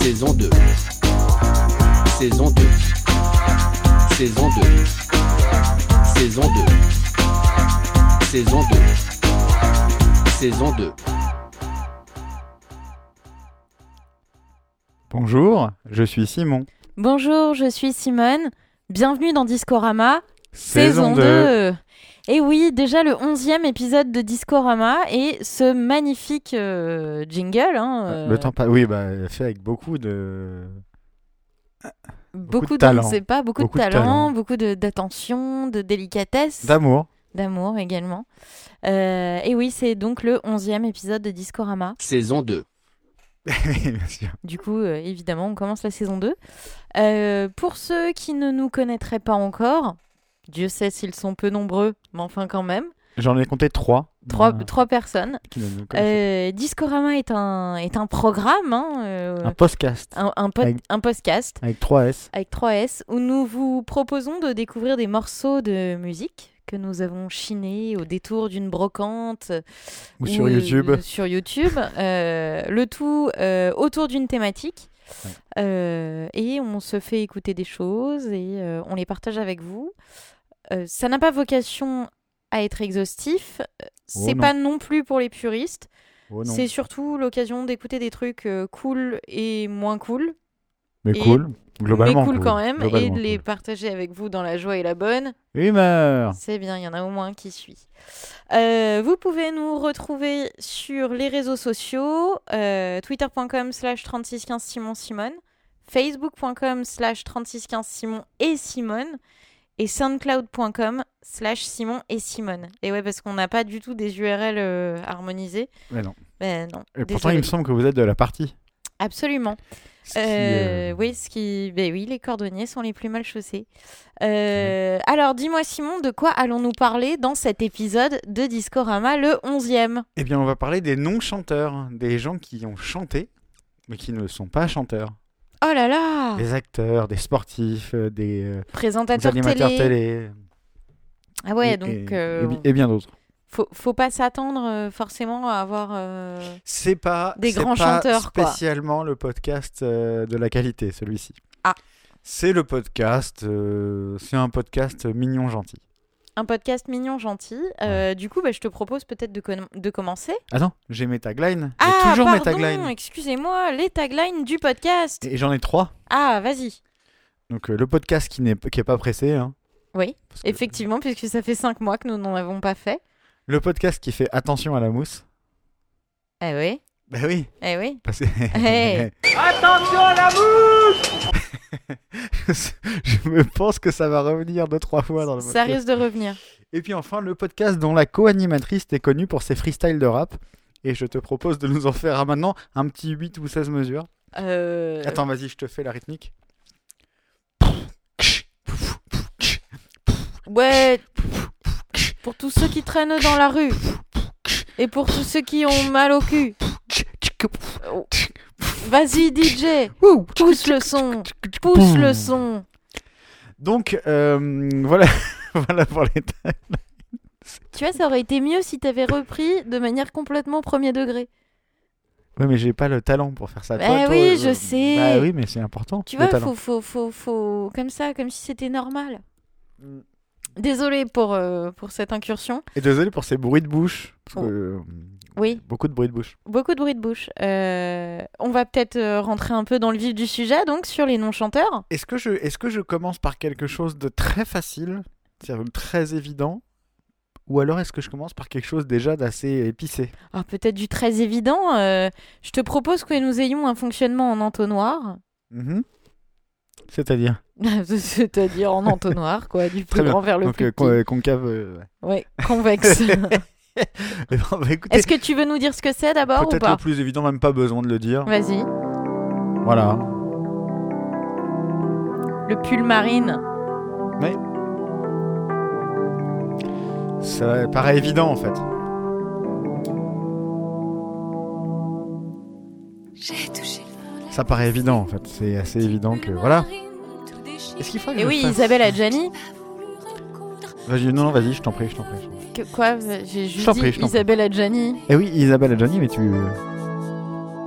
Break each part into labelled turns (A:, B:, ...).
A: Saison 2. Saison 2. Saison 2. Saison 2. Saison 2. Saison 2.
B: Bonjour, je suis Simon.
C: Bonjour, je suis Simone. Bienvenue dans Discorama,
B: Saison deux.
C: Et oui, déjà le 11e épisode de Discorama et ce magnifique euh, jingle. hein, euh,
B: Ah, Le temps passe. Oui, bah, fait avec beaucoup de.
C: beaucoup,
B: de
C: de,
B: talent.
C: c'est pas beaucoup,
B: Beaucoup de
C: de talent,
B: talent.
C: beaucoup de- d'attention, de, délicatesse,
B: d'amour.
C: d'amour également. Euh, et oui, c'est donc le 11e épisode de Discorama.
A: Saison 2.
B: Bien sûr.
C: Du coup, euh, évidemment, on commence la saison 2. Euh, pour ceux qui ne nous connaîtraient pas encore, Dieu sait s'ils sont peu nombreux, mais enfin quand même,
B: J'en ai compté trois.
C: trois,
B: Bah,
C: trois personnes.
B: qui ne nous connaissent
C: Euh, Discorama est un, est un programme, hein, euh,
B: pas. Un podcast
C: un, un pod-
B: avec-
C: un podcast
B: avec 3 S.
C: avec 3S où nous vous proposons de découvrir des morceaux de musique que nous avons chinés au détour d'une brocante
B: Ou sur
C: euh,
B: YouTube.
C: sur YouTube. euh, le tout euh, autour d'une thématique.
B: Ouais.
C: Euh, et on se fait écouter des choses et euh, on les partage avec vous. Euh, ça n'a pas vocation à être exhaustif. euh,
B: Oh
C: C'est
B: non.
C: pas non plus pour les puristes.
B: Oh non.
C: C'est surtout l'occasion d'écouter des trucs euh, cool et moins cool,
B: Mais
C: et-
B: cool. Globalement.
C: mais cool, quand même, et
B: Globalement
C: de les
B: cool.
C: partager avec vous dans la joie et la bonne.
B: Humeur
C: C'est bien, il y en a au moins un qui suit. Euh, vous pouvez nous retrouver sur les réseaux sociaux, euh, twitter.com slash 3615 Simon Simone, facebook.com slash 3615 Simon et Simone, et soundcloud.com slash Simon et Simone. Et ouais, parce qu'on n'a pas du tout des URL euh, harmonisées.
B: Mais non.
C: Ben non.
B: Et pourtant,
C: désolée.
B: il me semble que vous êtes de la partie.
C: Absolument.
B: Ce qui,
C: Euh,
B: euh,
C: Oui, ce qui... ben oui, les cordonniers sont les plus mal chaussés. Euh, Alors, dis-moi, Simon, de quoi allons-nous parler dans cet épisode de Discorama, le 11e
B: Eh bien, on va parler des non-chanteurs, des gens qui ont chanté, mais qui ne sont pas chanteurs.
C: Oh là là
B: Des acteurs, des sportifs, euh, des, euh, des
C: Présentateur
B: animateurs
C: télé.
B: télé.
C: Ah ouais,
B: et-
C: donc
B: et-
C: euh,
B: et bi- et bien d'autres.
C: faut, faut pas s'attendre euh, forcément à avoir. euh,
B: C'est pas
C: Des
B: c'est
C: grands
B: pas
C: chanteurs, quoi.
B: spécialement le podcast euh, de la qualité celui-ci.
C: Ah.
B: C'est le podcast euh, c'est un podcast mignon gentil.
C: Un podcast mignon, gentil. Euh, Du coup, bah, je te propose peut-être de, com- de commencer.
B: Attends, j'ai mes taglines, j'ai
C: Ah,
B: toujours mes
C: pardon,
B: taglines
C: excusez-moi, les taglines du podcast.
B: et j'en ai trois.
C: Ah, vas-y.
B: Donc euh, le podcast qui n'est qui est pas pressé hein.
C: Oui,
B: Parce que
C: effectivement, puisque ça fait cinq mois que nous n'en avons pas fait.
B: Le podcast qui fait attention à la mousse.
C: Eh oui,
B: Bah oui,
C: eh oui.
B: parce que-
C: Hey.
B: je me pense que ça va revenir deux trois fois dans le podcast.
C: Ça risque de revenir.
B: Et puis enfin, le podcast dont la co-animatrice est connue pour ses freestyles de rap. Et je te propose de nous en faire ah, maintenant un petit 8 ou 16 mesures.
C: Euh,
B: Attends, vas-y, je te fais la rythmique.
C: Ouais. Pour tous ceux qui traînent dans la rue. Et pour tous ceux qui ont mal au cul. Oh. Vas-y, DJ. Pousse le son. Pousse le son.
B: Donc, euh, voilà. voilà pour les ta-
C: Tu vois, ça aurait été mieux si t'avais repris de manière complètement premier degré.
B: Ouais, mais j'ai pas le talent pour faire ça.
C: Bah
B: Toi, toi,
C: oui,
B: euh,
C: je sais.
B: Bah oui, mais c'est important.
C: Tu
B: le
C: vois,
B: talent.
C: faut, faut, faut, faut. Comme ça, comme si c'était normal.
B: Mm.
C: Désolée pour, euh, pour cette incursion.
B: Et désolé pour ces bruits de bouche. Parce que, euh,
C: Oui.
B: Beaucoup de bruits de bouche.
C: Beaucoup de bruit de bouche. Euh, on va peut-être euh, rentrer un peu dans le vif du sujet, donc sur les non-chanteurs.
B: Est-ce que, je, est-ce que je commence par quelque chose de très facile, c'est-à-dire très évident, ou alors est-ce que je commence par quelque chose déjà d'assez épicé
C: Alors Ah, peut-être du très évident. euh, je te propose que nous ayons un fonctionnement en entonnoir.
B: Mhm. C'est-à-dire
C: C'est-à-dire en entonnoir, quoi, du
B: Très
C: plus
B: bien.
C: grand vers le
B: Donc
C: plus
B: euh,
C: petit.
B: con- euh, concave. euh, ouais.
C: Ouais, convexe.
B: Eh ben, on va écouter.
C: Est-ce que tu veux nous dire ce que c'est d'abord ou
B: Peut-être le
C: pas
B: plus évident, même pas besoin de le dire.
C: Vas-y.
B: Voilà.
C: Le pull marine.
B: Ça paraît évident en fait.
D: J'ai touché le fond de la
B: Ça paraît évident en fait. C'est assez évident que voilà. Est-ce qu'il faudrait que
C: Et
B: je
C: Eh oui,
B: fasse-
C: Isabelle Adjani.
B: Vas-y, non, non, vas-y, je t'en prie, je t'en prie. je t'en prie.
C: Que- quoi J'ai
B: Je
C: juste
B: t'en
C: dit
B: prie, je t'en prie.
C: Isabelle Adjani.
B: Eh oui, Isabelle Adjani, mais tu.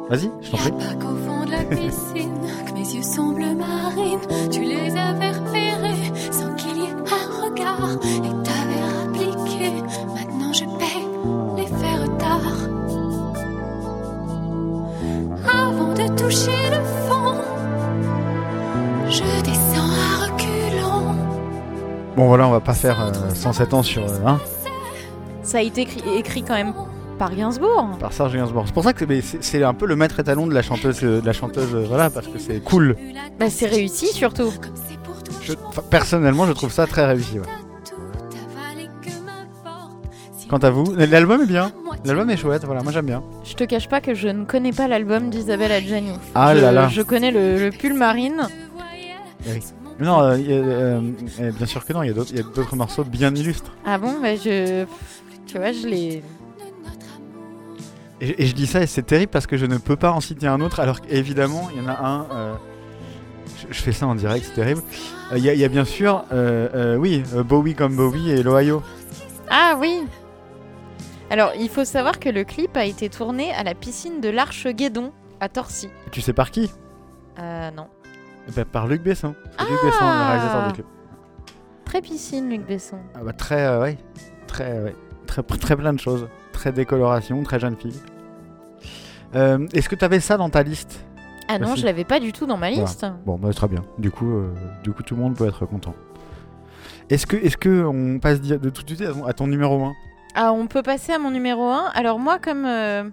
B: Vas-y, je t'en prie.
D: Pas qu'au fond de la piscine, mes yeux semblent marines. Tu les avais repérés sans qu'il y ait un regard et t'avais appliqué. Maintenant je paie les faits retards. Avant de toucher le fond, je descends à reculons.
B: Bon, voilà, on va pas faire euh, 107 ans sur. euh, hein,
C: Ça a été écrit, écrit quand même par Gainsbourg.
B: par Serge Gainsbourg. C'est pour ça que c'est- mais c'est c'est un peu le maître étalon de la chanteuse, euh, de la chanteuse euh, voilà, parce que c'est cool.
C: Bah, c'est réussi surtout.
D: Comme c'est pour toi,
B: Je- enfin, personnellement, je trouve ça très réussi. ouais.
D: tout avalé que m'importe. Si
B: Quant à vous, l'album est bien.
D: la moitié
B: L'album est chouette, voilà, moi j'aime bien.
C: Je te cache pas que je ne connais pas l'album d'Isabelle Adjani.
B: Ah
C: je,
B: là là.
C: Euh, Je connais le, le pull marine.
D: te voyait,
B: Oui.
D: son
B: Non, euh, il y a, euh, euh, bien sûr que non, il y a d'autres- il y a d'autres morceaux bien illustres.
C: Ah bon bah, je... Tu vois, je l'ai...
D: de notre amour.
B: Et, et je dis ça et c'est terrible parce que je ne peux pas en citer un autre, alors qu'évidemment, il y en a un. euh, je, je fais ça en direct, c'est terrible. Euh, Il y, a- il y a bien sûr, euh, euh, oui, euh, Bowie comme Bowie et l'Ohio.
C: Ah oui Alors, il faut savoir que le clip a été tourné à la piscine de l'Arche Guédon, à Torcy.
B: Tu sais par qui
C: Euh, non.
B: Eh ben, Par Luc Besson. C'est Luc Besson, le réalisateur du clip.
C: Très piscine, Luc Besson.
B: Ah bah, très, euh, ouais, très, ouais, très, très plein de choses. Très décoloration, très jeune fille. Euh, Est-ce que tu avais ça dans ta liste
C: Ah non,
B: Merci.
C: je l'avais pas du tout dans ma
B: Voilà.
C: liste.
B: Bon, bah, très bien. Du coup, euh, du coup, tout le monde peut être content. Est-ce que, est-ce que on passe di- de tout de suite à ton, à ton numéro 1
C: Ah, on peut passer à mon numéro 1. Alors moi, comme, euh,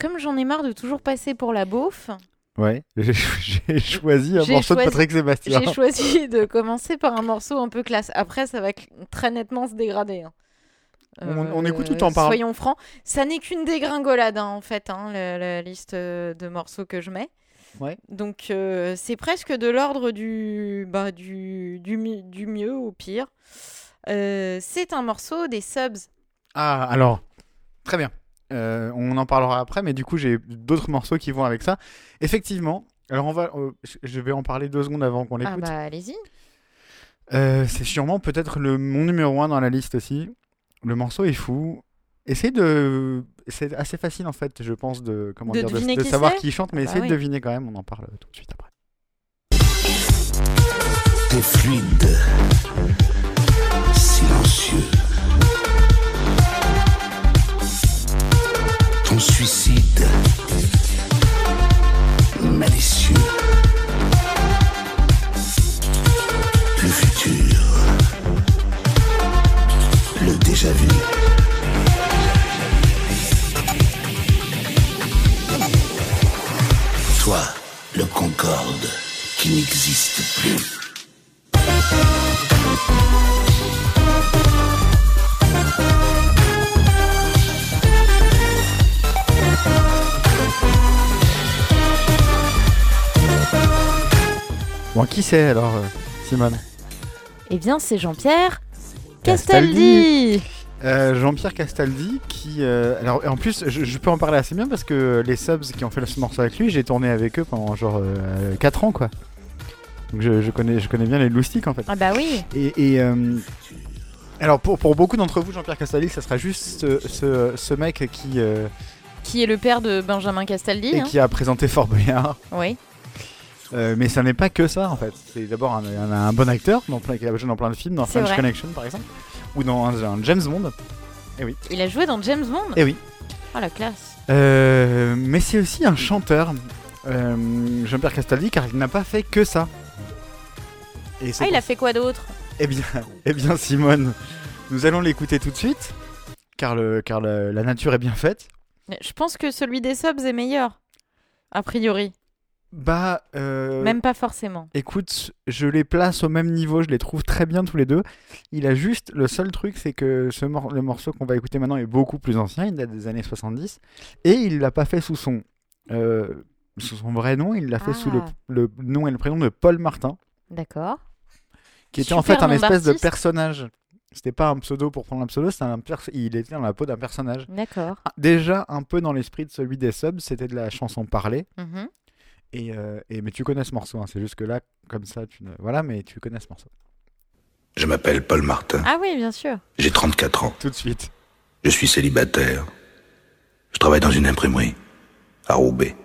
C: comme j'en ai marre de toujours passer pour la beauf,
B: Ouais. J'ai cho- j'ai choisi un
C: J'ai
B: morceau de
C: choisi-
B: Patrick Sébastien.
C: j'ai choisi de commencer par un morceau un peu classe. Après, ça va cl- très nettement se dégrader. hein. Euh,
B: On- on écoute ou t'en parles
C: Soyons francs, ça n'est qu'une dégringolade hein, en fait, hein, le- la liste euh, de morceaux que je mets.
B: Ouais.
C: Donc euh, c'est presque de l'ordre du, bah, du, du, mi- du mieux au pire. Euh, c'est un morceau des subs.
B: Ah, alors, très bien. Euh, on en parlera après, mais du coup, j'ai d'autres morceaux qui vont avec ça. Effectivement. Alors, on va, euh, je- je vais en parler deux secondes avant qu'on
C: Ah
B: l'écoute.
C: bah allez-y.
B: Euh, c'est sûrement peut-être le mon numéro 1 dans la liste aussi. Le morceau est fou. Essaye de. C'est assez facile en fait, je pense, de, comment
C: De
B: dire,
C: deviner
B: de
C: qui
B: savoir
C: c'est
B: qui chante, mais
C: bah
B: essaye
C: oui.
B: de deviner quand même, on en parle tout de suite après.
E: T'es fluide, silencieux. Ton suicide, malicieux. Le futur, le déjà vu. Toi, le Concorde, qui n'existe plus.
B: Bon, qui c'est alors, euh, Simone
C: Eh bien c'est Jean-Pierre
B: Castaldi.
C: Castaldi.
B: Euh, Jean-Pierre Castaldi, qui. euh, alors, en plus, je, je peux en parler assez bien parce que les subs qui ont fait ce morceau avec lui, j'ai tourné avec eux pendant genre 4 ans quoi. Donc, je, je connais, je connais bien les loustiques en fait.
C: Ah bah oui.
B: Et, et, euh, alors pour, pour beaucoup d'entre vous, Jean-Pierre Castaldi, ça sera juste ce, ce- ce mec qui, euh,
C: Qui est le père de Benjamin Castaldi.
B: et
C: hein.
B: qui a présenté Fort Boyard.
C: Oui.
B: Euh, mais ça n'est pas que ça en fait. C'est d'abord un, un- un bon acteur dans plein, qui a joué dans plein de films, dans
C: C'est
B: French
C: vrai.
B: Connection par exemple, ou dans un, un James Bond.
C: Il a joué dans James Bond.
B: Eh oui.
C: Ah la classe.
B: Euh, mais c'est aussi un chanteur, euh, Jean-Pierre Castaldi, car il n'a pas fait que ça. Et c'est
C: Ah il
B: pour
C: a fait quoi d'autre
B: Eh bien, eh bien Simone, nous allons l'écouter tout de suite, car, le, car le- la nature est bien faite.
C: Je pense que celui des subs est meilleur. A priori.
B: Bah, euh,
C: Même pas forcément.
B: écoute, je les place au même niveau, je les trouve très bien tous les deux. Il a juste, le seul truc, c'est que ce mor- le morceau qu'on va écouter maintenant est beaucoup plus ancien, il date des années 70, et il l'a pas fait sous son, euh, sous son vrai nom, il l'a fait sous le,
C: Ah.
B: le nom et le prénom de Paul Martin,
C: D'accord.
B: qui était
C: Super
B: en fait un
C: nom
B: espèce de
C: d'artiste.
B: personnage. C'était pas un pseudo pour prendre un pseudo, c'était un perso- il était dans la peau d'un personnage. Ah,
C: D'accord.
B: Déjà un peu dans l'esprit de celui des subs, c'était de la chanson parlée.
C: Mhm.
B: Et, euh, et- mais tu connais ce morceau, hein, c'est juste que là, comme ça, tu ne... voilà, mais tu connais ce morceau.
E: Je m'appelle Paul Martin.
C: Ah oui bien sûr.
E: J'ai 34 ans.
B: Tout de suite.
E: Je suis célibataire. Je travaille dans une imprimerie à Roubaix.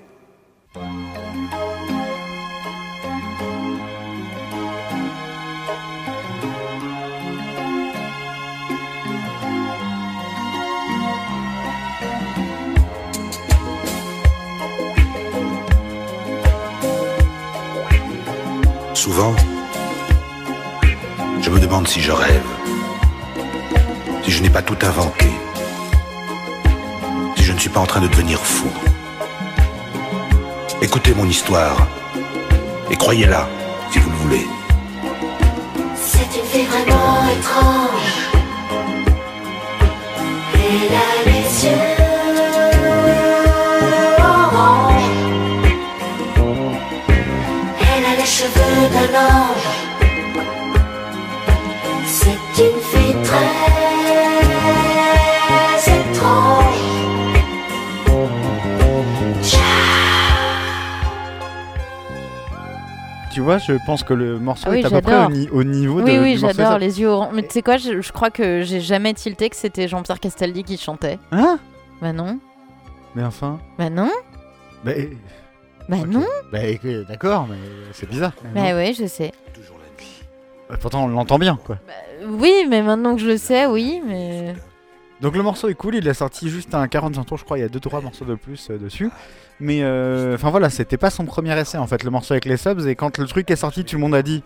E: vent, je me demande si je rêve, si je n'ai pas tout inventé, si je ne suis pas en train de devenir fou. Écoutez mon histoire et croyez-la si vous le voulez.
F: C'est une vie vraiment étrange. Elle a les yeux orange. Elle a les cheveux d'un ange. C'est une fille très étrange.
B: Tu vois, je pense que le morceau
C: Ah oui,
B: est à peu près au,
C: j'adore.
B: ni- au niveau
C: Oui,
B: de,
C: oui,
B: du morceau.
C: j'adore les yeux orange. Mais tu sais quoi, je, je crois que j'ai jamais tilté que c'était Jean-Pierre Castaldi qui chantait.
B: Hein
C: Bah non,
B: Mais enfin.
C: bah non,
B: Bah, eh,
C: bah
B: ok.
C: non.
B: Bah, eh, d'accord, mais c'est bizarre. quand même,
C: Bah oui, je sais.
B: hein. Pourtant, on l'entend bien, quoi.
C: Euh, Oui, mais maintenant que je le sais, oui, mais.
B: Donc le morceau est cool, il a sorti juste un 45 tours, je crois, il y a 2-3 morceaux de plus euh, dessus. Mais euh, enfin voilà, c'était pas son premier essai en fait, le morceau avec les subs. Et quand le truc est sorti, tout le monde a dit,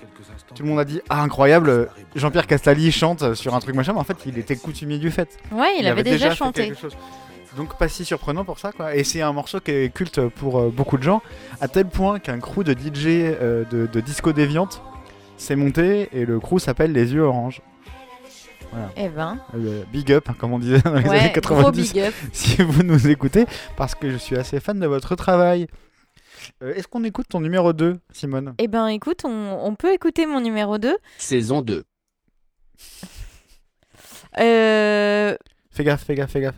B: tout le monde a dit, ah incroyable, euh, Jean-Pierre Castaldi chante sur un truc machin, mais en fait il était coutumier du fait.
C: Ouais, il, avait, déjà,
B: fait
C: chanté.
B: quelque chose. Donc pas si surprenant pour ça quoi. Et c'est un morceau qui est culte pour euh, beaucoup de gens, à tel point qu'un crew de DJ euh, de, de disco déviante s'est monté et le crew s'appelle Les Yeux Oranges.
C: Eh ben,
B: Euh, big up, hein, comme on disait dans les
C: ouais,
B: années
C: gros
B: 90
C: big up.
B: si vous nous écoutez, parce que je suis assez fan de votre travail. Euh, Est-ce qu'on écoute ton numéro 2, Simone
C: Eh ben, écoute, on, on peut écouter mon numéro 2.
A: saison 2,
C: Euh...
B: Fais gaffe, fais gaffe, fais gaffe.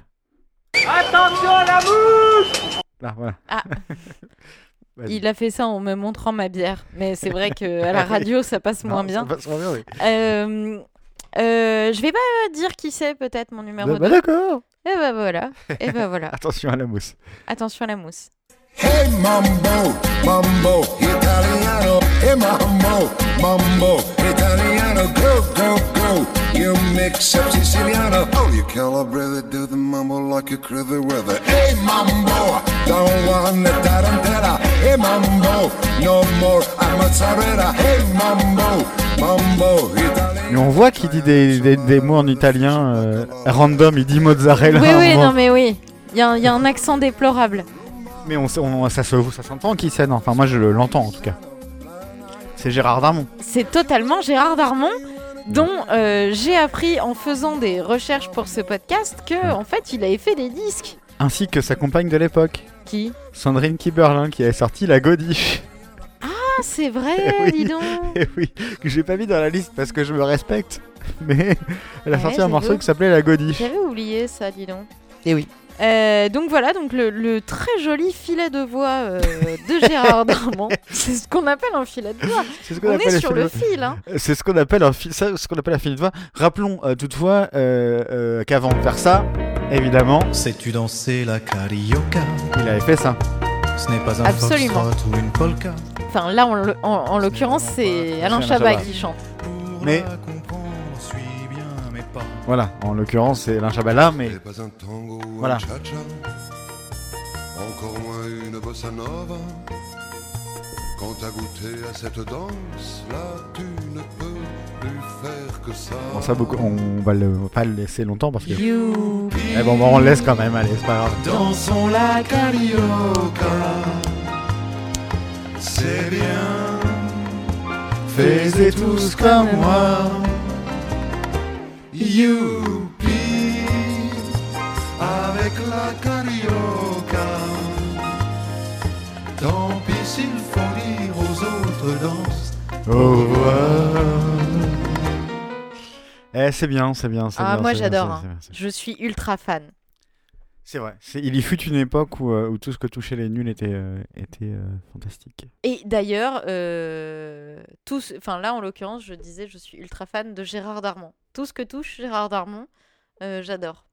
B: Attention à la bouche Là, voilà.
C: Ah.
B: Vas-y.
C: Il a fait ça en me montrant ma bière. Mais c'est vrai que à la radio, ça passe
B: Non,
C: moins
B: ça
C: bien.
B: passe moins bien, oui.
C: Euh... euh, je vais pas dire qui c'est, peut-être, mon numéro
B: Bah,
C: 2.
B: bah, D'accord.
C: Eh ben voilà. Eh ben voilà.
B: Attention à la mousse.
C: Attention à la mousse.
G: Hey mambo, mambo, italiano. Hey mambo, mambo, italiano. Go, go, go. You mix up Siciliano. Oh, you calibrate it, do the mambo like you crave the weather. Hey mambo, don't want the tarantella. Hey mambo, no more a mozzarella. Hey mambo, mambo, italiano.
B: Et on voit qu'il dit des, des- des mots en italien euh, random, il dit mozzarella.
C: Oui,
B: à un
C: oui,
B: moment.
C: non, mais oui. Il y, a un- il y a un accent déplorable.
B: Mais on, s- on- ça se- ça s'entend qui c'est, non enfin moi je le- l'entends en tout cas. C'est Gérard Darmon.
C: C'est totalement Gérard Darmon, dont euh, j'ai appris en faisant des recherches pour ce podcast que, en fait, il avait fait des disques.
B: Ainsi que sa compagne de l'époque.
C: Qui
B: Sandrine Kiberlin qui a sorti La Godiche.
C: Ah, c'est vrai,
B: Oui.
C: dis donc.
B: Et oui, que j'ai pas mis dans la liste parce que je me respecte. Mais elle a
C: Ouais,
B: sorti un
C: j'avoue.
B: morceau qui s'appelait La Godiche.
C: J'avais oublié ça, dis donc.
B: Et Eh oui.
C: Euh, donc voilà, donc le, le très joli filet de voix euh, de Gérard Darmon. C'est ce qu'on appelle un filet de voix.
B: C'est ce qu'on
C: On
B: appelle
C: est
B: un
C: sur
B: fil
C: le
B: de-
C: fil, hein.
B: C'est ce qu'on appelle un fil, ça, ce qu'on appelle un fil de voix. Rappelons euh, toutefois euh, euh, qu'avant de faire ça, évidemment,
H: Sais-tu danser la carioca
B: il avait fait ça.
H: Ce n'est pas un
C: Absolument.
H: foxtrot ou une polka.
C: Enfin, là, en, le- en- en l'occurrence, c'est Alain
B: Alain
C: Chabat
B: Chabat.
C: qui chante.
H: Pour
B: Mais-
H: la comprendre, suis bien mes pas.
B: Voilà. En l'occurrence, c'est Alain Chabat là, mais
G: Et pas un tango ou
B: Voilà.
G: un cha-cha. Encore moins une bossa nova. Quand t'as goûté à cette danse, là tu ne peux plus faire que ça.
B: bon, ça, beaucoup- on va le, pas le laisser longtemps parce que.
C: You.
B: Eh bon, bon, on le laisse quand même. Allez, c'est pas grave.
H: Dansons la carioca.
G: C'est bien.
B: Faisez tous comme moi.
G: Youpi. Avec la carioca. Tant pis s'il faut dire aux autres danses.
B: Au revoir. Eh, c'est bien, c'est bien. c'est
C: Ah,
B: bien,
C: moi,
B: c'est bien,
C: j'adore,
B: c'est
C: hein.
B: bien, c'est bien, c'est bien.
C: Je suis ultra fan.
B: C'est vrai. c'est- Il y fut une époque où, euh, où tout ce que touchait les nuls était, euh, était euh, fantastique.
C: Et d'ailleurs, euh, tout ce- enfin là en l'occurrence, je disais, je suis ultra fan de Gérard Darmon. Tout ce que touche Gérard Darmon, euh, j'adore.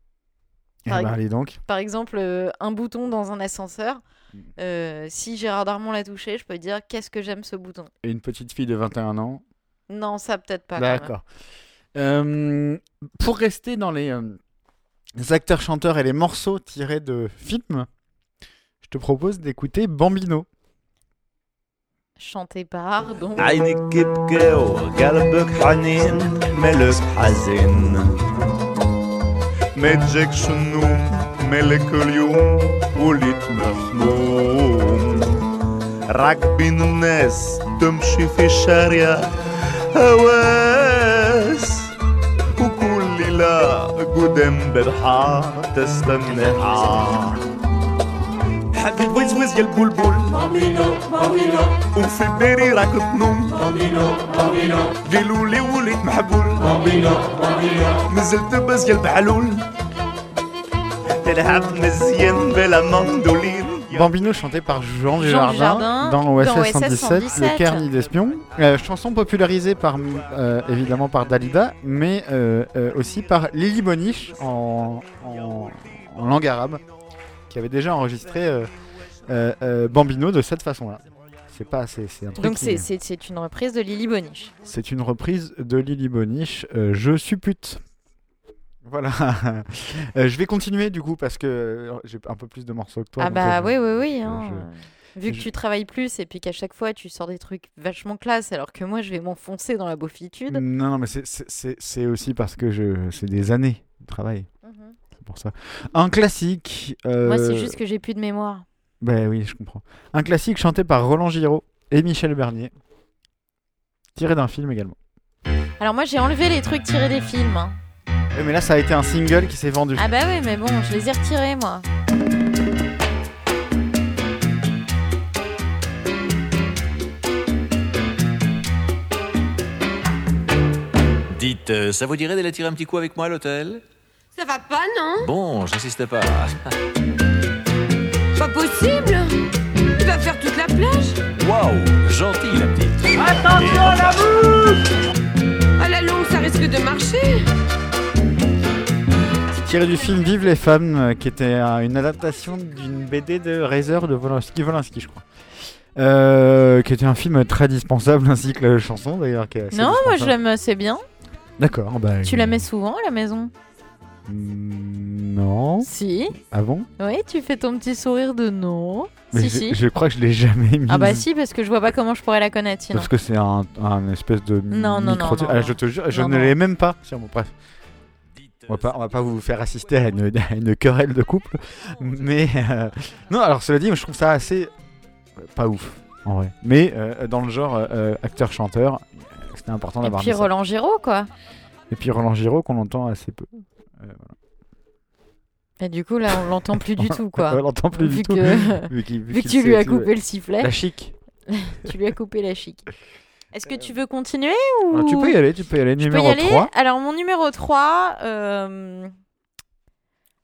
B: Eh
C: Par
B: ben,
C: exemple.
B: allez donc.
C: Par exemple, euh, un bouton dans un ascenseur.
B: Mm.
C: euh, si Gérard Darmon l'a touché, je peux dire qu'est-ce que j'aime ce bouton.
B: Et une petite fille de 21 ans.
C: Non, ça peut-être pas. quand même.
B: D'accord. Euh, pour rester dans les, euh, les acteurs-chanteurs et les morceaux tirés de films, je te propose d'écouter Bambino.
C: chanté par donc
I: عينك بكى وقلبك حنين مالك حزين ما تجيكش النوم مالك اليوم وليت مخموم راك بين الناس تمشي في الشارع هواس وكل ليلة قدام برحى تستنى حد وزوز يا البلبل وفي الباري راك تنوم قالولي وليت محبول نزلت بس يا البحلول تلعب مزيان بلا مندولين
B: Bambino chanté par Jean
C: Jean
B: Dujardin,
C: Dujardin
B: dans OSS,
C: dans OSS
B: 117,
C: 117.
B: Le Carni d'Espion. Euh, chanson popularisée par, euh, évidemment par Dalida, mais euh, euh, aussi par Lily Boniche en, en- en langue arabe, qui avait déjà enregistré euh, euh, euh, Bambino de cette façon-là. C'est pas, c'est c'est un truc.
C: donc
B: qui-
C: c'est- c'est c'est une reprise de Lily Boniche
B: C'est une reprise de Lily Boniche, euh, Je suppute. Voilà. Euh, je vais continuer du coup parce que euh, j'ai un peu plus de morceaux que toi.
C: ah
B: donc,
C: bah
B: euh,
C: oui oui oui
B: je-
C: hein,
B: je-
C: euh, vu que
B: je-
C: tu travailles plus et puis qu'à chaque fois tu sors des trucs vachement classe alors que moi je vais m'enfoncer dans la beaufitude
B: Non, non, mais c'est- c'est- c'est c'est aussi parce que je c'est des années de travail,
C: Mhm.
B: c'est pour ça. Un classique. euh,
C: moi c'est juste que j'ai plus de mémoire
B: Ben oui, je comprends. Un classique chanté par Roland Giraud et Michel Bernier, tiré d'un film également.
C: alors moi j'ai enlevé les trucs tirés des films hein.
B: Eh, Mais là, ça a été un single qui s'est vendu.
C: ah bah oui mais bon je les ai retirés moi
J: Dites, euh, ça vous dirait d'aller tirer un petit coup avec moi à l'hôtel
D: Ça va pas, non
J: Bon, j'insiste pas.
D: Pas possible Tu vas faire toute la plage
J: Waouh, gentille la petite.
D: À la longue, Ah ça risque de marcher
B: Tiré du film Vive les femmes, euh, qui était euh, une adaptation d'une BD de Razor de Volinsky, Volinsky, je crois. Euh, qui était un film très dispensable ainsi que la chanson d'ailleurs. qui est assez
C: non moi je
B: dispensable.
C: l'aime assez bien
B: D'accord. bah,
C: tu la mets souvent à la maison
B: Mm, Non.
C: si
B: Ah bon
C: oui tu fais ton petit sourire de non
B: Mais
C: si
B: je,
C: si
B: je crois que je l'ai jamais mis.
C: ah bah si parce que je vois pas comment je pourrais la connaître sinon
B: Parce que c'est un, un espèce de
C: Non, non,
B: micro-
C: non, non,
B: Ah,
C: non.
B: je te jure, je
C: Non,
B: ne
C: non.
B: l'ai même pas. Sur mon bref. On va pas, on va pas vous faire assister à une, à une querelle de couple, mais euh, non. Alors cela dit, je trouve ça assez euh, pas ouf en vrai. Mais euh, dans le genre euh, acteur-chanteur, c'était important
C: et
B: d'avoir.
C: puis
B: mis ça.
C: Roland Giraud quoi
B: Et puis Roland Giraud qu'on entend assez peu.
C: et du coup là on l'entend plus du tout quoi
B: On l'entend plus
C: vu
B: du tout.
C: que,
B: Vu, qu'il- vu
C: vu que
B: qu'il
C: tu lui
B: s'est-
C: as coupé le sifflet,
B: la chic.
C: tu lui as coupé la chic. Est-ce que tu veux continuer ou...
B: Alors, Euh. Ah, tu peux y aller, tu peux y aller.
C: Je peux
B: numéro
C: y aller
B: 3
C: Alors, mon numéro 3, euh,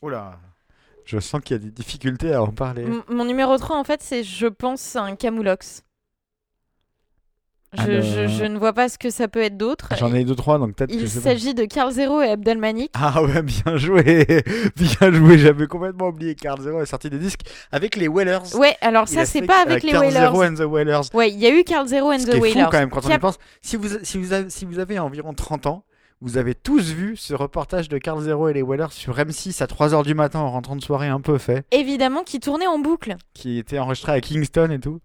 B: Oula, Oh je sens qu'il y a des difficultés à en parler.
C: m- mon numéro 3, en fait, c'est, je pense, un camoulox. Je,
B: Alors-
C: je- je ne vois pas ce que ça peut être d'autre.
B: J'en ai deux trois donc peut-être. que
C: Il
B: je sais pas.
C: s'agit de Carl Zero et Abdelmanik.
B: Ah ouais, bien joué, bien joué. J'avais complètement oublié. Carl Zero est sorti des disques avec les Wailers.
C: Ouais, alors
B: Il a
C: ça, c'est
B: fait
C: pas
B: avec
C: avec les
B: Carl
C: Wailers.
B: Zero and the Wailers.
C: Ouais, il y a eu Carl Zero and
B: Ce
C: the
B: qui est fou
C: Wailers.
B: quand même quand on
C: Qui
B: y
C: a-
B: pense. Si vous, si, vous avez, si vous avez environ 30 ans, vous avez tous vu ce reportage de Carl Zero et les Wailers sur M6 à 3h du matin en rentrant de soirée un peu fait,
C: Évidemment, qui tournait en boucle.
B: qui était enregistré à Kingston et tout.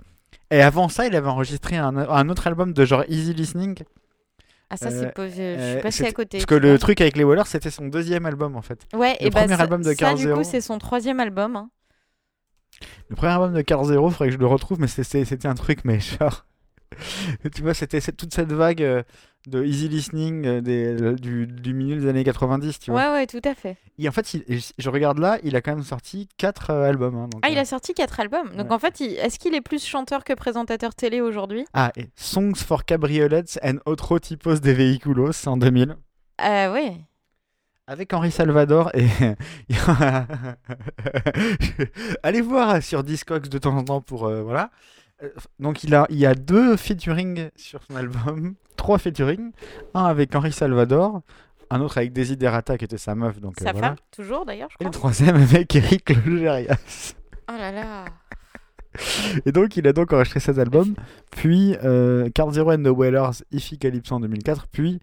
B: Et avant ça, il avait enregistré un, un autre album de genre Easy Listening.
C: Ah, ça,
B: Euh,
C: c'est pas... je
B: euh,
C: suis passée
B: c'était-
C: à côté.
B: Parce que
C: tu vois.
B: le truc avec les Wailers, c'était son deuxième album en fait.
C: Ouais,
B: Le
C: et bah,
B: premier
C: ça-
B: album de
C: ça,
B: Carl
C: du
B: Zero.
C: coup, c'est son troisième album. hein.
B: Le premier album de Carl Zero, faudrait que je le retrouve, mais c'était c'était un truc, mais genre. tu vois, c'était cette- toute cette vague euh, de easy listening euh, des- le- du, du milieu des années 90, tu vois.
C: Ouais, ouais, tout à fait.
B: Et en fait, il- je- je regarde là, il a quand même sorti 4 albums. hein, donc,
C: Ah, il
B: euh,
C: a sorti quatre albums. Donc
B: Ouais.
C: en fait, il- est-ce qu'il est plus chanteur que présentateur télé aujourd'hui
B: ah, et Songs for Cabriolets and Otro Tipos de Vehiculos en 2000.
C: Ah ouais.
B: Avec Henri Salvador et. Allez voir sur Discogs de temps en temps pour. euh, voilà. Euh, Donc il, a, il y a deux featuring sur son album, trois featuring, un avec Henri Salvador, un autre avec Desiderata qui était sa meuf, donc euh,
C: Sa
B: voilà.
C: femme, toujours d'ailleurs, je
B: Et
C: crois.
B: le troisième avec Eric Logérias.
C: Oh là là.
B: Et donc il a donc enregistré cet album, puis euh, Card Zero and the Wailers, Iffy Calypso en 2004, puis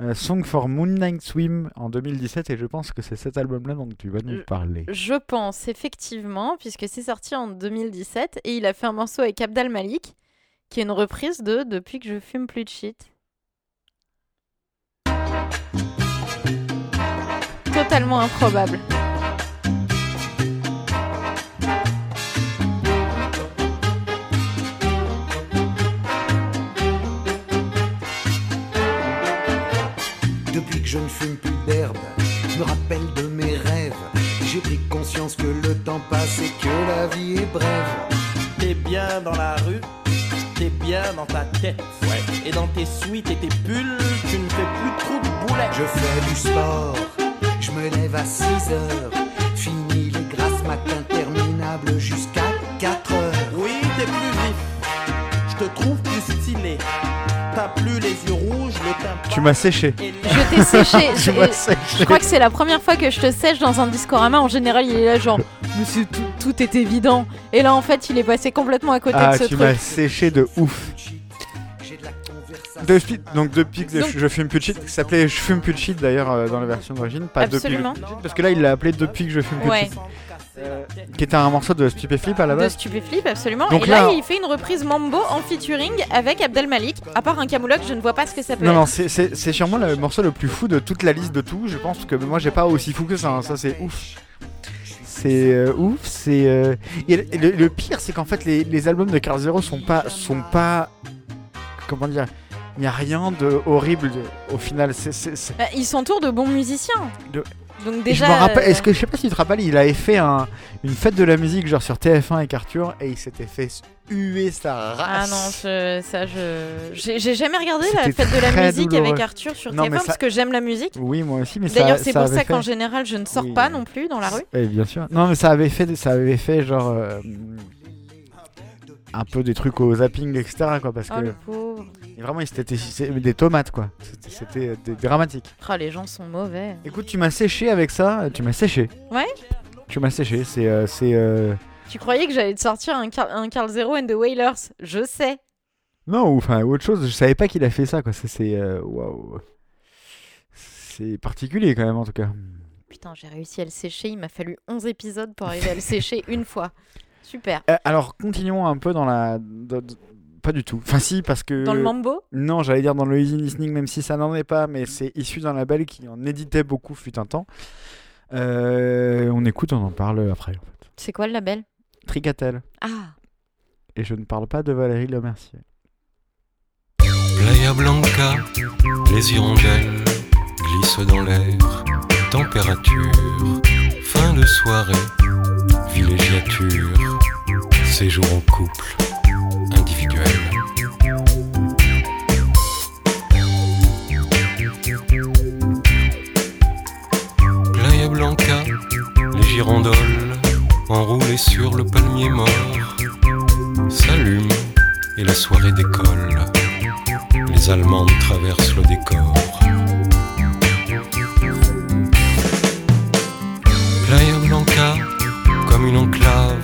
B: euh, Song for Moonlight Swim en 2017, et je pense que c'est cet album-là dont tu vas nous
C: Euh,
B: parler.
C: Je pense, effectivement, puisque c'est sorti en 2017 et il a fait un morceau avec Abdal Malik qui est une reprise de Depuis que je fume plus de shit. Totalement improbable.
K: Depuis que je ne fume plus d'herbe, je me rappelle de mes rêves. J'ai pris conscience que le temps passe et que la vie est brève.
L: T'es bien dans la rue, t'es bien dans ta tête. Et dans tes suites et tes pulls, tu ne fais plus de trou de boulet.
K: Je fais du sport, je me lève à 6 heures. Fini les grasses matins interminables jusqu'à 4 heures.
L: Oui, t'es plus vif, je te trouve plus stylé. T'as plus les yeux rouges, le teint
B: Tu m'as séché.
C: Je t'ai séché.
B: Tu
C: J'ai-
B: m'as séché.
C: Je crois que c'est la première fois que je te sèche dans un discorama. En général, il est là genre, mais c'est tout, tout est évident. Et là, en fait, il est passé complètement à côté
B: Ah,
C: de ce
B: tu m'as
C: truc.
B: séché de ouf. Depuis, donc depuis que
C: Donc-
B: je fume plus de shit, qui s'appelait Je fume plus de shit d'ailleurs euh, dans la version d'origine, pas
C: Absolument.
B: depuis que je fume plus de shit, parce que là il l'a appelé Depuis que je fume plus
C: Ouais.
B: de shit, Euh, qui était un morceau de Stupéflip à la
C: De
B: base.
C: Stupéflip, absolument.
B: Donc
C: et là,
B: là-
C: il fait une reprise Mambo en featuring avec Abdel Malik. À part un camoulox, je ne vois pas ce que ça peut
B: Non,
C: être.
B: non, c'est- c'est c'est sûrement le morceau le plus fou de toute la liste de tout. Je pense que moi, j'ai pas aussi fou que ça. hein. Ça, c'est ouf. C'est euh, ouf. C'est euh, et le- et le, le pire, c'est qu'en fait, les, les albums de Carl Zero sont pas sont pas comment dire. Il n'y a rien de horrible de- au final. C'est c'est- c'est-
C: Bah, il s'entoure de bons musiciens.
B: De-
C: Donc
B: Et
C: déjà.
B: je me rappelle.
C: euh,
B: Est-ce que je sais pas si tu te rappelles, il avait fait un- une fête de la musique genre sur TF1 avec Arthur et il s'était fait huer sa
C: Ah
B: race.
C: non, je- ça je. J'ai j'ai jamais regardé la
B: C'était
C: fête de la
B: très
C: musique
B: douloureux.
C: avec Arthur sur
B: Non,
C: TF1
B: mais ça-
C: parce que j'aime la musique.
B: Oui, moi aussi, mais ça-
C: D'ailleurs, c'est pour
B: avait
C: ça
B: fait-
C: qu'en général, je ne sors
B: Oui.
C: pas non plus dans la rue.
B: Eh bien sûr. Non, mais ça avait fait, ça avait fait genre euh, un peu des trucs au zapping, etc. Quoi, parce
C: Oh le
B: que
C: pauvre.
B: et vraiment, ils s'étaient- c'était des tomates, quoi. C'était- C'était euh, des- dramatique.
C: Oh, les gens sont mauvais.
B: Écoute, tu m'as séché avec ça. euh, Tu m'as séché.
C: Ouais
B: Tu m'as séché. C'est, euh, c'est. euh,
C: Tu croyais que j'allais te sortir un, Car- un Carl Zero and the Wailers Je sais.
B: Non, ou enfin ou autre chose. Je savais pas qu'il a fait ça, quoi. C'est, c'est, euh, waouh. C'est particulier quand même, en tout cas.
C: Putain, j'ai réussi à le sécher. Il m'a fallu 11 épisodes pour arriver à le sécher une fois. Super.
B: Euh, alors, continuons un peu dans la. dans- dans- Pas du tout. Enfin, si, parce que.
C: Dans le mambo
B: Non, j'allais dire dans le easy listening, même si ça n'en est pas, mais c'est issu d'un label qui en éditait beaucoup fut un temps. Euh, on écoute, on en parle après. en fait.
C: C'est quoi le label
B: Tricatel.
C: Ah
B: Et je ne parle pas de Valérie Lemercier.
M: Playa Blanca, les hirondelles glissent dans l'air. Température, fin de soirée, villégiature, séjour en couple, individuel. Playa Blanca, les girandoles enroulées sur le palmier mort s'allument et la soirée décolle. Les Allemandes traversent le décor. Playa Blanca, comme une enclave,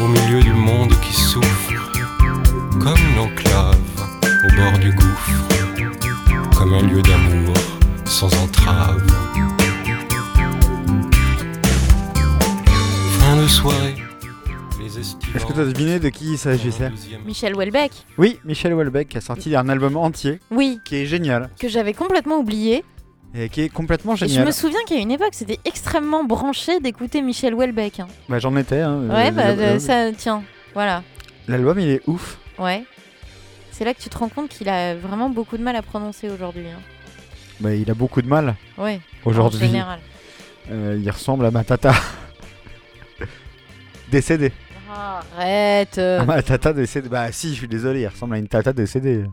M: au milieu du monde qui souffre, comme une enclave, au bord du gouffre, comme un lieu d'amour, sans entrave. Fin de soirée, les estivants.
B: Est-ce que tu as deviné de qui il s'agissait
C: Michel Houellebecq
B: Oui, Michel Houellebecq qui a sorti un album entier
C: Oui.
B: qui est génial
C: Que j'avais complètement oublié.
B: et qui est complètement
C: Et je
B: Oh, génial.
C: me souviens qu'à une époque, c'était extrêmement branché d'écouter Michel Houellebecq. hein.
B: Bah, J'en étais. hein,
C: ouais,
B: euh,
C: bah
B: l'album.
C: euh, ça, tiens, voilà.
B: L'album, il est ouf.
C: Ouais. C'est là que tu te rends compte qu'il a vraiment beaucoup de mal à prononcer aujourd'hui. hein.
B: Bah, il a beaucoup de mal
C: Ouais. En
B: aujourd'hui.
C: général.
B: Euh, il ressemble à ma tata. Décédée.
C: Ah, Arrête. euh.
B: Ah, ma tata décédée. Bah si, je suis désolé, il ressemble à une tata décédée.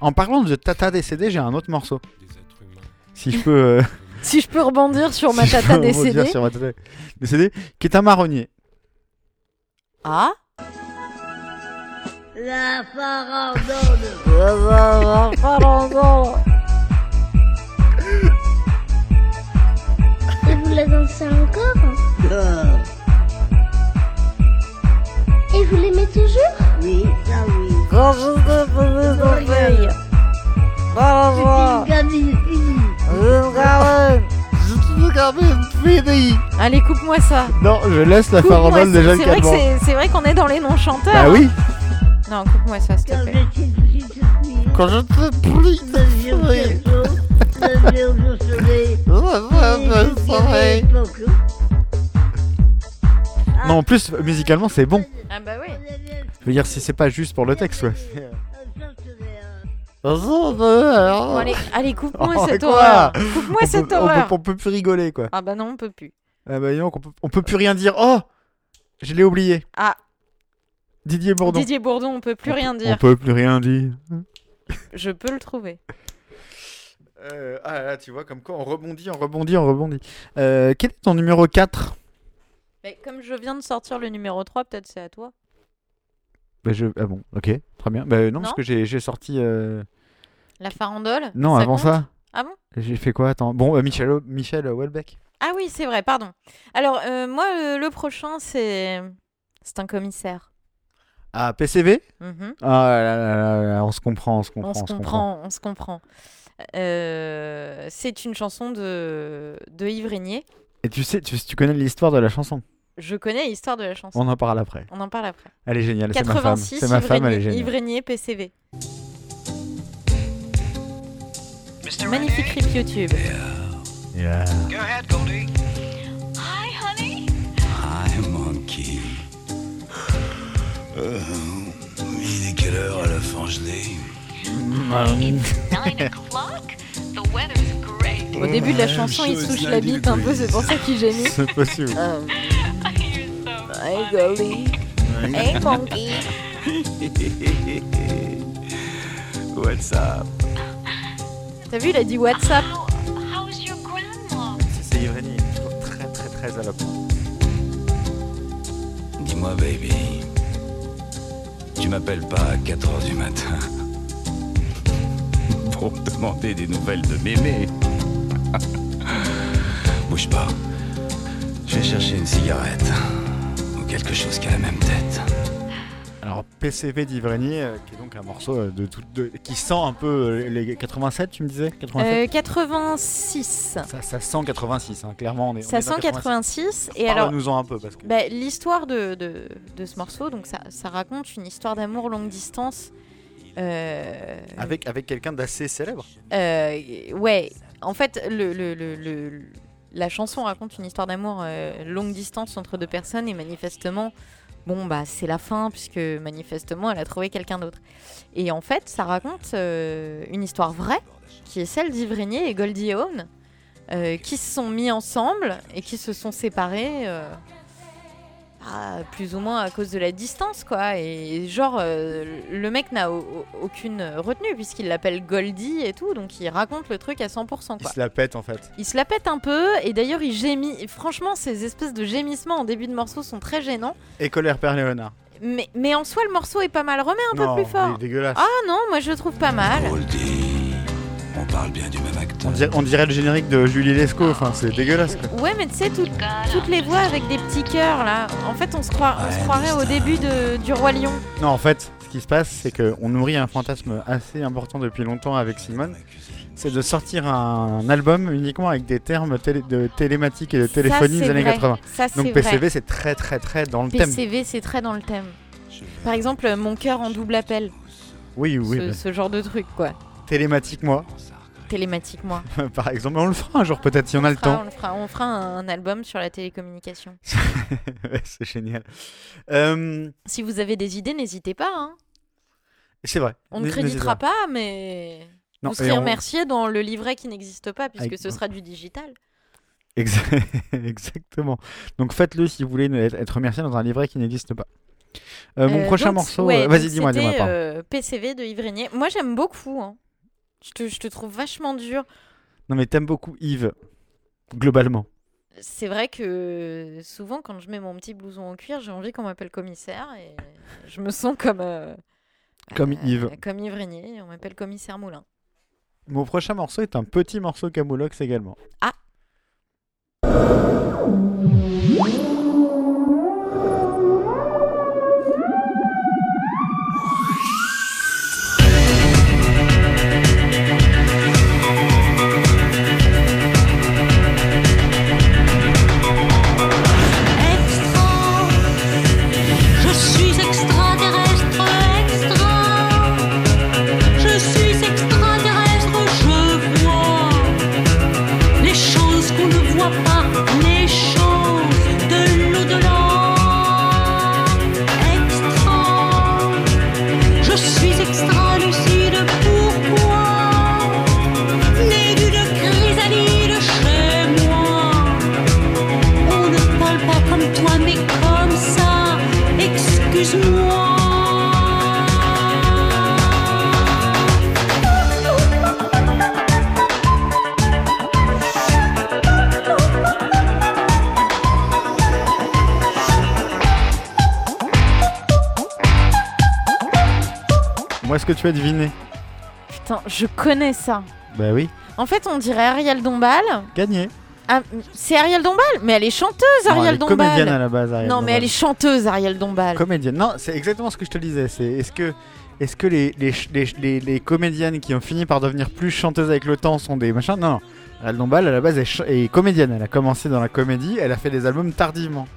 B: En parlant de tata décédée, j'ai un autre morceau. Si je peux. euh,
C: Si je peux rebondir sur ma
B: si je
C: tata
B: peux rebondir
C: décédée.
B: sur ma tata décédée, qui est un marronnier.
C: Ah
N: La farandole.
O: Et vous la dansez encore Et vous l'aimez toujours Oui, ça oui. Quand je te faisais
G: Oh,
O: ton veille, dans la joie. Je suis une gamine, Je suis une gamine, je suis une gamine,
B: PDI.
C: Allez, coupe-moi ça.
B: Non, je laisse la
C: Coupe-moi
B: farandole
C: ça.
B: déjà
C: C'est
B: de
C: vrai que
B: Calmant.
C: c'est- C'est vrai qu'on est dans les non-chanteurs.
B: Bah oui.
C: Non, coupe-moi ça, s'il te plaît.
B: Quand je te prie Non, en plus, musicalement, c'est bon.
C: Ah bah oui.
B: Je veux dire, si c'est pas juste pour le texte, ouais.
C: Bon, allez, allez, coupe-moi
B: Oh,
C: cette
B: quoi
C: horreur. Coupe-moi
B: On
C: cette
B: peut- on peut-
C: horreur.
B: On peut plus rigoler, quoi.
C: Ah bah non, on peut plus.
B: Ah bah dis donc, on peut, on peut plus rien dire. Oh Je l'ai oublié.
C: Ah,
B: Didier Bourdon.
C: Didier Bourdon, on peut plus rien
B: On
C: dire.
B: peut plus rien dire.
C: Je peux le trouver.
B: ah là, tu vois, comme quoi on rebondit, on rebondit, on rebondit. Euh, quel est ton numéro 4
C: Mais comme je viens de sortir le numéro 3, peut-être c'est à toi.
B: bah, je... Ah bon, ok, très bien. Bah, non, parce
C: Non
B: que j'ai j'ai sorti. euh,
C: La farandole
B: Non, avant
C: compte
B: ça.
C: Ah bon
B: J'ai fait quoi Attends. Bon, euh, Michel, Michel Houellebecq.
C: Ah oui, c'est vrai, pardon. Alors, euh, moi, le, le prochain, c'est. C'est un commissaire.
B: Ah, PCV
C: Mhm.
B: Ah là là là là, on se comprend, on se comprend.
C: On se comprend, on se comprend. Euh, c'est une chanson de, de Yves Régnier.
B: Et tu sais, tu, tu connais l'histoire de la chanson
C: Je connais l'histoire de la chanson.
B: On en parle après.
C: On en parle après.
B: Elle est géniale, c'est ma femme.
C: 86,
B: C'est ma
C: Yves
B: femme, elle est
C: Régnier-
B: géniale.
C: Yves Régnier, PCV. Magnifique clip YouTube.
B: Yeah.
P: Go ahead, Goldie.
D: Hi, honey.
E: Hi, monkey. Euh, il est quelle heure à la Fangenée
D: The weather's great.
C: Au début de la chanson, il se touche la bite un peu, c'est pour ça qu'il gémit.
B: C'est possible.
C: Euh, Hey, Goldie. Hey, monkey.
E: What's up
C: T'as vu, il a dit WhatsApp.
B: C'est Yves Régnier, il est toujours très très très à la pointe.
E: Dis-moi, baby. Tu m'appelles pas à 4h du matin pour me demander des nouvelles de mémé. Bouge pas. Je vais chercher une cigarette ou quelque chose qui a la même tête.
B: Alors, PCV d'Yves Régnier, euh, qui est donc un morceau euh, de tout, de- qui sent un peu euh, les 87, tu me disais 87
C: Euh, 86.
B: ça, ça sent 86, hein, clairement. On est, on
C: Euh, Ça
B: est dans
C: 186 et alors
B: Parle-nous-en un peu parce que.
C: bah, l'histoire de, de- de ce morceau donc ça, ça raconte une histoire d'amour longue distance euh,
B: Avec, avec quelqu'un d'assez célèbre.
C: euh, ouais en fait le, le- le- le- la chanson raconte une histoire d'amour euh, longue distance entre deux personnes et manifestement bon bah c'est la fin puisque manifestement elle a trouvé quelqu'un d'autre et en fait ça raconte euh, une histoire vraie qui est celle d'Yves Régnier et Goldie Hawn euh, qui se sont mis ensemble et qui se sont séparés euh, bah, plus ou moins à cause de la distance quoi et genre euh, le mec n'a au- au- aucune retenue puisqu'il l'appelle Goldie et tout donc il raconte le truc à 100% quoi.
B: Il se la pète en fait.
C: Il se la pète un peu et d'ailleurs il gémit. Et Franchement, ces espèces de gémissements en début de morceau sont très gênants.
B: Et colère Père Léonard.
C: Mais, mais en soi, le morceau est pas mal. Remets un
B: Non,
C: peu plus
B: il
C: fort.
B: est dégueulasse.
C: Ah non, moi je le trouve pas mal.
E: On parle bien du même acteur.
B: On dirait, on dirait le générique de Julie Lescaut, enfin c'est dégueulasse quoi.
C: Ouais, mais tu sais, tout- toutes les voix avec des petits cœurs là. En fait, on se, croit- on se croirait au début de, du Roi Lion.
B: Non, en fait, ce qui se passe, c'est qu'on nourrit un fantasme assez important depuis longtemps avec Simone. C'est de sortir un album uniquement avec des termes télé- de télématique et de téléphonie
C: c'est
B: des années
C: vrai.
B: 80.
C: Ça, c'est
B: Donc PCV,
C: vrai.
B: c'est très très très dans le thème.
C: PCV, c'est très dans le thème. Par exemple, euh, Mon cœur en double appel.
B: Oui, oui.
C: ce,
B: bah,
C: ce genre de truc quoi.
B: Télématique, moi,
C: Télématique, moi.
B: par exemple. Mais on le fera un jour peut-être si on a le
C: Fera-
B: temps.
C: on, le fera, on fera un album sur la télécommunication.
B: Ouais, c'est génial. Euh,
C: Si vous avez des idées, n'hésitez pas. hein.
B: c'est vrai.
C: On ne
B: N-
C: créditera
B: n'hésitez
C: pas, mais
B: Non,
C: vous
B: et
C: serez
B: on-
C: remercié dans le livret qui n'existe pas, puisque
B: Avec-
C: ce sera du digital.
B: Exa- Exactement. Donc faites-le si vous voulez ne- être être remercié dans un livret qui n'existe pas. Euh, mon
C: Euh,
B: prochain
C: donc,
B: morceau,
C: ouais,
B: euh, vas-y,
C: donc
B: dis-moi, dis-moi.
C: c'était,
B: pardon.
C: euh, PCV de Yves Régnier. Moi, j'aime beaucoup. hein. Je, te, je te trouve vachement dur.
B: Non, mais t'aimes beaucoup Yves, globalement.
C: C'est vrai que souvent, quand je mets mon petit blouson en cuir, j'ai envie qu'on m'appelle commissaire et je me sens comme. euh,
B: Comme
C: euh,
B: Yves.
C: Comme Yves Régnier, on m'appelle commissaire Moulin.
B: Mon prochain morceau est un petit morceau Camoulox également.
C: Ah.
D: Thank
B: Est-ce que tu as deviné
C: Putain, je connais ça.
B: Bah oui.
C: En fait, on dirait Ariel Dombal.
B: Gagné.
C: Ah, c'est Ariel Dombal Mais elle est chanteuse,
B: Non, elle
C: Ariel
B: est
C: Dombal.
B: comédienne à la base, Ariel
C: non, mais
B: Dombal.
C: elle est chanteuse, Ariel Dombal.
B: Comédienne. Non, c'est exactement ce que je te disais. C'est est-ce que est-ce que les, les, ch- les, les- les comédiennes qui ont fini par devenir plus chanteuses avec le temps sont des machins Non, non. Ariel Dombal, à la base, est, ch- est comédienne. Elle a commencé dans la comédie, elle a fait des albums tardivement.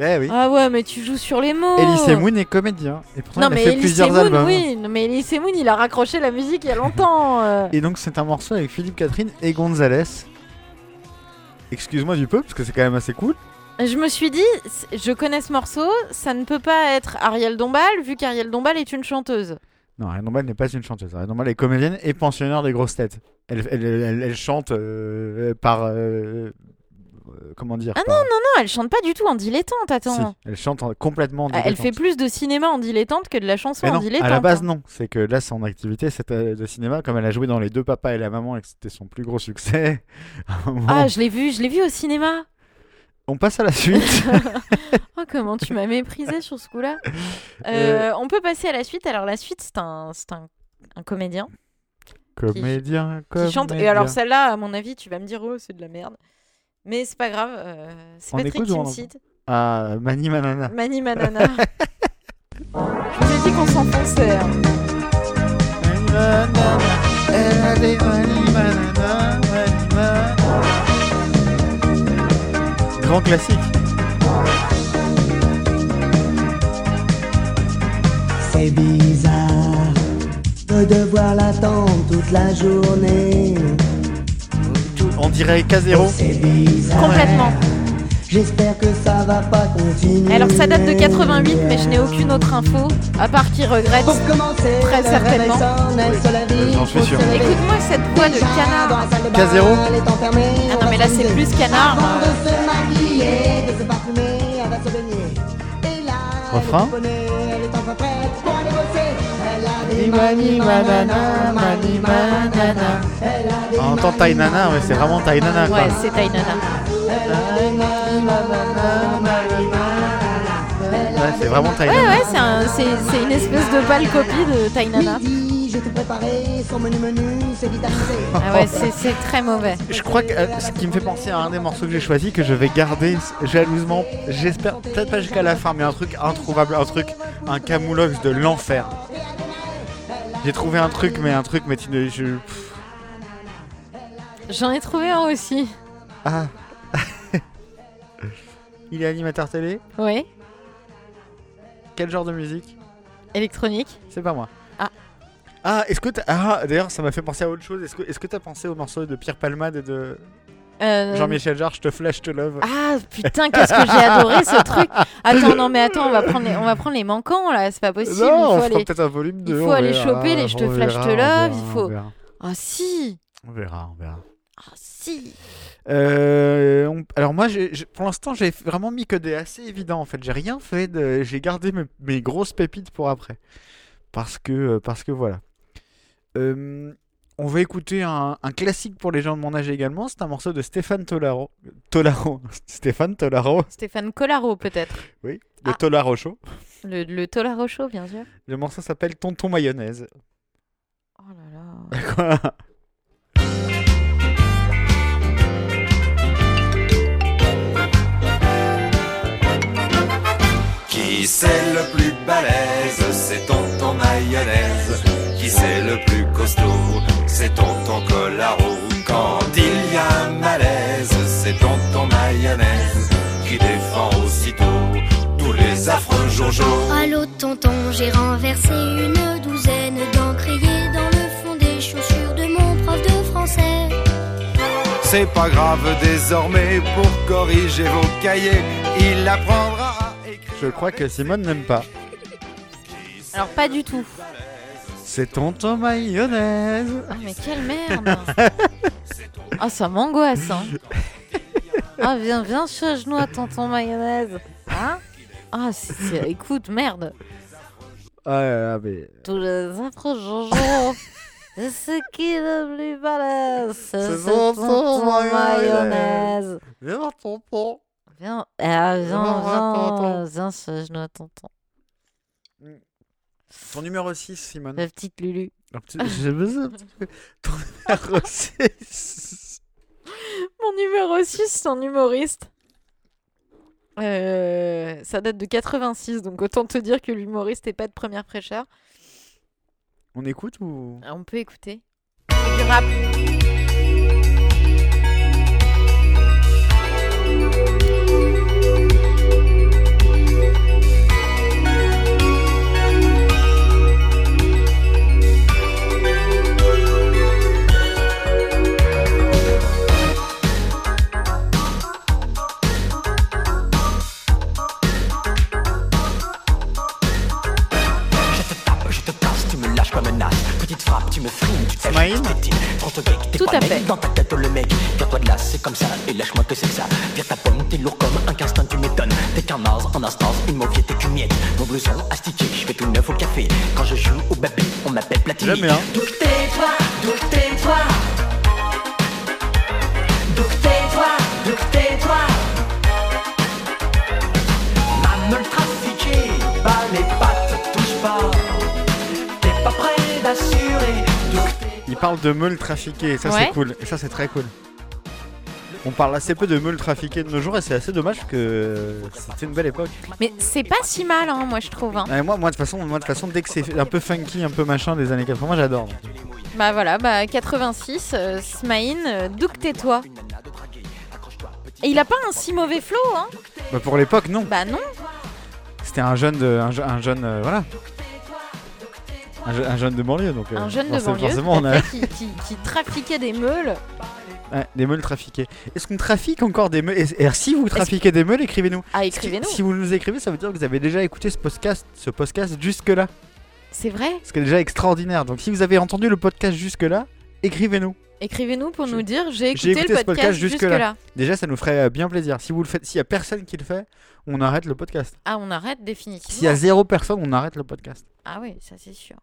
B: Eh oui.
C: Ah ouais, mais tu joues sur les mots.
B: Elie Moon est comédien. Et pourtant,
C: Oh. Non,
B: il a
C: mais
B: fait
C: Elie
B: plusieurs
C: Semoun,
B: albums. hein.
C: oui. Non, mais Elie Semoun, il a raccroché la musique il y a longtemps. euh.
B: Et donc, c'est un morceau avec Philippe Catherine et Gonzalez. Excuse-moi du peu, parce que c'est quand même assez cool.
C: Je me suis dit, c- je connais ce morceau, ça ne peut pas être Ariel Dombal, vu qu'Ariel Dombal est une chanteuse.
B: Non, Ariane Dombal n'est pas une chanteuse. Ariane Dombal est comédienne et pensionnaire des grosses têtes. Elle, elle- elle- elle chante euh, par. euh, euh, comment dire
C: Ah non,
B: par-
C: non, non, elle chante pas du tout en dilettante,
B: Si,
C: attends.
B: Elle chante en- complètement en
C: Ah, Elle
B: dilettante.
C: fait plus de cinéma en dilettante que de la chanson
B: Mais
C: en
B: non,
C: dilettante.
B: à la base,
C: hein.
B: non. C'est que là, son activité, c'était le cinéma. Comme elle a joué dans Les Deux Papas et la Maman et que c'était son plus gros succès. à un moment-
C: Ah, je l'ai vu, je l'ai vu au cinéma.
B: On passe à la suite.
C: Oh, comment tu m'as méprisé sur ce coup-là. Euh,
B: Euh.
C: On peut passer à la suite. Alors, la suite, c'est un, c'est un, un comédien
B: comédien, comédien.
C: qui chante. Et alors, celle-là, à mon avis, tu vas me dire, oh, c'est de la merde. Mais c'est pas grave. euh, c'est
B: On
C: Patrick
B: écoute
C: qui
B: ou
C: me
B: on-
C: cite.
B: Ah, Mani Manana.
C: Mani Manana. Je vous ai dit qu'on s'enfonçait. hein.
B: Grand classique.
P: C'est bizarre de devoir l'attendre toute la journée.
B: On dirait Casero.
C: Complètement.
P: J'espère que ça va pas continuer.
C: Alors, ça date de 88, mais je n'ai aucune autre info, à part qu'il regrette très
P: le
C: certainement.
P: réveil sonne, elle se lève,
B: J'en suis sûr.
C: Écoute-moi cette voix de canard.
B: Casero.
C: Ah non, mais là, c'est plus canard. euh.
P: elle va se baigner. Et là, elle est
B: Refrain.
P: pouponnée, elle est enfin prête pour aller bosser. Elle a des
B: Mani
P: mani,
B: manana,
P: manana,
B: mani
P: mani,
B: manana. On entend Tainana, mais c'est vraiment Tainana.
C: Ouais, c'est Tainana.
B: Ouais, c'est vraiment
C: Ouais,
B: Tainana.
C: Ah ouais, c'est un- c'est c'est une espèce de pâle copie de Tainana.
P: J'ai tout préparé, son menu menu, c'est vitalisé.
C: Ah ouais, c'est c'est très mauvais.
B: Je crois que euh, ce qui me fait penser à un des morceaux que j'ai choisi, que je vais garder jalousement, j'espère, peut-être pas jusqu'à la fin, mais un truc introuvable, un truc, un camoulox de l'enfer. J'ai trouvé un truc, mais un truc, mais tu ne. je- pff,
C: J'en ai trouvé un aussi.
B: Ah Il est animateur télé
C: Oui,
B: Quel genre de musique
C: électronique.
B: C'est pas moi.
C: Ah.
B: Ah, est-ce que t'as. Ah, d'ailleurs, ça m'a fait penser à autre chose. Est-ce que est-ce que t'as pensé au morceau de Pierre Palmade et de.
C: Euh,
B: Jean-Michel Jarre, je te flash, je te love.
C: Ah putain, qu'est-ce que j'ai adoré ce truc. Attends, non mais attends, on va prendre les, on va prendre les manquants là, c'est pas possible.
B: Non, on
C: il faut
B: fera
C: aller,
B: peut-être un volume
C: il
B: 2,
C: faut
B: on
C: aller
B: verra,
C: choper les je te
B: on
C: flash,
B: verra,
C: te
B: on
C: love.
B: verra,
C: il
B: on
C: faut.
B: verra.
C: Ah si, ah,
B: On verra, on verra.
C: si.
B: Euh, on- Alors moi, j'ai- j'ai- pour l'instant, j'ai vraiment mis que des assez évidents. En fait, j'ai rien fait. De... J'ai gardé mes... mes grosses pépites pour après, parce que euh, parce que voilà. Euh, On va écouter un, un classique pour les gens de mon âge également. C'est un morceau de Stéphane Tolaro. Tolaro. Stéphane Tolaro.
C: Stéphane Collaro peut-être.
B: Oui. Le Tolaro Show.
C: Le, le Tolaro Show, bien sûr.
B: Le morceau s'appelle Tonton Mayonnaise.
C: Oh là là.
B: Quoi
Q: Qui c'est le plus balèze C'est tonton mayonnaise. Qui c'est le plus costaud C'est tonton collaro. Quand il y a un malaise, c'est tonton mayonnaise qui défend aussitôt tous les affreux jojo.
R: Allô tonton, j'ai renversé une douzaine d'encriers dans le fond des chaussures de mon prof de français.
Q: C'est pas grave désormais pour corriger vos cahiers, il apprendra.
B: Je crois que Simone n'aime pas.
C: Alors pas du tout.
B: C'est tonton mayonnaise.
C: Ah mais quelle merde. Ah ça m'angoisse. Hein. Ah viens, viens chez genoux, tonton mayonnaise. Hein Ah c'est- c'est- écoute, merde.
B: Ah, là là, mais
C: Tous les autres jours. Et ce qui le plus balèze, c'est
B: son
C: tonton mayonnaise.
B: Viens, tonton.
C: Viens, eh, viens,
B: Viens,
C: viens,
B: tonton.
C: viens, chez genoux, tonton.
B: Ton numéro 6, Simone.
C: La petite Lulu.
B: La petite- J'ai besoin de- Ton numéro 6.
C: Mon numéro 6, c'est un humoriste. Euh, ça date de 86, donc autant te dire que l'humoriste n'est pas de première prêcheur.
B: On écoute ou
C: On peut écouter. Du rap.
S: Pince, tu me lâches comme un as. Petite frappe, tu me frimes, tu t'aimes, tu tétines. Prends ton bec, t'es
C: Tout
S: pas
C: à
S: mec,
C: fait.
S: dans ta tête oh, le mec. Garde-toi de là, c'est comme ça, et lâche-moi que c'est que ça. Viens ta pomme, t'es lourd comme un castin, tu m'étonnes. T'es qu'un Mars en instance, une mauvie, t'es qu'une miette. Mon blouson astiqué, je fais tout neuf au café. Quand je joue au baby, on m'appelle Platini.
B: Jamais, hein.
S: Donc tais-toi, donc tais-toi. Donc tais-toi, donc tais-toi. Maman trafiquée, bas Bah, les pattes, touche pas. T'es pas prêt d'assurer
B: Il parle de meules trafiquées, et ça
S: Ouais.
B: c'est cool, et ça c'est très cool. On parle assez peu de meules trafiquées de nos jours, et c'est assez dommage parce que euh, c'était une belle époque.
C: Mais c'est pas si mal, hein, moi je trouve. hein.
B: Ouais, moi, moi de toute façon, moi, de toute façon, dès que c'est un peu funky, un peu machin des années 80, j'adore.
C: Bah voilà, bah 86, euh, Smaïn, euh, Douk tais-toi. Et il a pas un si mauvais flow, hein
B: Bah, pour l'époque, non.
C: Bah non
B: C'était un jeune de, un, je- un jeune, euh, voilà. Un, je- un jeune de banlieue, donc. euh,
C: Un jeune de
B: forcément-
C: banlieue
B: forcément,
C: tout
B: on
C: à
B: a-
C: fait, qui, qui- qui trafiquait des meules.
B: Ouais, des meules trafiquées. Est-ce qu'on trafique encore des meules Et et si vous trafiquez des meules, écrivez-nous.
C: Ah,
B: Parce que
C: écrivez-nous.
B: Si vous nous écrivez, ça veut dire que vous avez déjà écouté ce podcast, ce podcast jusque-là.
C: C'est vrai
B: Ce qui est déjà extraordinaire. Donc si vous avez entendu le podcast jusque-là, écrivez-nous.
C: Écrivez-nous pour nous dire j'ai
B: J'ai
C: écouté,
B: écouté
C: le
B: ce podcast
C: jusque-là.
B: jusque-là. Déjà, ça nous ferait euh, bien plaisir. Si vous le faites, s'il y a personne qui le fait, on arrête le podcast.
C: Ah, on arrête
B: S'il y a
C: définitivement.
B: zéro personne, on arrête le podcast.
C: Ah oui, ça c'est sûr.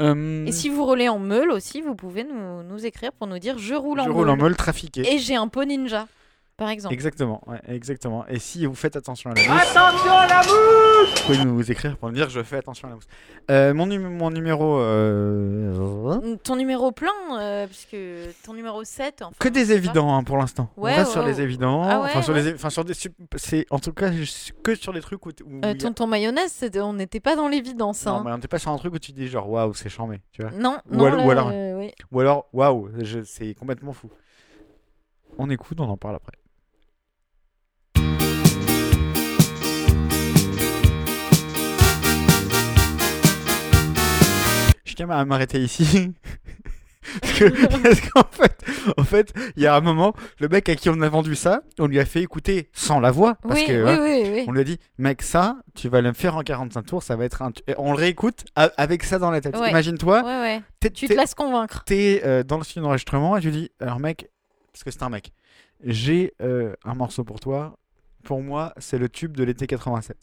B: Euh,
C: Et si vous roulez en meule aussi, vous pouvez nous, nous écrire pour nous dire je roule en
B: Je
C: meule.
B: roule en meule trafiquée.
C: Et j'ai un pot ninja, par exemple.
B: Exactement, ouais, exactement. Et si vous faites attention à la mousse,
C: Attention à la mouche
B: vous pouvez nous écrire pour nous dire je fais attention à la mousse. Euh, mon, numé- mon numéro. euh,
C: Ton numéro plein, euh, puisque ton numéro 7. Enfin,
B: Que
C: je
B: des
C: sais pas.
B: évidents hein, pour l'instant.
C: Ouais,
B: On reste
C: ouais,
B: sur les
C: ouais.
B: évidents.
C: Ah ouais,
B: enfin, sur
C: ouais.
B: les é- enfin, sur des sup- c'est en tout cas je- que sur les trucs où. t- où il y
C: Euh,
B: a-
C: tonton mayonnaise, c'était- on n'était pas dans l'évidence.
B: Non,
C: Hein.
B: mais on n'est pas sur un truc où tu dis genre waouh, c'est charmé, tu vois.
C: Non,
B: ou
C: non,
B: al-
C: là,
B: ou alors,
C: euh, oui.
B: ou alors waouh, je- c'est complètement fou. On écoute, on en parle après. Je suis quand même à m'arrêter ici. parce que- parce qu'en fait, en fait, il y a un moment, le mec à qui on a vendu ça, on lui a fait écouter sans la voix. Parce
C: Oui,
B: que,
C: oui,
B: hein,
C: oui, oui.
B: On lui a dit, mec, ça, tu vas le faire en 45 tours, ça va être un. tu- Et On le réécoute a- avec ça dans la tête.
C: Ouais.
B: Imagine-toi,
C: Ouais, ouais.
B: t'es-
C: Tu te
B: t'es-
C: laisses convaincre.
B: T'es euh, dans le studio d'enregistrement et tu dis Alors, mec, parce que c'est un mec, j'ai euh, un morceau pour toi. Pour moi, c'est le tube de l'été 87.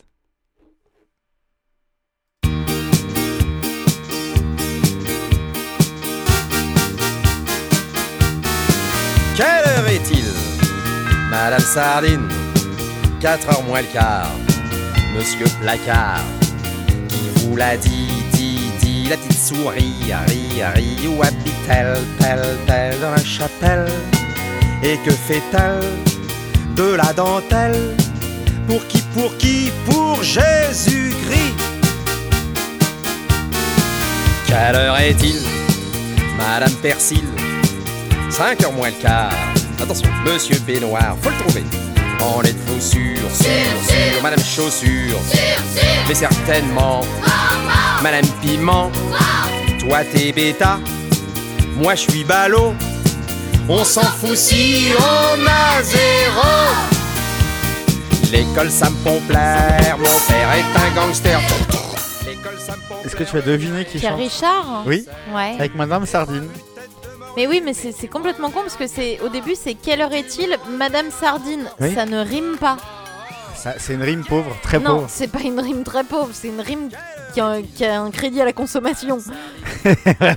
T: Quelle heure est-il Madame Sardine, 4 heures moins le quart. Monsieur Placard, qui vous l'a dit, dit, dit, la petite souris, ri, ri, où habite-t-elle, pelle, pelle dans la chapelle Et que fait-elle de la dentelle Pour qui, pour qui, pour Jésus-Christ Quelle heure est-il Madame Persil, 5 heures moins le quart. Attention, Monsieur Baignoire, faut le trouver. En êtes-vous sûr, sûr, sûr, Madame Chaussure, mais certainement, Madame Piment, toi t'es bêta, moi je suis ballot, on s'en fout si on a zéro. L'école ça me pompe l'air, mon père est un gangster.
B: Est-ce que tu as deviné qui
C: Pierre
B: chante
C: Richard
B: Oui.
C: Ouais.
B: Avec Madame Sardine.
C: Mais oui, mais c'est c'est complètement con parce que c'est au début, c'est quelle heure est-il Madame Sardine,
B: Oui.
C: ça ne rime pas.
B: Ça, C'est une rime pauvre, très
C: non,
B: pauvre.
C: c'est pas une rime très pauvre, c'est une rime qui a, un- qui a un crédit à la consommation.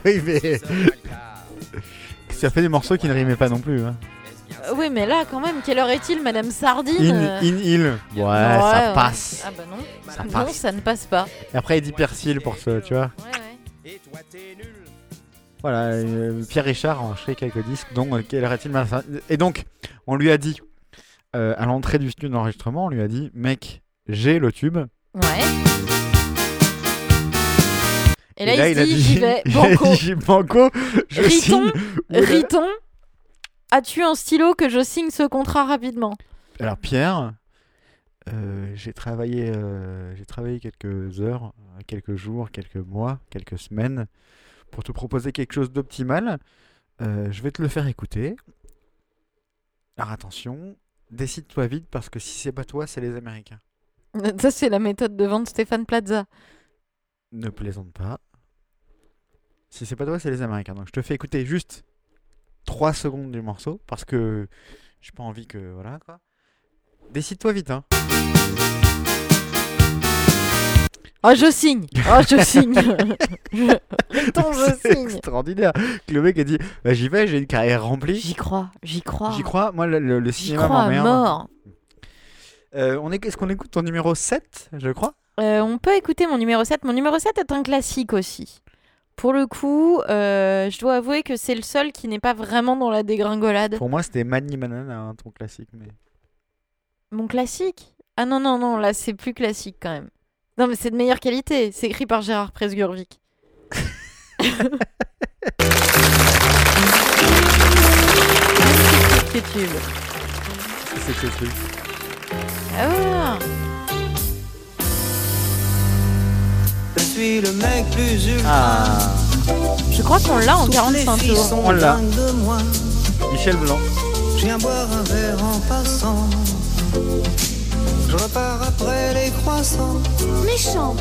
B: oui, mais. Ça fait des morceaux qui ne rimaient pas non plus. hein.
C: Euh, Oui, mais là, quand même, quelle heure est-il, Madame Sardine
B: In,
C: Euh,
B: in, il. Ouais,
C: ouais,
B: ça
C: ouais.
B: passe.
C: Ah bah non,
B: Ça
C: non,
B: passe.
C: ça ne passe pas.
B: Et après, il dit persil pour ce, tu vois. Voilà, euh, Pierre Richard a enchaîné quelques disques, dont euh, Quelle heure est-il Madame Sardine Et donc, on lui a dit, euh, à l'entrée du studio d'enregistrement, on lui a dit, mec, j'ai le tube.
C: Ouais. Et là, il,
B: a
C: se dit,
B: dit-
C: j'y vais,
B: il a
C: banco.
B: dit, j'y vais banco, je
C: Riton,
B: signe. Oula.
C: Riton, as-tu un stylo que je signe ce contrat rapidement
B: Alors Pierre, euh, j'ai travaillé, euh, j'ai travaillé quelques heures, euh, quelques jours, quelques mois, quelques semaines pour te proposer quelque chose d'optimal. Euh, je vais te le faire écouter. Alors attention, décide-toi vite parce que si c'est pas toi, c'est les Américains.
C: Ça, c'est la méthode de vente Stéphane Plaza.
B: Ne plaisante pas. Si c'est pas toi, c'est les Américains. Donc je te fais écouter juste 3 secondes du morceau parce que j'ai pas envie que voilà quoi. Décide-toi vite hein.
C: Oh, je signe Oh, je signe Je- Riton, je
B: C'est
C: signe
B: extraordinaire que le mec a dit bah, j'y vais, j'ai une carrière remplie. J'y
C: crois, j'y crois.
B: J'y crois, moi le, le- le
C: J'y
B: cinéma
C: crois à
B: m'emmerde.
C: mort.
B: Euh, on est, est-ce qu'on écoute ton numéro 7, je crois
C: Euh, on peut écouter mon numéro 7. Mon numéro 7 est un classique aussi. Pour le coup, euh, je dois avouer que c'est le seul qui n'est pas vraiment dans la dégringolade.
B: Pour moi c'était Manny Manana, hein, ton classique. Mais...
C: Mon classique Ah non, non, non, là c'est plus classique quand même. Non, mais c'est de meilleure qualité. C'est écrit par Gérard Presgurvic. Magnifique tube.
B: C'est que ce truc.
C: Ah ouais.
U: Je suis le mec plus ultra.
C: Je crois qu'on l'a en
U: Toutes
C: 45
U: les filles
C: jours.
U: sont
B: On l'a.
U: dingues de moi.
B: Michel Blanc.
U: Je viens boire un verre en passant. Je repars après les croissants. Méchant.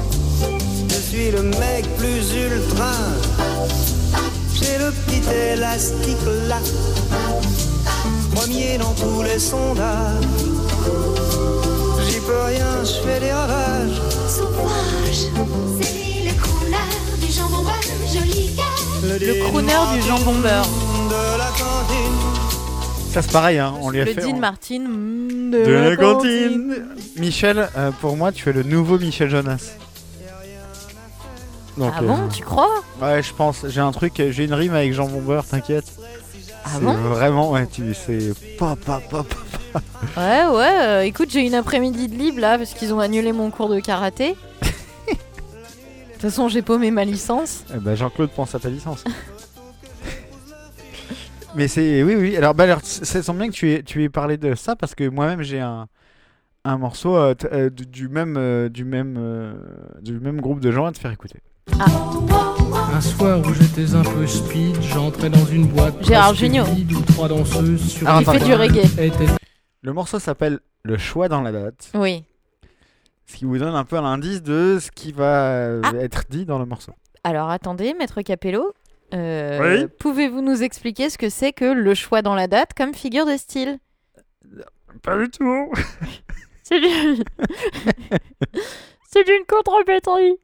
U: Je suis le mec plus ultra. J'ai le petit élastique là. Premier dans tous les sondages. J'y peux rien, je fais des ravages.
D: Sauvage, c'est lui le crooner du jambon beurre, joli gars.
C: Le crooner du jambon beurre.
B: Ça c'est pareil, hein, on lui a
C: Le
B: fait.
C: Dean
B: on-
C: Martin mm,
B: De la
C: cantine.
B: cantine. Michel, euh, pour moi tu es le nouveau Michel Jonas. Donc, euh,
C: Ah bon, tu crois
B: Ouais, je pense. J'ai un truc, j'ai une rime avec Jean Bombeur, t'inquiète.
C: Ah
B: C'est
C: bon
B: Vraiment, ouais, tu c'est pop, pop, pop, pop.
C: Ouais, ouais, euh, écoute, j'ai une après-midi de libre là parce qu'ils ont annulé mon cours de karaté. De toute façon, j'ai paumé ma licence.
B: Eh ben, Jean-Claude pense à ta licence. Mais c'est oui, oui. Alors, bah, alors, c- ça sent bien que tu aies, tu aies parlé de ça parce que moi-même j'ai un, un morceau euh, t- euh, du du même euh, du même euh, du même groupe de gens à te faire écouter.
V: Un soir où j'étais un peu speed, j'entrais dans une boîte.
C: Gérard
V: presque
C: Jugnot.
V: vide Où trois danseuses sur
B: Alors,
V: une
B: attends.
V: table
B: Il Ah, fait du
V: étaient-
B: Le morceau s'appelle Le choix dans la date,
C: Oui.
B: ce qui vous donne un peu un indice de ce qui va euh, être dit dans le morceau.
C: Alors attendez, maître Capello, euh,
B: Oui
C: pouvez-vous nous expliquer ce que c'est que le choix dans la date comme figure de style
B: Pas du tout.
C: C'est du- C'est d'une contre-pétrie.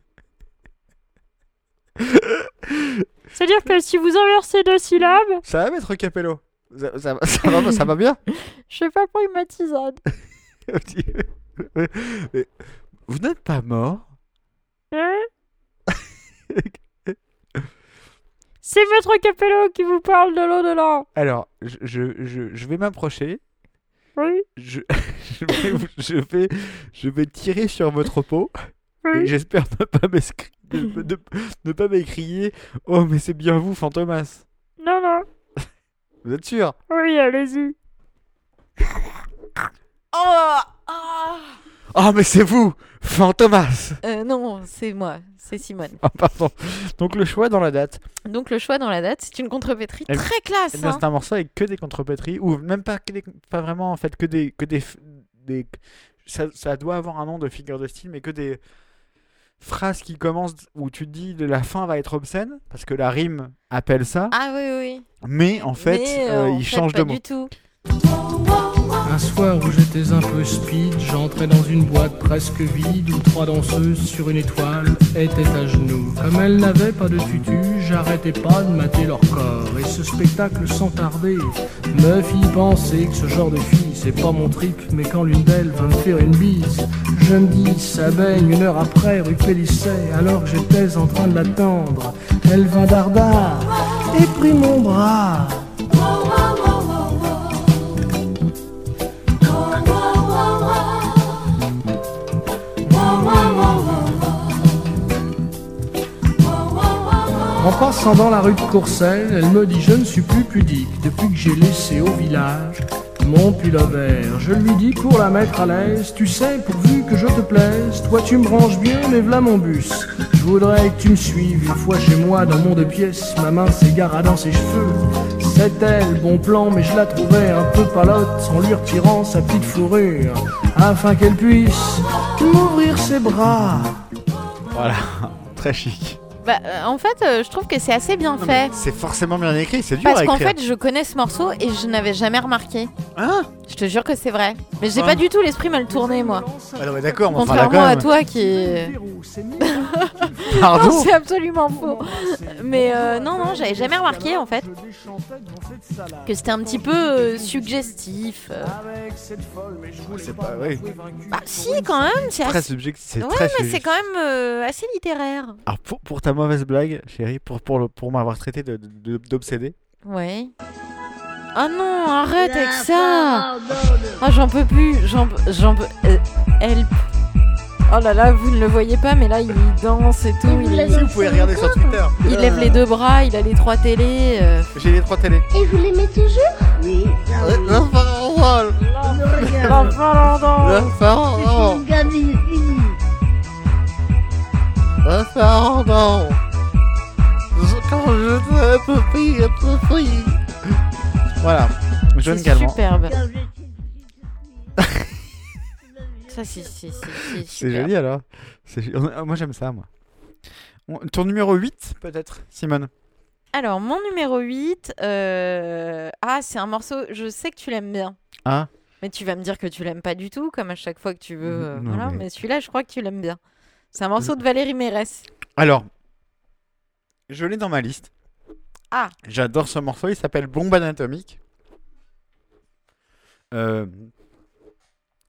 C: C'est-à-dire que si vous inversez deux syllabes,
B: Ça va, maître Capello ça, ça va- ça va, ça va bien
C: je n'ai pas pris ma tisane.
B: Mais Vous n'êtes pas mort
C: Hein C'est Maître Capello qui vous parle de l'au-delà.
B: Alors, je, je, je, je vais m'approcher.
C: Oui.
B: Je, je, vais, vous- je, vais, je vais tirer sur votre peau.
C: Oui.
B: Et j'espère ne pas m'escri- ne- ne- ne pas m'écrier Oh, mais c'est bien vous, Fantomas.
C: Non, non.
B: Vous êtes sûr
C: Oui, allez-y. Oh
B: Oh, mais c'est vous, Fantomas
C: Euh, Non, c'est moi, c'est Simone.
B: Oh, pardon. Donc, le choix dans la date.
C: Donc le choix dans la date, c'est une contrepétrie
B: Eh-
C: très classe.
B: eh bien,
C: hein.
B: C'est un morceau avec que des contrepétries, ou même pas, que des- pas vraiment en fait, que des. Que des, f- des- ça, ça doit avoir un nom de figure de style, mais que des phrases qui commencent où tu te dis de la fin va être obscène, parce que la rime appelle ça,
C: Ah oui, oui.
B: mais en fait,
C: Mais,
B: euh,
C: euh, en
B: il
C: fait,
B: change
C: pas
B: de mot.
C: du tout.
V: Un Un soir où j'étais un peu speed, j'entrais dans une boîte presque vide où trois danseuses sur une étoile étaient à genoux. Comme elles n'avaient pas de tutu, j'arrêtais pas de mater leur corps. Et ce spectacle sans tarder me fit penser que ce genre de fille, c'est pas mon trip. Mais quand l'une d'elles vint me faire une bise, je me dis, ça baigne une heure après rue Pélisset, alors que j'étais en train de l'attendre. Elle vint dardard et prit mon bras. En passant dans la rue de Courcelles, elle me dit je ne suis plus pudique depuis que j'ai laissé au village mon pullover. Je lui dis pour la mettre à l'aise, tu sais, pourvu que je te plaise, toi tu me ranges bien, mais v'là mon bus. Je voudrais que tu me suives une fois chez moi dans mon deux pièces, ma main s'égara dans ses cheveux. C'est elle, bon plan, mais je la trouvais un peu palote en lui retirant sa petite fourrure, afin qu'elle puisse m'ouvrir ses bras.
B: Voilà, très chic.
C: Bah, euh, en fait, euh, je trouve que c'est assez bien
B: Non, mais
C: fait.
B: C'est forcément bien écrit, c'est dur
C: Parce
B: à
C: qu'en
B: écrire.
C: fait, je connais ce morceau et je n'avais jamais remarqué.
B: Hein
C: Je te jure que c'est vrai. Mais j'ai
B: Ah.
C: pas du tout l'esprit mal tourné, moi.
B: Ah non, mais d'accord, mais enfin, là,
C: Contrairement
B: quand
C: à
B: même.
C: toi qui est.
B: Pardon
C: Non, c'est absolument faux. Mais euh, non, non, j'avais jamais remarqué en fait que c'était un petit peu euh, suggestif. euh.
B: Ah, C'est pas vrai.
C: Bah, si, quand même, c'est
B: Très
C: assez-
B: subjectif. c'est
C: Ouais,
B: très
C: mais c'est
B: subjectif.
C: quand même euh, assez littéraire.
B: Alors pour, pour ta mauvaise blague, chérie, pour, pour, le- pour m'avoir traité de- de- d'obsédé,
C: Ouais. Ah non, arrête
N: La
C: avec ça
N: parabole.
C: Ah j'en peux plus, j'en peux... J'en peux... euh, help Oh là là, vous ne le voyez pas, mais là, il danse et tout. il,
B: Si, vous pouvez regarder sur Twitter.
C: il lève les deux bras, il a les trois télés. euh.
B: j'ai les trois télés.
O: Et vous l'aimez toujours Oui.
B: Ah Oh.
O: C'est une gamine finie.
B: Quand je Voilà, John
C: C'est
B: Calment.
C: Superbe. ça, c'est... c'est- c'est-
B: C'est
C: superbe.
B: joli alors. C'est- on- Moi j'aime ça, moi. On- Ton numéro 8, peut-être, Simone
C: Alors, mon numéro 8... euh, Ah, c'est un morceau... Je sais que tu l'aimes bien.
B: Ah.
C: Mais tu vas me dire que tu l'aimes pas du tout, comme à chaque fois que tu veux. euh,
B: Non,
C: voilà,
B: mais-
C: mais, celui-là, je crois que tu l'aimes bien. C'est un morceau de Valérie Mérès.
B: Alors, je l'ai dans ma liste.
C: Ah.
B: J'adore ce morceau, il s'appelle Bombe Anatomique. Euh,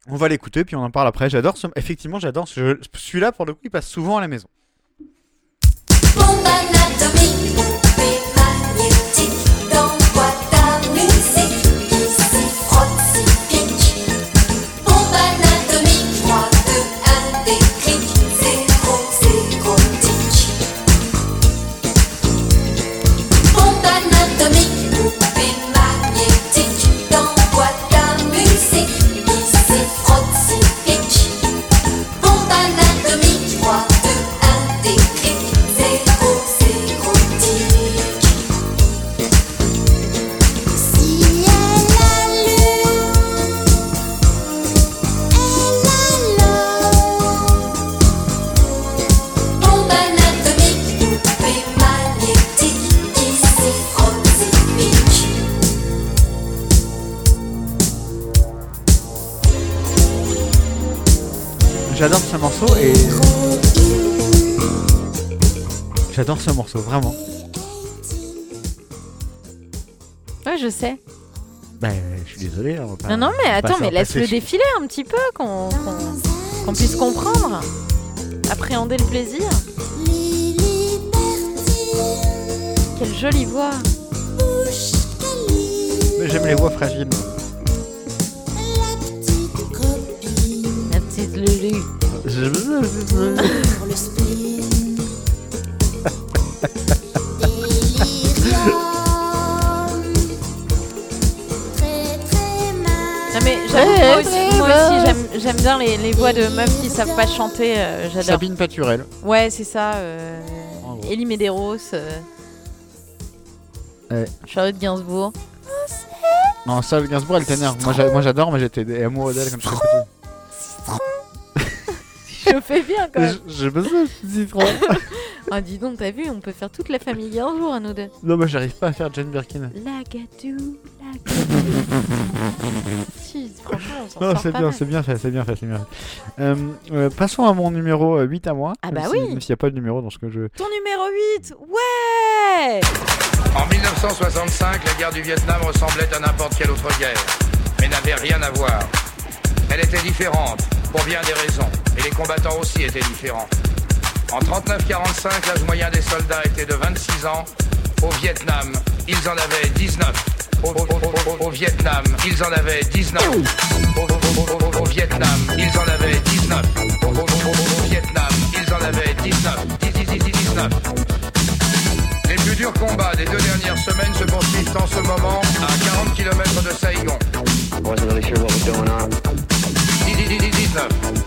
B: on va l'écouter, puis on en parle après. J'adore ce... Effectivement, j'adore ce... Celui-là, pour le coup, il passe souvent à la maison.
D: Bombe anatomique, poupée magnétique, t'envoies ta musique, qui s'y frotte, s'y pique. Bombe anatomique, 3, 2, 1, déclic, zéro, c'est érotique. Bombe anatomique, poupée magnétique, t'envoies ta musique, qui s'y frotte, s'y pique. Bombe anatomique, 3, 2, 1, déclic, zéro, c'est érotique. Si elle allume, elle allume. Bombe anatomique, poupée magnétique, qui s'y frotte, s'y pique.
B: J'adore ce morceau et. J'adore ce morceau, vraiment.
C: Ouais, je sais.
B: Bah, je suis désolé. on va pas-
C: non, non, mais
B: Ah, on va pas
C: attends, mais
B: s'en passer
C: laisse-le
B: chez-
C: défiler un petit peu, qu'on qu'on- qu'on puisse comprendre, appréhender le plaisir. Quelle jolie voix
B: Mais J'aime les voix fragiles.
C: La petite Lulu
D: Pour le spleen. Délirium. Très, très mal.
C: Non mais j'avoue, moi aussi, moi aussi, j'aime- j'aime bien les, les voix de meufs qui savent pas chanter, euh, j'adore.
B: Sabine Paturel.
C: Ouais, c'est ça, euh,
B: Bravo.
C: Elie Medeiros, euh,
B: Ouais.
C: Charlotte Gainsbourg.
B: Non, ça, le Gainsbourg, elle t'énerve. Moi, j'a- moi, j'adore, mais j'étais amoureux d'elle comme je suis petit.
C: Je fais bien quand même.
B: Je- je me suis dit trop.
C: Ah, dis donc, t'as vu, on peut faire toute la famille un jour à nous deux.
B: Non, moi j'arrive pas à faire Jane Birkin.
C: La gadou, la gadou. si, franchement, on s'en
B: Non,
C: sort
B: c'est
C: pas
B: bien,
C: mal.
B: c'est bien fait, c'est bien fait, c'est bien fait. Euh, euh, passons à mon numéro euh, 8 à moi.
C: Ah
B: même
C: bah
B: si-
C: oui.
B: Même s'il n'y a pas de numéro dans ce que je.
C: Ton numéro 8 Ouais
A: En 1965, la guerre du Vietnam ressemblait à n'importe quelle autre guerre, mais n'avait rien à voir. Elle était différente, pour bien des raisons, et les combattants aussi étaient différents. En 39-45, l'âge moyen des soldats était de 26 ans. Au Vietnam, ils en avaient 19. Au, au- au- au- au Vietnam, ils en avaient 19. Au, au- au- au- au Vietnam, ils en avaient 19. Au, au- au- au Vietnam, ils en avaient 19. 19. Les plus durs combats des deux dernières semaines se poursuivent en ce moment à 40 km de Saigon.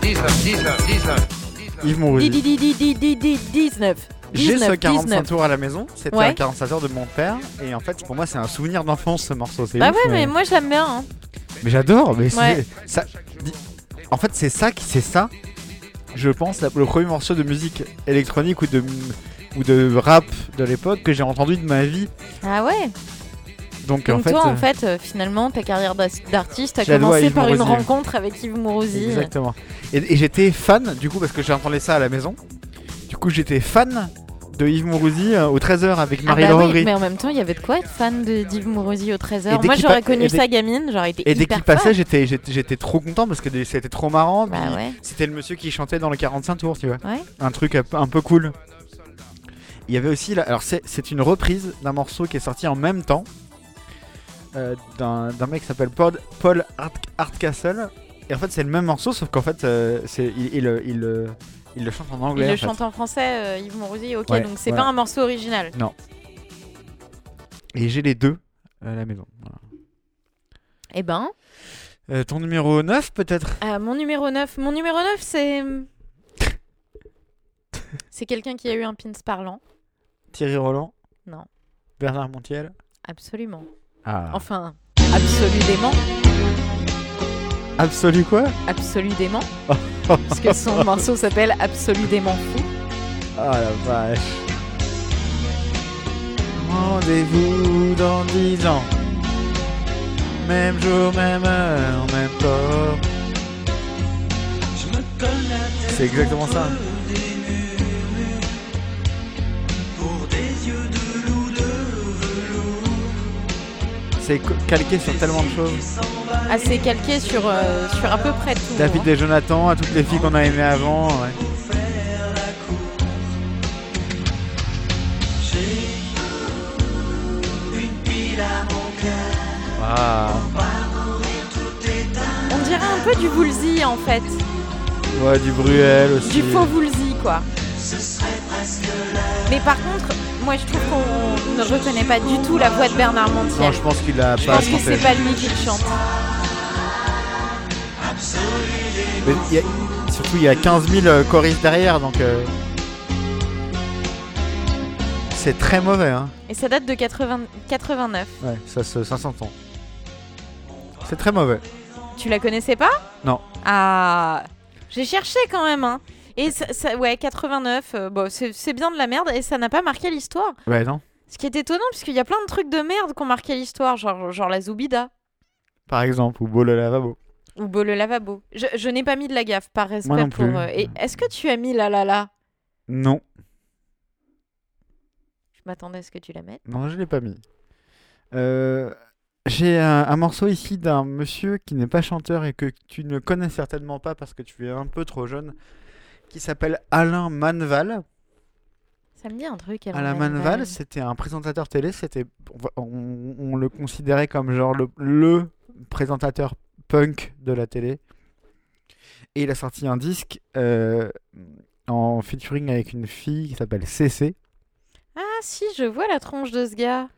A: 19, 19, 19, 19.
B: Yves Montrouge.
C: Di- di- di- di- di- di- 19.
B: J'ai ce
C: 19,
B: 45
C: 19.
B: tours à la maison, c'était
C: Ouais.
B: un 45 tours de mon père, et en fait pour moi c'est un souvenir d'enfance ce morceau. c'est
C: Bah
B: ouf,
C: ouais, mais moi je l'aime bien. hein.
B: Mais j'adore, mais c'est-
C: Ouais.
B: ça. di- En fait, c'est ça, qui- c'est ça. Je pense la- le premier morceau de musique électronique ou de ou de rap de l'époque que j'ai entendu de ma vie.
C: Ah ouais
B: Donc, en
C: Donc
B: fait,
C: toi,
B: euh,
C: en fait, euh, finalement, ta carrière d'as- d'artiste a
B: je la dois à
C: commencé
B: Yves
C: par une
B: Mourouzi.
C: rencontre avec Yves Ah Mourouzi.
B: exactement. Et, et j'étais fan du coup parce que j'entendais ça à la maison. Du coup, j'étais fan de Yves Mourouzi euh, au 13h avec
C: Ah
B: Marie
C: bah oui,
B: Lauré.
C: mais en même temps, il y avait de quoi être fan de d'Yves Mourouzi au
B: Et
C: 13h.
B: dès
C: Moi,
B: qu'il
C: j'aurais
B: pa-
C: connu
B: et dès-
C: ça gamine, j'aurais été
B: Et dès
C: hyper
B: qu'il passait,
C: fan.
B: j'étais, j'étais, j'étais trop content parce que des- c'était trop marrant.
C: Bah
B: puis
C: ouais.
B: C'était le monsieur qui chantait dans le 45 tours, tu vois.
C: Ouais.
B: Un truc un peu- un peu cool. Il y avait aussi là, alors c'est, c'est une reprise d'un morceau qui est sorti en même temps euh, d'un, d'un mec qui s'appelle Paul, Paul Hart- Hardcastle. Et en fait, c'est le même morceau, sauf qu'en fait, euh, c'est, il, il, il, il- il le chante en
C: Il
B: anglais.
C: le
B: en fait.
C: chante en français, euh, Yves Mourouzi, ok,
B: Ouais,
C: donc c'est
B: voilà.
C: pas un morceau original.
B: Non. Et j'ai les deux à la maison. Voilà.
C: Eh ben,
B: Euh, ton numéro 9 peut-être
C: euh, mon numéro 9, mon numéro 9, c'est... hmm, c'est quelqu'un qui a eu un pins parlant.
B: Thierry Roland
C: Non,
B: Bernard Montiel
C: absolument.
B: Ah.
C: Enfin, absolument.
B: Absolu quoi
C: Absolument. Parce que son morceau s'appelle Absolument fou.
B: Ah la vache. Rendez-vous dans 10 ans. Même jour, même heure, même port. C'est exactement ça. C'est co- calqué sur tellement de choses.
C: Assez calqué sur, euh, sur à peu près tout. hein.
B: David et Jonathan, à toutes les filles qu'on a aimées avant. ouais. Ah.
C: On dirait un peu du Woolsey en fait.
B: Ouais, du Bruel aussi.
C: Du faux Woolsey quoi. Mais par contre, moi je trouve qu'on ne reconnaît pas du tout la voix de Bernard Montiel.
B: Non, je pense qu'il a
C: Je
B: pas
C: pense que
B: chanté.
C: c'est pas lui qui le chante.
B: Mais il y a- Surtout, il y a 15 000 euh, choristes derrière, donc. euh, C'est très mauvais, hein.
C: Et ça date de 80 89.
B: Ouais, ça, se- ça s'entend. C'est très mauvais.
C: Tu la connaissais pas
B: Non.
C: Ah, j'ai cherché quand même. Hein. Et ça, ça- ouais, 89, euh, bon, c'est c'est bien de la merde et ça n'a pas marqué l'histoire.
B: Ouais, non.
C: Ce qui est étonnant, puisqu'il y a plein de trucs de merde qui ont marqué l'histoire, genre, genre la Zoubida
B: Par exemple, ou Beau le lavabo.
C: ou Bo le lavabo. Je, je n'ai pas mis de la gaffe, par respect
B: non
C: pour.
B: plus.
C: euh, et Est-ce que tu as mis la la la
B: Non.
C: Je m'attendais à ce que tu la mettes.
B: Non, je l'ai pas mis. Euh, J'ai un, un morceau ici d'un monsieur qui n'est pas chanteur et que tu ne connais certainement pas parce que tu es un peu trop jeune, qui s'appelle Alain Manval.
C: Ça me dit un truc.
B: Alain
C: Ah,
B: Manval, c'était un présentateur télé. C'était, on va- on, on le considérait comme genre le, le présentateur punk de la télé. Et il a sorti un disque euh, en featuring avec une fille qui s'appelle CC.
C: Ah si, je vois la tronche de ce gars.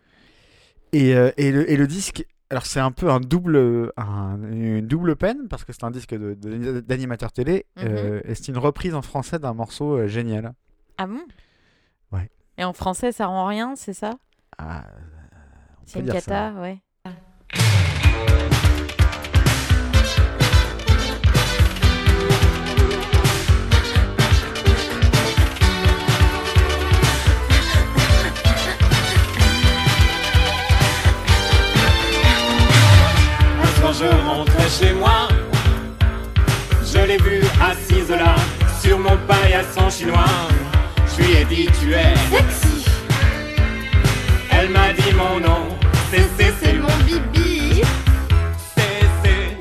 B: Et, euh, et, le, et le disque, alors c'est un peu un double, un- une double peine parce que c'est un disque de- de- d'animateur télé
C: Mhm.
B: euh, et c'est une reprise en français d'un morceau euh, génial.
C: Ah bon
B: Ouais.
C: Et en français, ça rend rien, c'est ça
B: Ah,
C: C'est
B: peut
C: une
B: dire
C: cata,
B: ça.
C: ouais.
D: J'ai
F: je rentrais chez moi, je l'ai vue assise là, sur mon paillasson chinois. Je lui ai dit tu es sexy. Elle m'a dit mon nom, c'est c'est c'est mon bibi. C'est c'est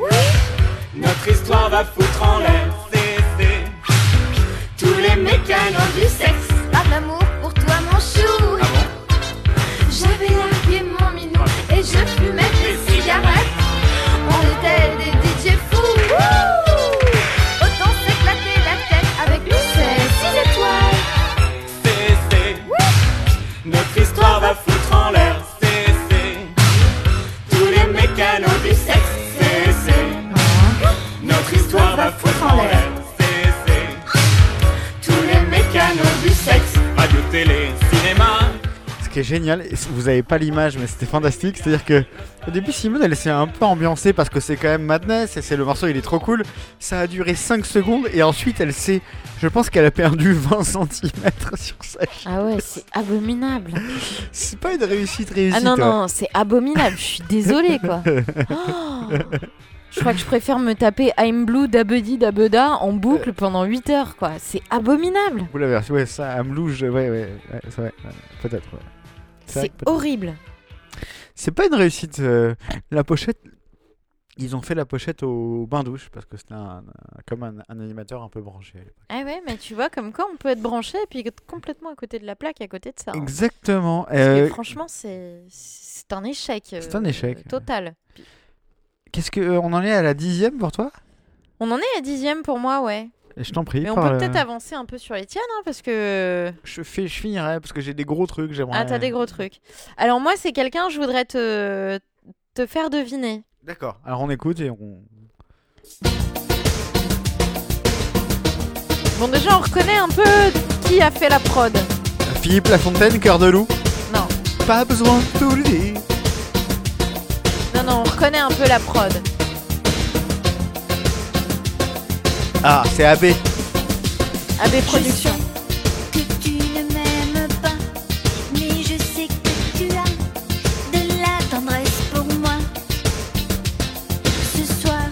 F: notre histoire va foutre en l'air. C'est c'est tous les mécanos du sexe.
D: Par l'amour pour toi, mon chou. J'avais largué mon minou et je fumais des cigarettes. On était des DJ fous. Autant s'éclater la tête avec lui, c'est 6 étoiles.
F: C'est c'est notre histoire va foutre en l'air. C'est c'est tous les mécanos du sexe. C'est c'est notre histoire va foutre en l'air. C'est c'est tous les mécanos du sexe. Radio, télé, cinéma.
B: Ce qui est génial, et vous avez pas l'image, mais c'était fantastique. C'est-à-dire que au début, Simone, elle s'est un peu ambiancée parce que c'est quand même Madness et c'est le morceau, il est trop cool. Ça a duré 5 secondes et ensuite, elle s'est. Je pense qu'elle a perdu 20 cm sur sa
C: Ah ouais, c'est abominable.
B: C'est pas une réussite hein. réussie.
C: Ah non,
B: toi.
C: non, c'est abominable. Je suis désolée, quoi. Je crois que je préfère me taper I'm Blue d'Abedi d'Abeda en boucle pendant 8 heures, quoi. C'est abominable.
B: Vous l'avez reçu, ouais, ça, à Mlouge, ouais, ouais, ouais, c'est vrai, ouais, peut-être. ouais. C'est vrai
C: C'est
B: que peut-être.
C: horrible.
B: C'est pas une réussite. euh, la pochette, ils ont fait la pochette au bain-douche parce que c'était un, un- comme un, un animateur un peu branché. à l'époque.
C: Ah ouais, mais tu vois, comme quoi on peut être branché et puis être complètement à côté de la plaque, à côté de ça. hein.
B: Exactement.
C: Parce que
B: euh,
C: franchement, c'est c'est un échec. euh,
B: C'est un échec.
C: Total.
B: Qu'est-ce que euh, on en est à la dixième pour toi
C: On en est à dixième pour moi, ouais.
B: Je t'en prie.
C: Mais on
B: parle,
C: peut
B: euh,
C: peut-être avancer un peu sur les tiennes, hein, parce que...
B: Je, fais, je finirai parce que j'ai des gros trucs. J'aimerais.
C: Ah, t'as des gros trucs. Alors moi, c'est quelqu'un, je voudrais te... te faire deviner.
B: D'accord. Alors on écoute et on.
C: Bon, déjà, on reconnaît un peu qui a fait la prod.
B: Ah, Philippe Lafontaine, cœur de loup.
C: Non.
B: Pas besoin de tout le dire.
C: Non, non, on reconnaît un peu la prod.
B: Ah, c'est AB.
C: AB Productions.
D: que tu ne m'aimes pas, mais je sais que tu as de la tendresse pour moi. Ce soir,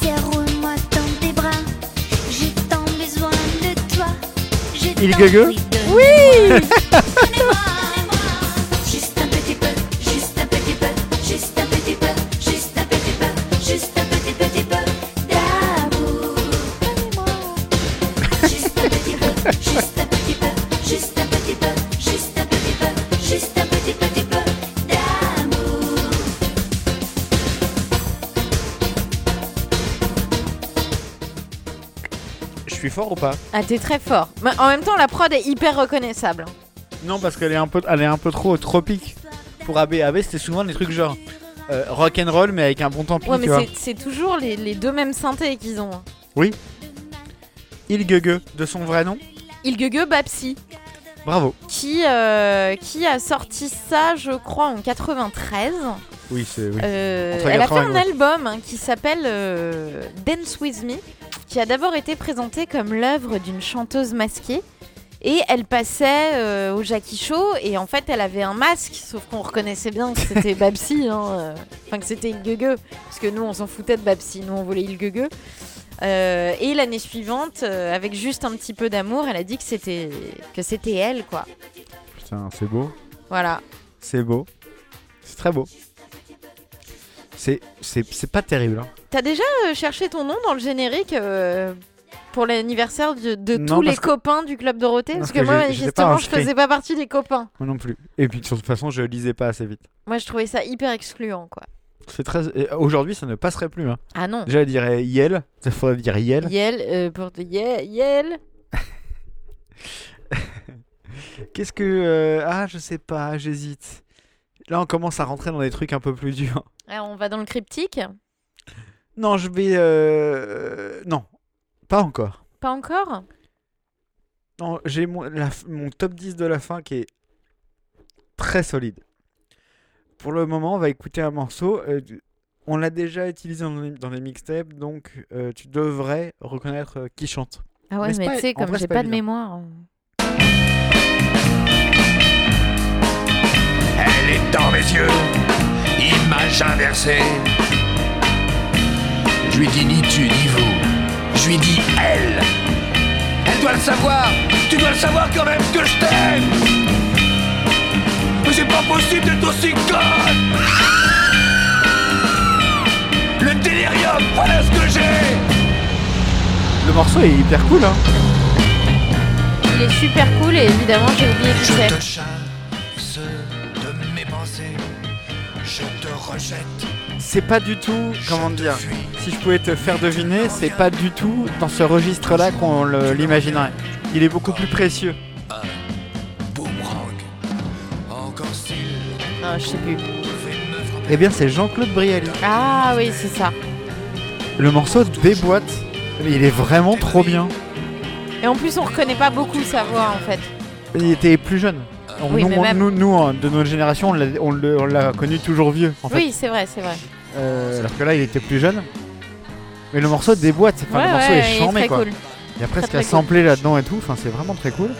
D: serre-moi dans tes bras, j'ai tant besoin de toi. J'ai
B: Il
D: tant
B: gueugue
D: envie de
C: Oui
D: Juste un petit peu, juste un petit peu, juste un petit peu, juste un petit peu, juste un petit petit peu d'amour. Juste un petit peu, juste un petit peu, juste un petit peu, juste un petit peu, juste un petit petit peu d'amour.
B: Je suis fort ou pas
C: Ah, t'es très fort. Mais en même temps, la prod est hyper reconnaissable.
B: Non, parce qu'elle est un peu, elle est un peu trop tropique. Pour AB, AB, c'était souvent des trucs genre euh, rock and roll, mais avec un bon tempi,
C: Ouais,
B: tu
C: mais
B: vois.
C: c'est- c'est toujours les, les deux mêmes synthés qu'ils ont. hein.
B: Oui. Il Gueugue, de son vrai nom.
C: Il gueugue Babsi,
B: Bravo.
C: qui, euh, qui a sorti ça, je crois, en 93.
B: Oui, c'est. Oui.
C: Euh,
B: Entre
C: elle a fait
B: 80
C: un
B: et
C: album hein, qui s'appelle euh, Dance With Me, qui a d'abord été présenté comme l'œuvre d'une chanteuse masquée. Et elle passait euh, au Jackie Show, et en fait, elle avait un masque, sauf qu'on reconnaissait bien que c'était Babsi, hein, euh, enfin que c'était Il Gueugue, parce que nous, on s'en foutait de Babsi, nous, on voulait Il Gueugue. Euh, et l'année suivante, euh, avec juste un petit peu d'amour, elle a dit que c'était que c'était elle, quoi.
B: Putain, c'est beau.
C: Voilà.
B: C'est beau. C'est très beau. C'est, c'est, c'est pas terrible. hein.
C: T'as déjà euh, cherché ton nom dans le générique euh, pour l'anniversaire de, de
B: Non,
C: tous les
B: parce que-
C: copains du club Dorothée
B: parce
C: Parce que,
B: que
C: moi,
B: j'ai- j'étais pas
C: manifestement, je
B: inscrit.
C: faisais pas partie des copains.
B: Moi non plus. Et puis de toute façon, je lisais pas assez vite.
C: Moi, je trouvais ça hyper excluant, quoi.
B: C'est très. et Aujourd'hui, ça ne passerait plus. Hein.
C: Ah non.
B: J'allais dire euh, Yel. Ça faudrait dire Yel.
C: Yel, euh, pour Ye- Yel.
B: Qu'est-ce que. euh, Ah, je sais pas, j'hésite. Là, on commence à rentrer dans des trucs un peu plus durs.
C: Ah, on va dans le cryptique
B: Non, je vais. euh, Non, pas encore.
C: Pas encore
B: Non, j'ai mon, la f- mon top 10 de la fin qui est très solide. Pour le moment, on va écouter un morceau. euh, du- on l'a déjà utilisé dans les, dans les mixtapes, donc euh, tu devrais reconnaître euh, qui chante.
C: Ah ouais,
B: c'est
C: mais
B: pas-
C: tu sais,
B: en
C: comme
B: vrai,
C: j'ai
B: c'est
C: pas, de
B: évident.
C: mémoire.
A: Elle est dans mes yeux, image inversée. Je lui ai dit ni tu ni vous. Je lui ai dit elle. Elle doit le savoir. Tu dois le savoir quand même que je t'aime. Mais c'est pas possible d'être aussi conne. Le délirium, voilà ce que j'ai.
B: Le morceau est hyper cool, hein.
C: Il est super cool et évidemment j'ai oublié qui c'est.
Q: de mes pensées, je te rejette.
B: C'est pas du tout, comment dire, si je pouvais te faire deviner, c'est pas du tout dans ce registre-là qu'on le- l'imaginerait. Il est beaucoup plus précieux.
Q: Encore s'il
C: Non, Ah, je sais plus.
B: Eh bien, c'est Jean-Claude Brialy.
C: Ah oui, c'est ça.
B: Le morceau déboîte. Mais il est vraiment trop bien.
C: Et en plus, on reconnaît pas beaucoup sa voix en fait.
B: Il était plus jeune. On-
C: Oui,
B: nous,
C: mais
B: on-
C: même-
B: nous- nous, hein, de notre génération, on l'a- on le- on l'a connu toujours vieux. En fait.
C: Oui, c'est vrai, c'est vrai.
B: Euh, alors que là, il était plus jeune. Mais le morceau déboîte, enfin,
C: Ouais,
B: le morceau
C: ouais, il
B: est
C: est
B: charmé
C: très
B: quoi.
C: cool.
B: Il y a presque
C: Très,
B: à
C: très cool.
B: sampler là-dedans et tout, enfin, c'est vraiment très cool.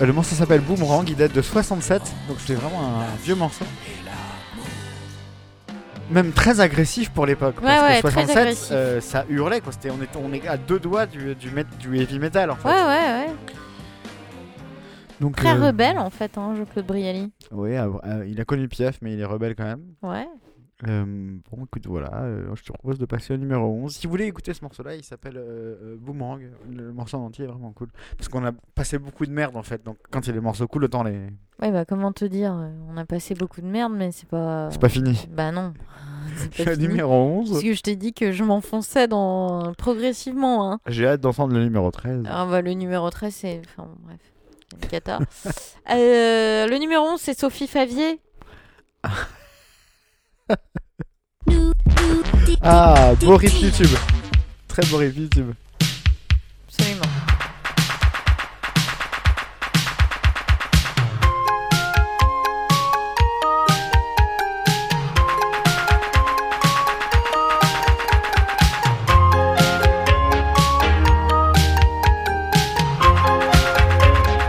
B: Euh, le morceau s'appelle Boomerang, il date de 67, donc c'est vraiment un vieux morceau. Même très agressif pour l'époque,
C: Ouais,
B: parce
C: ouais,
B: que
C: très
B: 67,
C: agressif.
B: euh, ça hurlait, quoi. C'était- on, est, on est à deux doigts du, du, met- du heavy metal en fait.
C: Ouais, ouais, ouais.
B: Donc,
C: Très
B: euh,
C: rebelle en fait, hein, Jean-Claude Brialy.
B: Oui, ah, ah, il a connu Piaf, mais il est rebelle quand même.
C: Ouais.
B: Euh, bon, écoute, voilà, euh, je te propose de passer au numéro 11. Si vous voulez écouter ce morceau-là, il s'appelle euh, euh, Boomerang. Le morceau en entier est vraiment cool. Parce qu'on a passé beaucoup de merde en fait, donc quand il y a des morceaux cool, autant les.
C: Ouais, bah comment te dire euh, On a passé beaucoup de merde, mais c'est pas.
B: C'est pas fini.
C: Bah non. C'est
B: Le
C: fini.
B: numéro 11.
C: Parce que je t'ai dit que je m'enfonçais dans... progressivement. Hein.
B: J'ai hâte d'entendre le numéro 13.
C: Ah bah, le numéro 13, c'est. Enfin, bon, bref. c'est une cata. Euh, le numéro 11, c'est Sophie Favier.
B: Ah, beau riff YouTube. Très beau riff YouTube.
C: Absolument.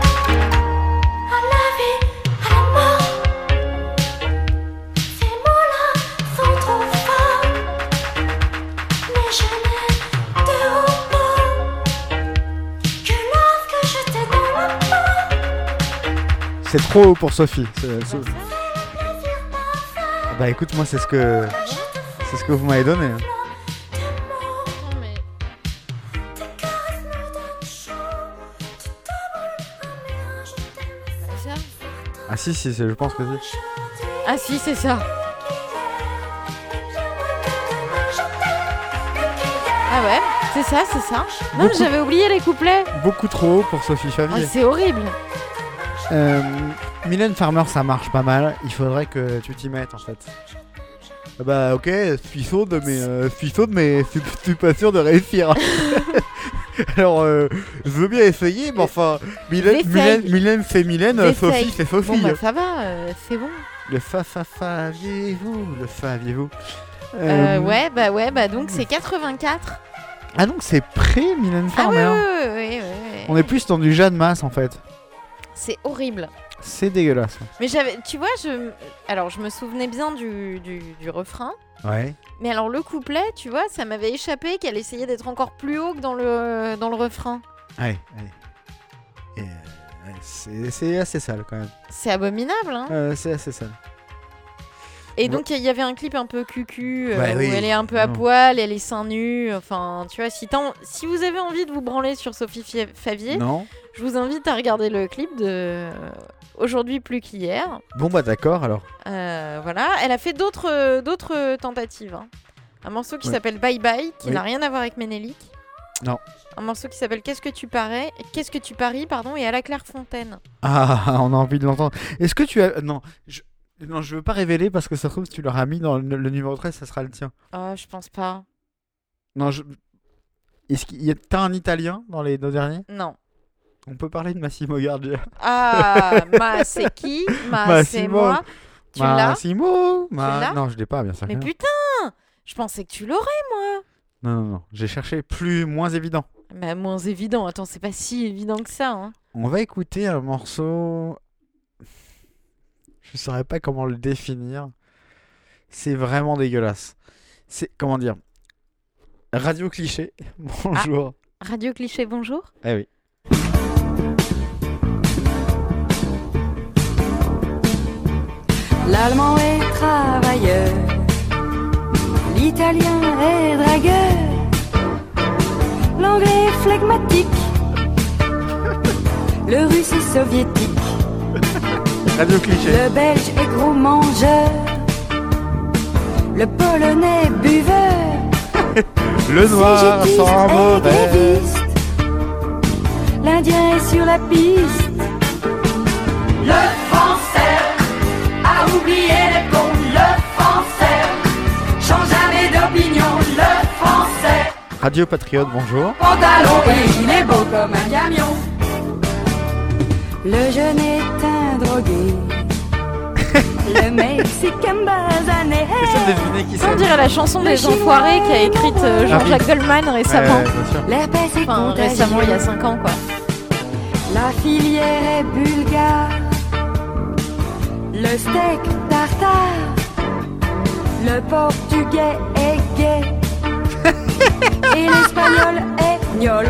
D: À la vie, à la mort, ces mots-là sont trop forts. Mais je n'ai de remords que lorsque je t'ai dans la main.
B: C'est trop haut pour Sophie. ce- ce- Ah Bah écoute, moi c'est ce que. C'est ce que vous m'avez donné. hein. Ah si, si, c'est- je pense que si.
C: Ah si, c'est ça. Ah ouais, c'est ça, c'est ça. Non, mais
B: Beaucoup-
C: j'avais oublié les couplets.
B: Beaucoup trop haut pour Sophie
C: Ah,
B: Favier.
C: c'est horrible.
B: Euh, Mylène Farmer, ça marche pas mal. Il faudrait que tu t'y mettes en fait. Ah Bah ok, je suis sourde, mais euh, je suis sourde, mais je suis- je suis pas sûr de réussir. Alors, euh, je veux bien essayer, mais enfin, Mylène,
C: J'essaye.
B: Mylène, Mylène c'est Mylène, euh, Sophie
C: J'essaye.
B: c'est Sophie.
C: Bon, bah, ça va, euh, c'est bon.
B: Le fa fa faviez-vous, le faviez-vous.
C: Euh,
B: Euh,
C: ouais, bah ouais, bah donc c'est 84.
B: Ah donc c'est pré Mylène
C: Ah ouais,
B: Farmer.
C: ouais, ouais, ouais, ouais,
B: On
C: ouais.
B: est plus dans du Jeanne Masse en fait.
C: C'est horrible.
B: C'est dégueulasse.
C: Mais j'avais, tu vois, je, alors je me souvenais bien du, du, du refrain.
B: Ouais.
C: Mais alors le couplet, tu vois, ça m'avait échappé qu'elle essayait d'être encore plus haut que dans le, dans le refrain.
B: Ouais, ouais. Et, euh, ouais, c'est- c'est assez sale quand même.
C: C'est abominable, hein
B: Euh, c'est assez sale.
C: Et donc, il y avait un clip un peu cucu, euh,
B: Ouais,
C: où
B: Bah oui,
C: elle est un peu à
B: non.
C: poil, elle est seins nus. Enfin, tu vois, si, t'en- si vous avez envie de vous branler sur Sophie Fie- Favier,
B: Non.
C: je vous invite à regarder le clip de Aujourd'hui plus qu'hier.
B: Bon bah d'accord alors.
C: Euh, voilà, elle a fait d'autres euh, d'autres tentatives. hein. Un morceau qui
B: Ouais.
C: s'appelle Bye Bye, qui
B: Oui.
C: n'a rien à voir avec Ménélique.
B: Non.
C: Un morceau qui s'appelle Qu'est-ce que tu parais Qu'est-ce que tu paries pardon et à la Clairefontaine.
B: Ah, on a envie de l'entendre. Est-ce que tu as... Non, je... non, je veux pas révéler parce que ça se trouve, tu l'auras mis dans le, le numéro 13, ça sera le tien.
C: Oh, je pense pas.
B: Non, je... Est-ce qu'il y a... T'as un italien dans les deux derniers
C: Non.
B: On peut parler de Massimo Gardia.
C: Ah, ma c'est qui Ma c'est
B: Massimo.
C: moi. Tu l'as
B: Massimo
C: Tu
B: Ma-
C: l'as
B: Non, je l'ai pas, bien sûr. que
C: Mais
B: non.
C: putain Je pensais que tu l'aurais, moi
B: Non, non, non. J'ai cherché plus, moins évident.
C: Bah, moins évident. Attends, c'est pas si évident que ça. Hein.
B: On va écouter un morceau. Je saurais pas comment le définir. C'est vraiment dégueulasse. C'est comment dire Radio Cliché, bonjour.
C: Radio Cliché, bonjour.
B: Eh oui.
G: L'allemand est travailleur, l'italien est dragueur, l'anglais est flegmatique, le russe est soviétique,
B: Radio Cliché.
G: le belge est gros mangeur, le polonais est buveur.
B: Ah. Le noir
G: Fugitif
B: sans
G: est
B: mauvais.
G: gréviste. L'Indien est sur la piste.
D: Le français a oublié les cons. Le français change jamais d'opinion. Le français
B: Radio Patriote, bonjour.
G: pantalon et il est beau comme un camion. Le jeune est un drogué. Le Mexicain basané.
C: On dirait la chanson des Enfoirés qui a écrite
B: Ah
C: euh, Jean-Jacques Goldman récemment.
G: Ouais, bien sûr. L'herpès est
C: Enfin,
G: contagieux.
C: récemment, il y a 5 ans, quoi.
G: La filière est bulgare. Le steak tartare. Le portugais est gay. Et l'espagnol est gnol.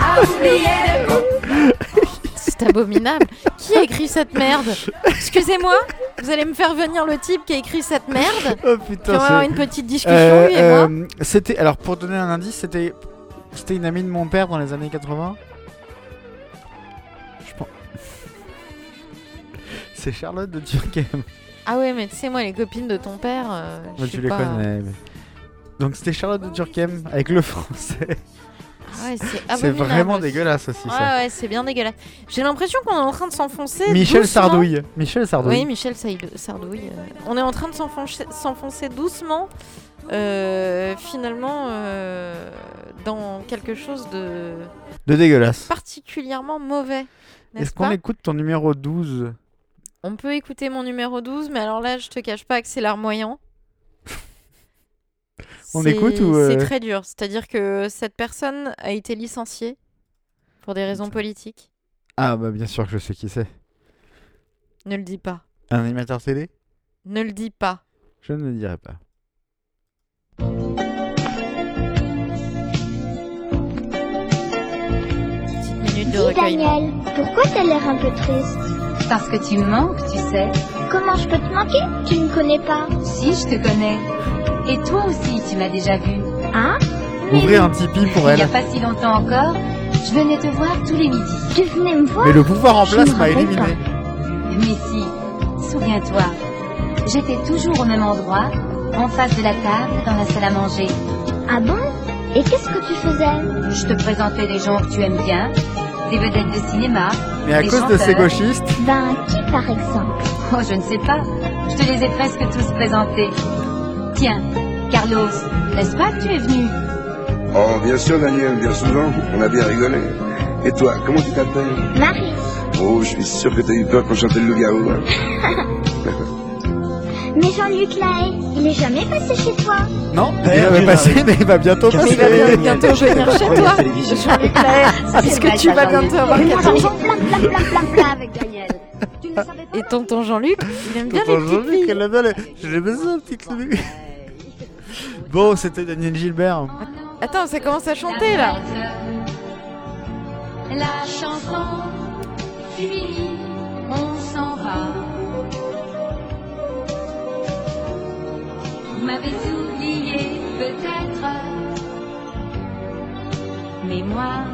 D: a oublié les cons.
C: C'est abominable. qui a écrit cette merde Excusez-moi, vous allez me faire venir le type qui a écrit cette merde Puis on va avoir
B: Oh, c'est-
C: une petite discussion,
B: Euh,
C: lui et
B: euh,
C: moi.
B: C'était alors pour donner un indice, c'était c'était une amie de mon père dans les années 80. Je pense. C'est Charlotte de Durkheim.
C: Ah ouais, mais tu sais, moi, les copines de ton père, euh, je
B: Moi,
C: suis
B: tu les
C: pas...
B: connais. mais- Donc c'était Charlotte de Durkheim avec le français.
C: Ah ouais, c'est
B: C'est
C: abominable
B: vraiment
C: aussi.
B: dégueulasse aussi
C: Ouais,
B: ça.
C: ouais, c'est bien dégueulasse. J'ai l'impression qu'on est en train de s'enfoncer.
B: Michel
C: doucement.
B: Sardouille. Michel Sardouille.
C: Oui, Michel Saïd- Sardouille. euh, On est en train de s'enfoncer s'enfoncer doucement, euh, finalement, euh, dans quelque chose de
B: De dégueulasse.
C: particulièrement mauvais. n'est-ce
B: Est-ce qu'on
C: pas
B: écoute ton numéro 12
C: On peut écouter mon numéro 12, mais alors là, je te cache pas que c'est larmoyant.
B: On
C: C'est-
B: écoute ou,
C: C'est
B: euh,
C: très dur. C'est-à-dire que cette personne a été licenciée pour des raisons politiques.
B: Ah bah bien sûr que je sais qui c'est.
C: Ne le dis pas.
B: Un animateur télé
C: Ne le dis pas.
B: Je ne le dirai pas.
C: Minute
O: Dis Daniel, pourquoi t'as l'air un peu triste Parce que tu me manques, tu sais. Comment je peux te manquer Tu ne connais pas. Si, je te connais. Et toi aussi, tu m'as déjà vu. Hein
B: Ouvrez un Tipeee pour
O: Il n'y a
B: elle.
O: pas si longtemps encore, je venais te voir tous les midis. Tu venais me voir
B: Mais le pouvoir en
O: Je
B: place
O: me
B: m'a
O: rappelle
B: éliminé.
O: pas. Mais si, souviens-toi, j'étais toujours au même endroit, en face de la table, dans la salle à manger. Ah bon Et qu'est-ce que tu faisais Je te présentais des gens que tu aimes bien, des vedettes de cinéma.
B: Mais à
O: des
B: cause de ces
O: chanteurs.
B: gauchistes.
O: Ben, qui par exemple Oh, je ne sais pas. Je te les ai presque tous présentés. Tiens, Carlos, n'est-ce pas que tu es venu
H: Oh, bien sûr, Daniel, bien souvent. On a bien rigolé. Et toi, comment tu t'appelles
O: Marie.
H: Oh, je suis sûr que t'as eu peur quand chantait le loup-garou. hein.
O: Mais Jean-Luc Lahaye, il est jamais passé chez toi.
B: Eh, Non, il va passer, mais il va bientôt
O: Mais
B: passer.
O: il va bien- bientôt venir chez toi, Jean-Luc Lahaye, puisque tu vas bientôt avoir 14 ans.
C: Et tonton Jean-Luc, il aime bien les
B: Tonton
C: petites
B: Jean-Luc,
C: filles.
B: elle aime bien les- J'ai besoin, petite Lulu. Bon, c'était Daniel Gilbert.
C: Attends, ça commence à chanter là.
D: La chanson finie, on s'en va. Vous m'avez oublié peut-être,
O: Mais moi,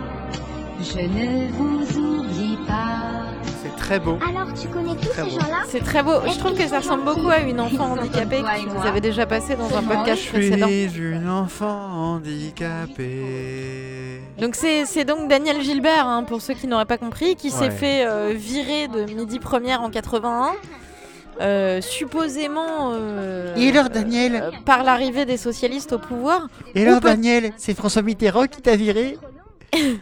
O: je ne vous oublie pas.
B: C'est très beau.
O: Alors, tu connais tous
B: Très
O: ces
B: beau.
O: gens-là
C: C'est très beau. Je trouve que ça ressemble beaucoup à une enfant handicapée que tu nous avais déjà passée dans un podcast
B: Je suis
C: précédent.
B: né d'une enfant handicapée.
C: Donc c'est c'est donc Daniel Gilbert, hein, pour ceux qui n'auraient pas compris, qui s'est
B: Ouais.
C: fait euh, virer de Midi Première en 81. euh, supposément euh,
B: Et alors, Daniel
C: euh, par l'arrivée des socialistes au pouvoir.
B: Et
C: Ou
B: alors,
C: peut-
B: Daniel, c'est François Mitterrand qui t'a viré
C: Mais dis-moi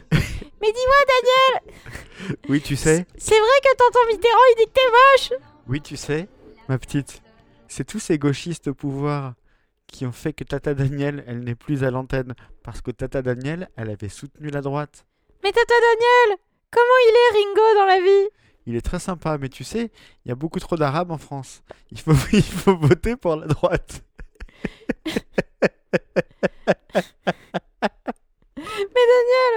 C: Daniel,
B: Oui, tu sais.
C: c'est vrai que tonton Mitterrand il dit que t'es moche
B: Oui, tu sais, ma petite. C'est tous ces gauchistes au pouvoir qui ont fait que Tata Daniel, elle n'est plus à l'antenne. Parce que Tata Daniel, elle avait soutenu la droite.
C: Mais tata Daniel, comment il est Ringo dans la vie
B: Il est très sympa, mais tu sais, il y a beaucoup trop d'arabes en France. Il faut, il faut voter pour la droite.
C: Mais Daniel,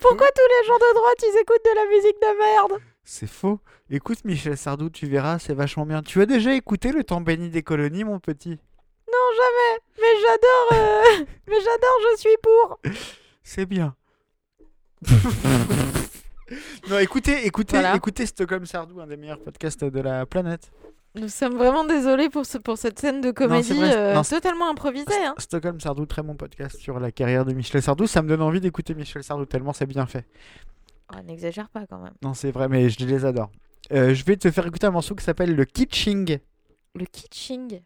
C: pourquoi tous les gens de droite ils écoutent de la musique de merde
B: C'est faux. Écoute Michel Sardou, tu verras, c'est vachement bien. Tu as déjà écouté le temps béni des colonies, mon petit
C: Non, jamais. Mais j'adore. euh, Mais j'adore, je suis pour.
B: C'est bien. non, écoutez, écoutez,
C: Voilà.
B: écoutez Stockholm Sardou, un des meilleurs podcasts de la planète.
C: Nous sommes vraiment désolés pour, ce, pour cette scène de comédie
B: vrai, c'est-
C: euh,
B: non, c'est-
C: totalement improvisée. hein.
B: Stockholm Sardou, très bon podcast sur la carrière de Michel Sardou. Ça me donne envie d'écouter Michel Sardou tellement c'est bien fait.
C: Oh, N'exagère pas quand même.
B: Non, c'est vrai, mais je les adore. Euh, je vais te faire écouter un morceau qui s'appelle Le Kitching,
C: Le kitsching.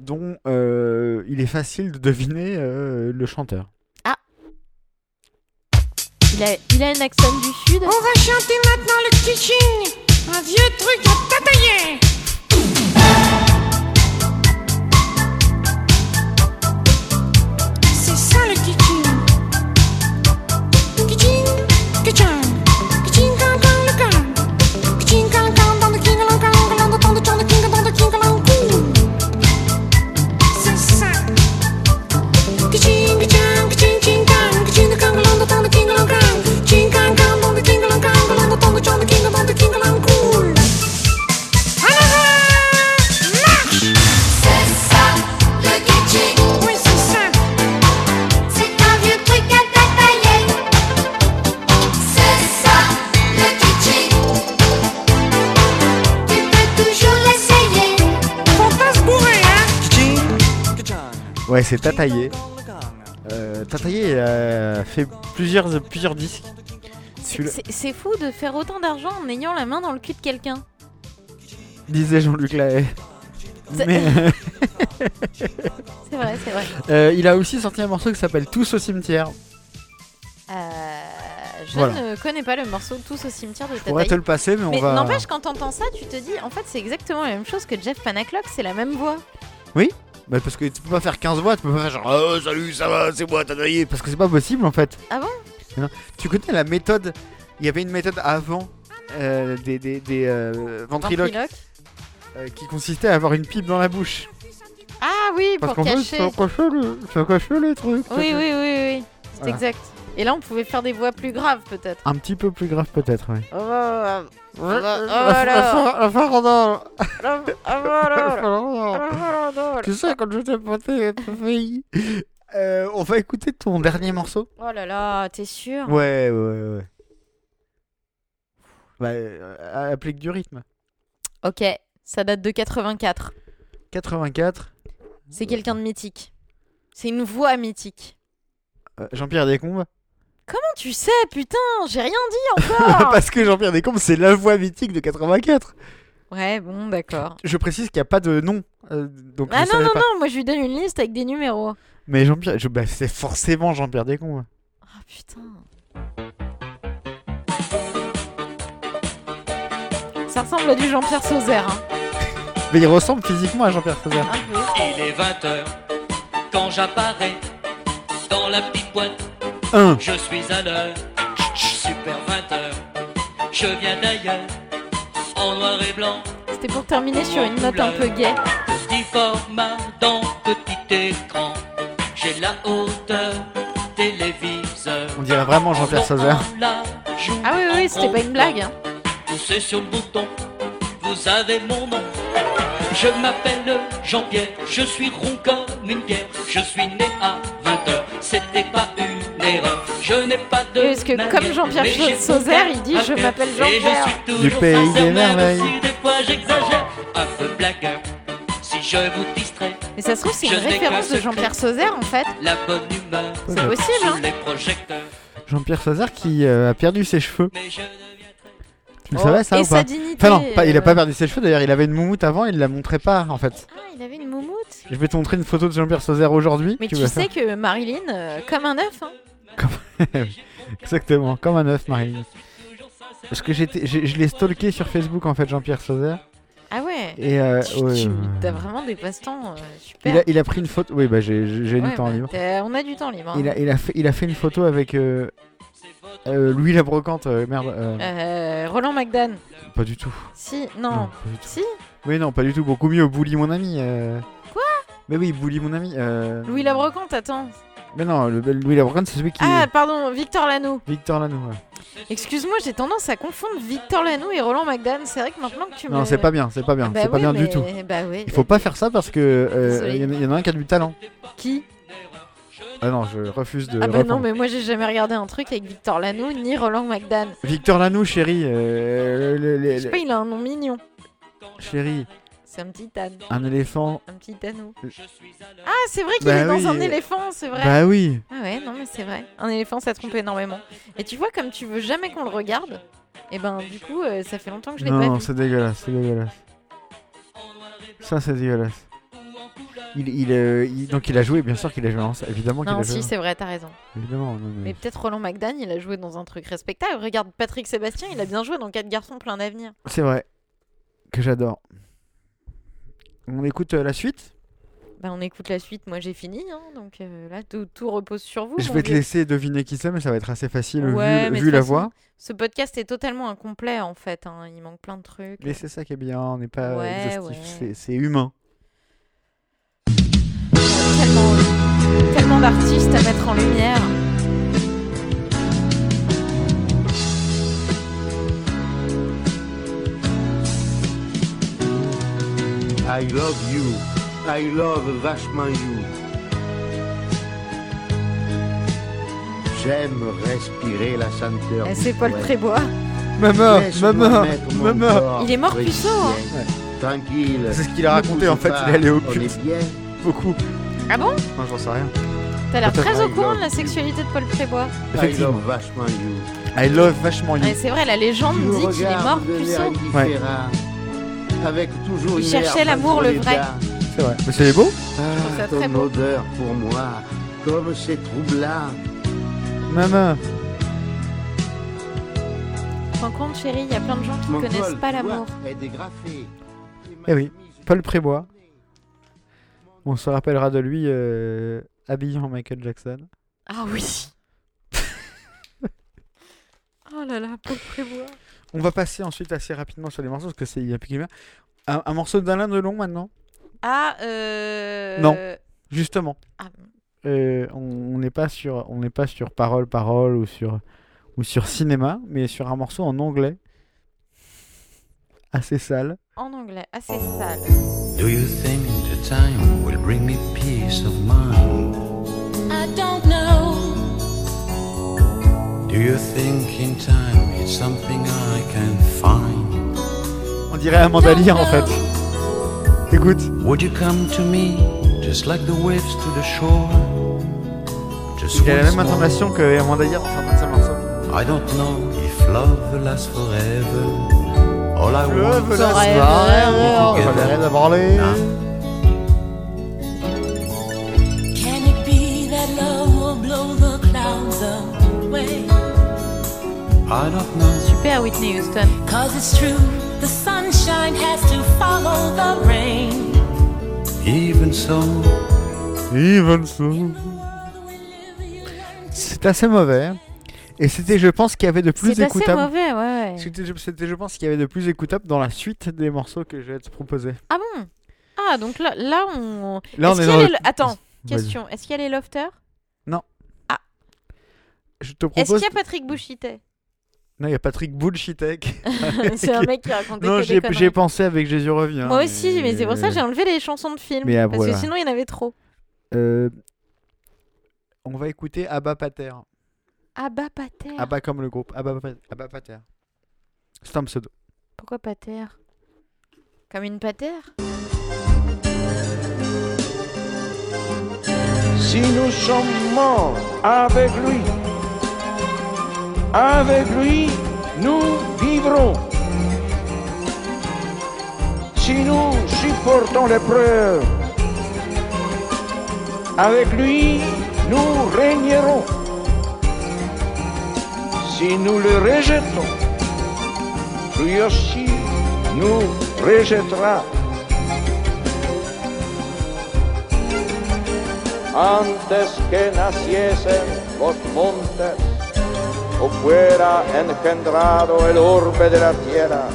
B: dont euh, il est facile de deviner euh, le chanteur.
C: Il a, il a une accent du sud.
I: On va chanter maintenant le kitchen, un vieux truc à tatailler. C'est ça le kitchen. Kitchen, kitchen, kitchen can can le can. Kitchen can can dans le king long can long dans le temps de temps de king dans le king long C'est ça. Kitchen, kitchen, kitchen, kitchen can, kitchen le can dans le temps de king long can. Ching kang kang bong de king long kang bong de tong de chong de king bong de king long cool.
D: C'est ça, le kitsching. Oui, c'est ça. C'est un vieux truc à tapailler. C'est ça, le kitsching. Tu peux toujours l'essayer. Faut pas se bourrer, hein.
B: Ouais, c'est Tataillé. Euh, Tataillé euh, fait plusieurs, plusieurs disques. Celui-là-
C: C'est c'est fou de faire autant d'argent en ayant la main dans le cul de quelqu'un.
B: disait Jean-Luc Lahaye.
C: C'est-
B: Mais
C: C'est vrai, c'est vrai.
B: Euh, il a aussi sorti un morceau qui s'appelle Tous au cimetière.
C: Euh, je
B: Voilà.
C: ne connais pas le morceau Tous au cimetière de Tataï.
B: pourrais te le passer, mais on va-
C: N'empêche, quand t'entends ça, tu te dis, en fait, c'est exactement la même chose que Jeff Panaclock, c'est la même voix.
B: Oui bah parce que tu peux pas faire 15 voix, tu peux pas faire genre Oh, salut, ça va, c'est moi, Tataillé. Parce que c'est pas possible en fait.
C: Ah bon
B: Non. Tu connais la méthode Il y avait une méthode avant euh, des, des, des, euh, ventriloques
C: Ventriloque.
B: euh, qui consistait à avoir une pipe dans la bouche.
C: Ah oui,
B: Parce
C: pour
B: qu'en fait,
C: cacher.
B: ça cache le, ça cache les trucs. ça
C: Oui,
B: cache-
C: oui, oui, oui. C'est
B: Voilà.
C: exact. Et là, on pouvait faire des voix plus graves, peut-être.
B: Un petit peu plus grave peut-être, oui.
C: Oh, oh, oh, oh,
B: la
C: oh,
B: farandole.
C: La- ah, voilà.
B: La farandole.
C: La farandole.
B: Tu sais, quand je t'ai poté à ta fille. Euh, on va écouter ton dernier morceau.
C: Oh là là, t'es sûr
B: Ouais, ouais, ouais. ouais. Bah, euh, applique du rythme.
C: Ok, ça date de 84.
B: 84,
C: C'est quelqu'un de mythique. C'est une voix mythique.
B: euh, Jean-Pierre Descombes.
C: Comment tu sais, putain J'ai rien dit encore
B: Parce que Jean-Pierre Descombes, c'est la voix mythique de 84.
C: Ouais, bon, d'accord.
B: Je précise qu'il n'y a pas de nom. euh, donc
C: Ah
B: je
C: non,
B: savais
C: non,
B: pas.
C: non, moi je lui donne une liste avec des numéros.
B: Mais Jean-Pierre, je- bah, c'est forcément Jean-Pierre Descombes.
C: Ah putain. Ça ressemble à du Jean-Pierre Sauzère. hein.
B: Mais il ressemble physiquement à Jean-Pierre Sauzère.
J: Il est 20h quand j'apparais dans la petite boîte.
B: Un.
J: Je suis à l'heure, super 20h. Je viens d'ailleurs en noir et blanc.
C: C'était pour terminer sur une note un peu gaie.
J: Petit format dans petit écran. J'ai la hauteur téléviseur.
B: On dirait vraiment Jean-Pierre Sauzère.
J: Là,
C: Ah oui, oui, c'était pas une blague. hein.
J: poussez sur le bouton, vous avez mon nom. Je m'appelle Jean-Pierre, je suis rond comme une pierre. Je suis né à 20h, c'était pas une erreur. Je n'ai pas de.
C: Oui, parce que
J: manière,
C: comme Jean-Pierre
J: mais j'ai
C: Sauzère,
J: mon
C: il dit, je
J: cœur.
C: m'appelle
J: Et
C: Jean-Pierre.
J: je suis
B: Du
C: Ah,
J: toujours
B: pays
J: sincère,
B: des
J: même
B: merveilles.
J: si des fois j'exagère, un peu blagueur. Si je vous distrais,
C: Mais ça se trouve, c'est
J: Je
C: une
J: n'ai qu'un
C: référence de
J: secret.
C: Jean-Pierre Sauzère en fait.
J: la bonne humeur.
B: C'est
C: possible,
J: Sous
C: hein.
J: les projecteurs.
B: Jean-Pierre Sauzère qui euh, a perdu ses cheveux. Tu le
J: Oh,
B: savais ça
J: et
B: ou
J: sa
B: pas
J: dignité,
B: Enfin non, pas- il a
J: euh.
B: pas perdu ses cheveux d'ailleurs, il avait une moumoute avant, il la montrait pas en fait.
C: Ah, il avait une moumoute.
B: Je vais te montrer une photo de Jean-Pierre Sauzère aujourd'hui.
C: Mais tu,
B: vas
C: sais que Marilyn, euh, comme un œuf, hein.
B: faire- Exactement, comme un œuf, Marie. Parce que j'étais, j'ai- je l'ai stalké sur Facebook en fait, Jean-Pierre Sauzère.
C: Ah ouais.
B: Et euh,
C: Tu-
B: ouais,
C: tu-
B: ouais, ouais.
C: T'as vraiment des passe-temps. euh, super.
B: il a, il a pris une photo. Oui, bah j'ai, j'ai j'ai
C: Ouais,
B: du temps
C: bah,
B: libre.
C: t'as- On a du temps libre. hein.
B: Il a, il a fait, il a fait une photo avec euh, euh, Louis la brocante. euh, merde, euh,
C: Euh, Roland McDan.
B: pas du tout.
C: Si,
B: Non,
C: non.
B: pas du tout.
C: Si
B: Oui, non, pas du tout. Beaucoup mieux, Bouli, mon ami. euh.
C: Quoi
B: Mais oui, Bouli, mon ami. euh,
C: Louis la brocante, attends.
B: Mais non, le bel Louis Labrocante, c'est celui qui.
C: Ah, pardon, Victor Lano.
B: Victor Lanoux. ouais.
C: Excuse-moi, j'ai tendance à confondre Victor Lano et Roland McDan. C'est vrai que maintenant que tu me.
B: Non, c'est pas bien, c'est pas bien,
C: Bah
B: c'est pas
C: oui,
B: bien
C: mais-
B: du tout.
C: Bah oui.
B: Il faut pas faire ça parce que euh,
C: Désolée.
B: il y en a- il y, en a un qui a du talent.
C: Euh, Qui
B: Ah non, je refuse de.
C: Ah bah non,
B: répondre.
C: mais moi j'ai jamais regardé un truc avec Victor Lano ni Roland McDan.
B: Victor Lanoux, chérie. euh, le- le-
C: Je sais
B: le-
C: pas, il a un nom mignon.
B: Chérie,
C: C'est un petit âne.
B: un éléphant.
C: Un petit anneau. Ah, c'est vrai qu'il
B: Bah
C: est dans
B: oui.
C: un éléphant, c'est vrai.
B: Bah oui.
C: Ah ouais, non, mais c'est vrai. Un éléphant, ça trompe énormément. Et tu vois, comme tu veux jamais qu'on le regarde, et ben du coup, euh, ça fait longtemps que je l'ai
B: Non,
C: pas
B: non,
C: vu.
B: c'est dégueulasse, c'est dégueulasse. Ça, c'est dégueulasse. Il, il, euh, il- donc il a joué, bien sûr qu'il a joué en évidemment qu'il
C: Non,
B: a joué.
C: si,
B: en-
C: c'est vrai, t'as raison.
B: Évidemment, non, mais-
C: Mais peut-être Roland McDan, il a joué dans un truc respectable. Regarde, Patrick Sébastien, il a bien joué dans Quatre garçons plein d'avenir.
B: C'est vrai que j'adore. On écoute euh, la suite.
C: Bah, on écoute la suite. Moi, j'ai fini, hein, donc euh, là, tout, tout repose sur vous.
B: je
C: mon
B: vais te
C: vieux.
B: laisser deviner qui c'est, mais ça va être assez facile vu-
C: Ouais, mais
B: vu,
C: de toute
B: la
C: façon,
B: voix.
C: Ce podcast est totalement incomplet en fait. hein. Il manque plein de trucs.
B: Mais c'est ça qui est bien, on n'est pas
C: Ouais,
B: exhaustif,
C: ouais.
B: c'est- c'est humain.
C: Tellement, tellement d'artistes à mettre en lumière.
A: I love you. I love vachement you. J'aime respirer la
B: Ah,
A: senteur.
C: Eh,
A: du
C: C'est Paul
A: poêle.
C: Prébois.
B: Maman,
A: Laisse-moi
B: maman,
A: mettre mon
B: maman.
A: corps
C: Il est mort
A: précis,
C: puceau, hein.
A: hein. Tranquille.
B: C'est ce qu'il a
A: Ne
B: raconté, en
A: bougez
B: fait,
A: pas,
B: il est allé au
A: on
B: culte.
A: est bien.
B: Beaucoup.
C: Ah bon
B: Non, j'en sais rien.
C: T'as l'air très
B: Peut-être.
C: au courant de la sexualité de Paul Prébois.
B: Effectivement.
A: I love Ah, vachement you.
B: I love vachement you.
C: Ouais, c'est vrai, la légende
A: Tu
C: dit qu'il est
A: regardes
C: mort
A: de l'air
C: puceau.
B: Ouais.
A: indifférent, Avec toujours
C: Il
A: une
C: cherchait
A: herbe
C: l'amour,
A: entre
C: le
A: les
C: vrai.
A: dents.
B: C'est vrai. Mais c'est beau
A: Ah,
C: ça très
A: ton
C: beau.
A: odeur pour moi, comme c'est troublant.
B: Maman.
C: Tu te rends compte, chérie, il y a plein de gens qui ne
A: Mon
C: connaissent
A: col,
C: pas
A: tu vois,
C: l'amour.
A: est dégrafé.
B: Eh oui, Paul Prébois. On se rappellera de lui euh, habillé en Michael Jackson.
C: Ah oui. oh là là, Paul Prébois.
B: On va passer ensuite assez rapidement sur les morceaux parce que c'est il y a plus qu'une heure. un, un morceau d'Alain Delon maintenant.
C: Ah, euh.
B: Non, justement.
C: Ah.
B: Euh, on on n'est pas sur on n'est pas sur parole parole ou sur ou sur cinéma, mais sur un morceau en anglais assez sale.
C: En anglais, assez
B: Oh.
C: sale.
S: Do you think the time will bring me peace of mind?
D: I don't know.
S: Do you think in time it's something I can find?
B: On dirait Amanda en fait. Écoute.
S: Would you come to me just like the waves to the shore? Just
B: Il a la
S: once
B: même
S: more.
B: intonation que Amanda Lear dans certains de ses morceaux.
S: I don't know if love lasts forever. All I
B: Love
S: want is
B: lasts
S: time
B: forever.
S: together.
B: Forever, parler.
D: Can it be that love will blow the clouds away?
S: I don't know.
C: Super Whitney Houston.
D: Cause it's true, the sunshine has to follow the rain.
S: Even so.
B: Even so. C'est assez mauvais. Et c'était, je pense, qu'il y avait de plus
C: C'est assez
B: écoutable.
C: mauvais, ouais. ouais.
B: C'était, je- c'était, je pense, qu'il y avait de plus écoutable dans la suite des morceaux que je vais te proposer.
C: Ah bon Ah, donc là, là on.
B: Là, on
C: Est-ce
B: est
C: qu'il y a
B: dans
C: les
B: le-
C: lo- Attends,
B: Vas-y.
C: question. Est-ce qu'il y a les lofters
B: Je te
C: Est-ce
B: propose.
C: qu'il y a Patrick Bouchité
B: Non, il y a Patrick Bullshitek.
C: C'est un mec qui racontait
B: Non,
C: que
B: j'ai,
C: des conneries.
B: j'ai pensé avec Jésus revient.
C: Moi aussi, mais c'est pour ça que j'ai enlevé les chansons de films.
B: Mais ah,
C: parce
B: voilà.
C: que sinon, il y en avait trop.
B: Euh, On va écouter Abba Pater.
C: Abba Ah bah, Pater.
B: Abba comme le groupe. Abba, Pa- Abba Pater. C'est un pseudo.
C: Pourquoi Pater Comme une patère
P: Si nous sommes morts avec lui, avec lui, nous vivrons. Si nous supportons l'épreuve, avec lui, nous régnerons. Si nous le rejetons, lui aussi nous rejettera. antes que naciesen los montes o fuera engendrado el orbe de la tierra.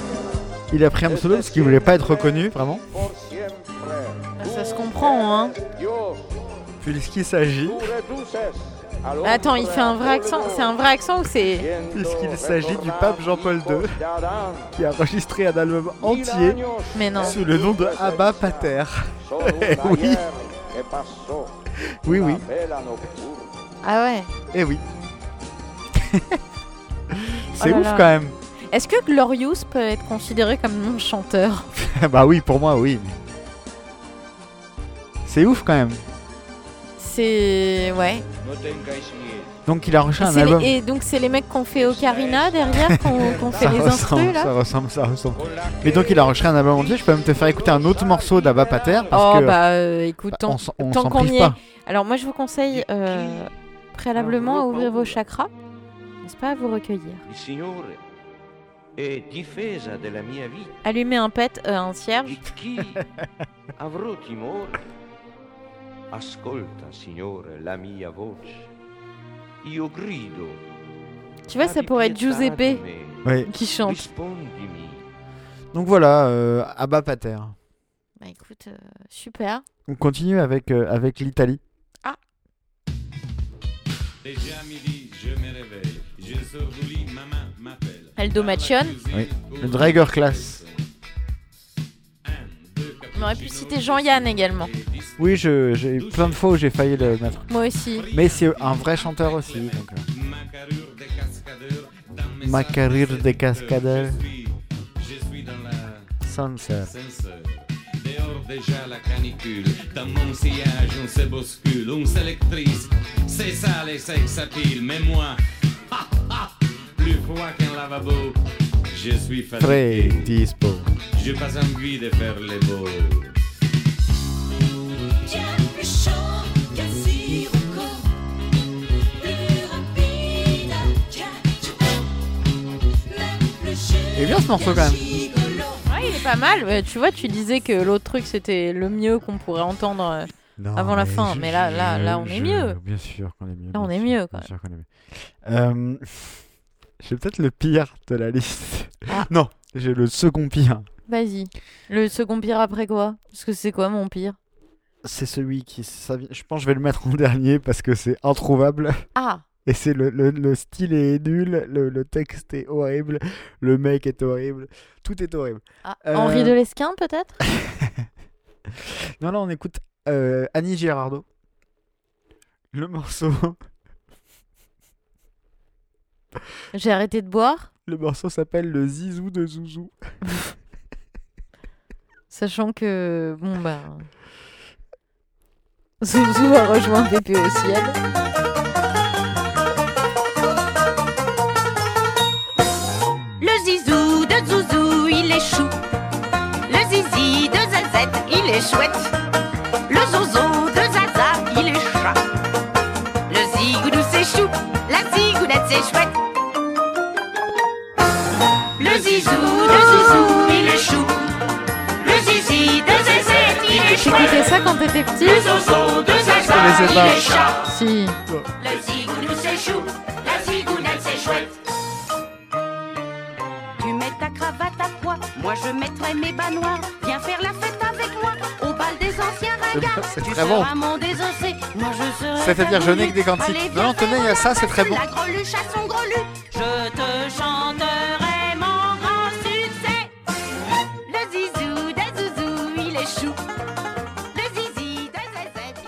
B: Il a pris un pseudo parce qu'il voulait pas être reconnu, vraiment.
P: Por siempre
C: Ah, Bah, Ça se comprend, hein. Hmm.
B: Puisqu'il s'agit,
C: Bah, Attends, il fait un vrai accent. C'est un vrai accent ou c'est.
B: puisqu'il s'agit du pape Jean-Paul II, qui a enregistré un album entier
C: Mais non.
B: sous le nom de Abba Pater. Eh oui, oui, oui,
C: Ah ouais.
B: eh oui. C'est
C: Oh là
B: ouf
C: là.
B: quand même.
C: Est-ce que Glorious peut être considéré comme nom de chanteur
B: Ah bah oui, pour moi, oui. C'est ouf quand même.
C: C'est. Ouais.
B: Donc il a enregistré un
C: C'est les-
B: album.
C: Et donc, c'est les mecs qu'on fait Ocarina derrière, qu'on qu'on fait
B: Ça
C: les
B: ressemble,
C: instrus là Oh,
B: ça ressemble, ça ressemble. Mais donc il a enregistré un album entier. Je peux même te faire écouter un autre morceau d'Abba Pater. Parce
C: Oh
B: que...
C: bah euh, écoute,
B: bah,
C: tant,
B: on s'en- on
C: tant
B: s'en
C: qu'on
B: prive
C: y est.
B: pas.
C: Alors moi je vous conseille euh, préalablement à ouvrir vos chakras, n'est-ce pas, à vous recueillir.
M: Il Signore è difesa della mia vita. E
C: Allumer un pet, euh, un cierge.
M: Avrò timore. Ascolta, Signore, la mia voce. Io grido.
C: tu vois, ça pourrait être Giuseppe
B: Oui.
C: qui chante.
M: Rispondimi.
B: Donc voilà, euh, Abba Pater.
C: Bah écoute, euh, super.
B: On continue avec, euh, avec l'Italie.
P: Déjà midi, je me réveille. Je sors du lit, maman m'appelle.
C: Aldo Macion.
B: Oui. Le Drager Class.
C: On aurait pu citer Jean-Yann également.
B: Oui, je- j'ai plein de fois où j'ai failli le mettre.
C: Moi aussi.
B: Mais c'est un vrai chanteur aussi. Donc, euh. Ma carrière de cascadeur.
P: Je suis dans la
B: Sansa.
P: senseur. Dehors déjà la canicule. Dans mon sillage, on se bouscule. On s'électrise. C'est ça les sex appeal. Mais moi, ha, ha, plus froid qu'un lavabo. Je suis
B: Très
P: fatigué.
B: dispo.
P: Je passe envie de faire les beaux.
B: Il est bien ce morceau quand même.
C: Ouais, il est pas mal. Ouais, tu vois, tu disais que l'autre truc c'était le mieux qu'on pourrait entendre euh,
B: Non,
C: avant la
B: mais
C: fin,
B: je-
C: mais là, là,
B: je-
C: là, on est
B: je-
C: mieux.
B: Bien sûr qu'on est mieux.
C: Là, on
B: bien
C: est
B: sûr,
C: mieux, quoi.
B: Bien sûr qu'on est mieux. Euh, j'ai peut-être le pire de la liste.
C: Ah.
B: Non, j'ai le second pire.
C: Vas-y. Le second pire après quoi Parce que c'est quoi mon pire
B: C'est celui qui. ça vi- je pense que je vais le mettre en dernier parce que c'est introuvable.
C: Ah.
B: Et c'est le, le- le style est nul, le, le texte est horrible, le mec est horrible, tout est horrible.
C: Ah, Henri de l'Esquin peut-être
B: Non, là on écoute euh, Annie Girardot. Le morceau,
C: J'ai arrêté de boire,
B: le morceau s'appelle Le Zizou de Zouzou.
C: sachant que bon bah Zouzou a rejoint Pépé au ciel.
W: Le zizou de Zouzou, il est chou. Le zizi de Zazette, il est chouette. Le zozo de Zaza, il est chat. Le zigoudou, c'est chou. La zigounette, c'est chouette. Le zizou de Zouzou, il est chou. Le zizi de Zazette, il est
C: T'écoutais
W: chouette.
C: ça quand t'étais petit
W: Le zozo de Zaza, il est chat.
C: Si.
W: Le zigoudou c'est chou, la zigounette c'est chouette. Tu mets ta cravate à poids, moi je mettrai mes bas noirs. Viens faire la fête avec moi, au bal des anciens ringards.
B: C'est
W: Tu
B: très bon.
W: seras mon désossé, moi je serai.
B: C'est-à-dire,
W: ta
B: je n'ai que des
W: grenouille.
B: cantiques.
W: Allez,
B: Non,
W: viens
B: non, tenez,
W: faire
B: il y a ça,
W: la
B: c'est très bon.
W: La greluche à son grelu. Je te chanterai mon grand succès. Le zizou de zouzou, il est chou. Le zizi de zazette,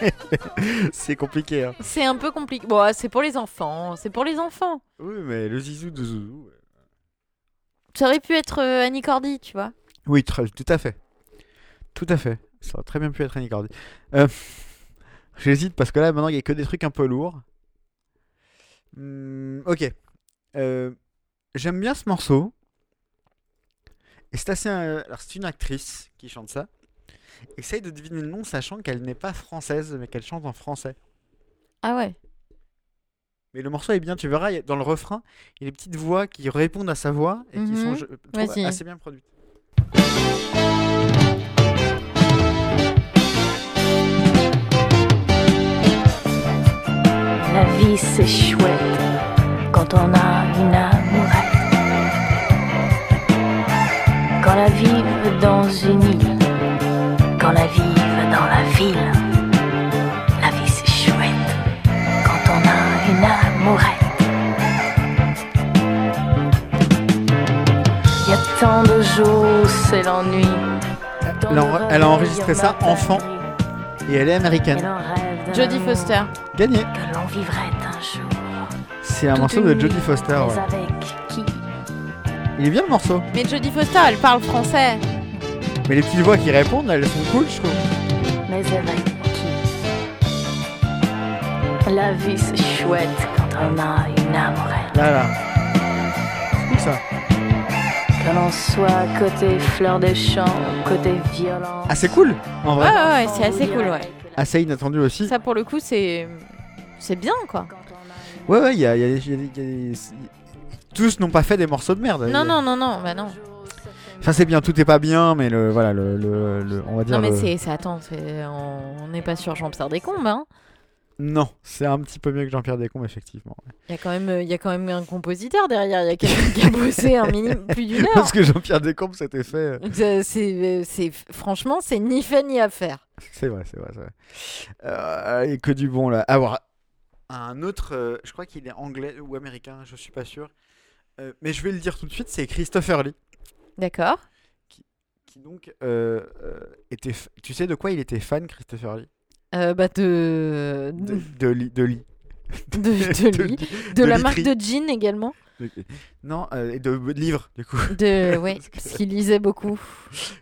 W: il est chouette.
B: c'est compliqué. Hein.
C: C'est un peu compliqué. Bon, ah, c'est pour les enfants, c'est pour les enfants.
B: Oui, mais le Zizou de Zouzou. ouais.
C: Ça aurait pu être euh, Annie Cordy, tu vois.
B: Oui, très- tout à fait. Tout à fait. Ça aurait très bien pu être Annie Cordy. Euh, J'hésite parce que là, maintenant, il n'y a que des trucs un peu lourds. Hmm, ok. Euh, J'aime bien ce morceau. Et c'est assez. euh, Alors, c'est une actrice qui chante ça. Essaye de deviner le nom, sachant qu'elle n'est pas française, mais qu'elle chante en français.
C: Ah ouais.
B: Mais le morceau est bien, tu verras, il y a- dans le refrain, il y a des petites voix qui répondent à sa voix et qui sont
C: Mhm.
B: je trouve,
C: Vas-y.
B: assez bien produites.
X: La vie c'est chouette quand on a une amourette. Quand la vie dans une île, dans la vie, va dans la ville. La vie c'est chouette quand on a une amourette. Y a tant de jours, où c'est l'ennui.
B: Elle a en- elle a enregistré ça enfant et elle est américaine.
C: Jodie Foster.
B: Gagné.
X: Que l'on vivrait un jour.
B: C'est un
C: Toute
B: morceau de
C: une
B: Jodie
C: nuit,
B: Foster.
X: mais
B: Ah ouais.
X: avec qui
B: Il est bien le morceau,
C: Mais Jodie Foster, elle parle français.
B: mais les petites voix qui répondent, elles sont cool, je trouve.
X: Mais avec qui La vie c'est chouette quand on a une amourette.
B: Là là. C'est cool ça.
X: Que l'on soit côté fleur des champs, côté violent.
B: Ah c'est Ah, cool, en
C: Ouais,
B: vrai.
C: Ah ouais, ouais, c'est assez cool, ouais.
B: Assez inattendu aussi.
C: Ça, pour le coup, c'est. C'est bien, quoi.
B: Ouais ouais, il y a, il y a- il y a- il y a- tous n'ont pas fait des morceaux de merde.
C: Non, non, non, non, bah non.
B: Ça c'est bien, tout est pas bien, mais le voilà le, le- le- on va dire.
C: Non, mais
B: le-
C: c'est. c'est- Attends, c'est- on on n'est pas sur Jean-Pierre Descombes, hein.
B: Non, c'est un petit peu mieux que Jean-Pierre Descombes effectivement.
C: Il y, a quand même, il y a quand même un compositeur derrière, il y a quelqu'un qui a bossé un minimum plus d'une heure.
B: Parce que Jean-Pierre Descombes s'était fait. euh,
C: C'est- c'est- c'est- franchement, c'est ni fait ni à faire.
B: C'est vrai, c'est vrai, c'est vrai. Euh, et que du bon là. Avoir un autre, euh, je crois qu'il est anglais ou américain, je suis pas sûr. Euh, mais je vais le dire tout de suite, c'est Christopher Lee.
C: D'accord.
B: Qui donc euh, euh, était. f- Tu sais de quoi il était fan, Christopher Lee
C: Euh, bah de...
B: De, de
C: De...
B: Lee. De, Lee.
C: De, de Lee.
B: de
C: la
B: Lee
C: marque
B: Tree.
C: de jean également.
B: De- Non, euh, et de, de livres, du coup.
C: De, ouais, parce qu'il lisait beaucoup.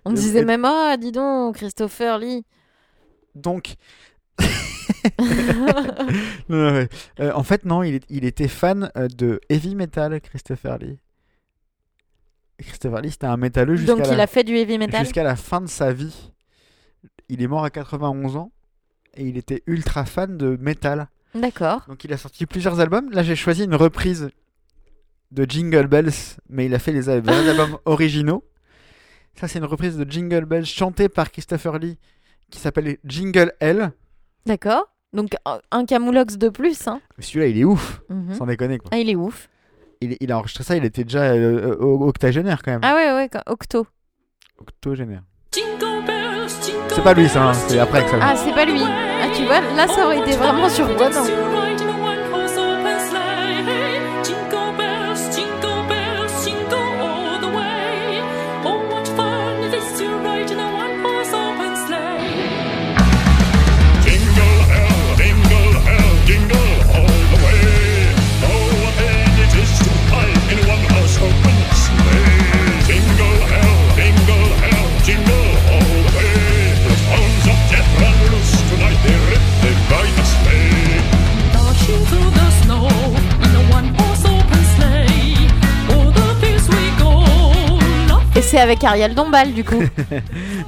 C: On
B: Et-
C: disait
B: et-
C: même, ah, dis donc, Christopher Lee.
B: Donc. Non, non, ouais. Euh, en fait, non, il, est- il était fan euh, de heavy metal, Christopher Lee. Christopher Lee, c'était un métalleux jusqu'à
C: Donc,
B: la...
C: il a fait du heavy metal
B: jusqu'à la fin de sa vie. Il est mort à 91 ans et il était ultra fan de métal.
C: D'accord.
B: Donc il a sorti plusieurs albums. Là, j'ai choisi une reprise de Jingle Bells, mais il a fait les al- vrais albums originaux. Ça, c'est une reprise de Jingle Bells chantée par Christopher Lee qui s'appelle Jingle L.
C: D'accord. Donc, un- un camoulox de plus. Hein.
B: Mais celui-là, il est ouf,
C: Mhm.
B: sans déconner. Quoi.
C: Ah, il est ouf.
B: Il, il a enregistré ça, il était déjà euh, euh, octogénaire quand même.
C: Ah, ouais, ouais, quand- Octo.
B: Octogénaire. C'est pas lui, ça, hein, c'est après que ça vient.
C: Ah, c'est pas lui. Ah, tu vois, là, ça aurait été vraiment surprenant. Et c'est avec Ariel Dombal, du coup.
B: Non,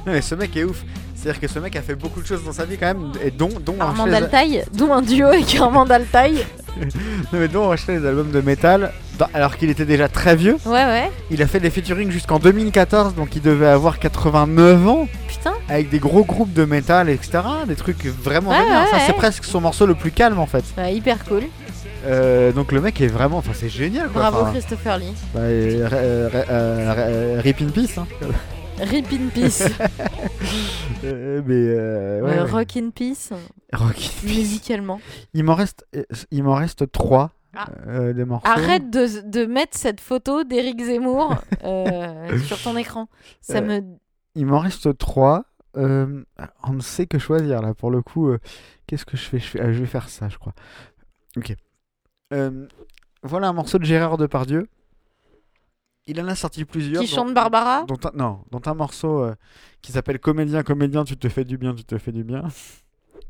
B: mais ce mec est ouf. C'est-à-dire que ce mec a fait beaucoup de choses dans sa vie quand même, et dont, dont
C: Armand
B: enregistrer les-
C: Altaï, d'où un duo avec Armand Altaï.
B: Non mais donc on achetait les albums de métal dans- alors qu'il était déjà très vieux.
C: Ouais, ouais.
B: Il a fait des featuring jusqu'en 2014 donc il devait avoir 89 ans
C: Putain.
B: avec des gros groupes de métal etc. Des trucs vraiment
C: Ouais,
B: vénères.
C: ouais,
B: Ça c'est
C: ouais.
B: presque son morceau le plus calme en fait.
C: Bah, hyper cool.
B: Euh, donc le mec est vraiment, enfin c'est génial quoi.
C: Bravo,
B: Enfin,
C: Christopher Lee.
B: bah, euh, euh, euh, euh, Rip in peace. hein.
C: Rip in peace.
B: Euh, mais euh, ouais,
C: Euh,
B: ouais.
C: Rock in peace.
B: Rock in peace.
C: Musicalement.
B: Il m'en reste, euh, il m'en reste trois
C: Ah.
B: euh, des morceaux.
C: Arrête de, de mettre cette photo d'Éric Zemmour euh, sur ton écran. Ça
B: Euh,
C: me.
B: Il m'en reste trois. Euh, on ne sait que choisir là pour le coup. euh, Qu'est-ce que je fais, je, fais- ah, je vais faire ça, je crois. Ok. Euh, voilà un morceau de Gérard Depardieu. Il en a sorti plusieurs.
C: Qui
B: dont-
C: chante Barbara
B: dont un- Non, dont un morceau euh, qui s'appelle Comédien, Comédien, tu te fais du bien, tu te fais du bien.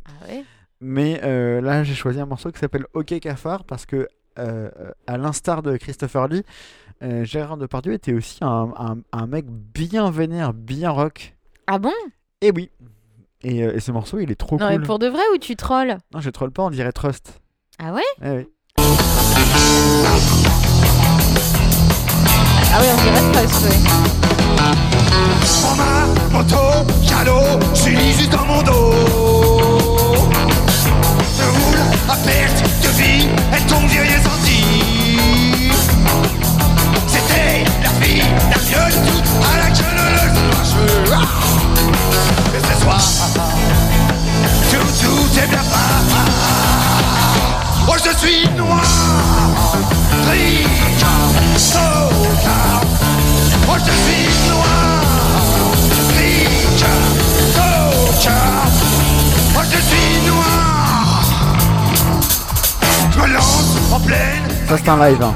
C: Ah ouais
B: Mais euh, là, j'ai choisi un morceau qui s'appelle Ok Cafard parce que, euh, à l'instar de Christopher Lee, euh, Gérard Depardieu était aussi un, un- un mec bien vénère, bien rock.
C: Ah bon
B: Et Eh oui. Et, euh, et ce morceau, il est trop
C: Non,
B: cool.
C: mais pour de vrai ou tu trolls
B: Non, je troll pas, on dirait Trust.
C: Ah ouais
B: Eh oui.
C: Ah ouais, on dirait Trust, ouais.
Q: Prends ma moto, jalot, je suis lis juste dans mon dos. Je roule à perte de vie, elle tombe, j'ai rien senti. C'était la fille d'un vieux type à laquelle le soir je. Ah Mais ce soir,
B: Ça, c'est un live. hein.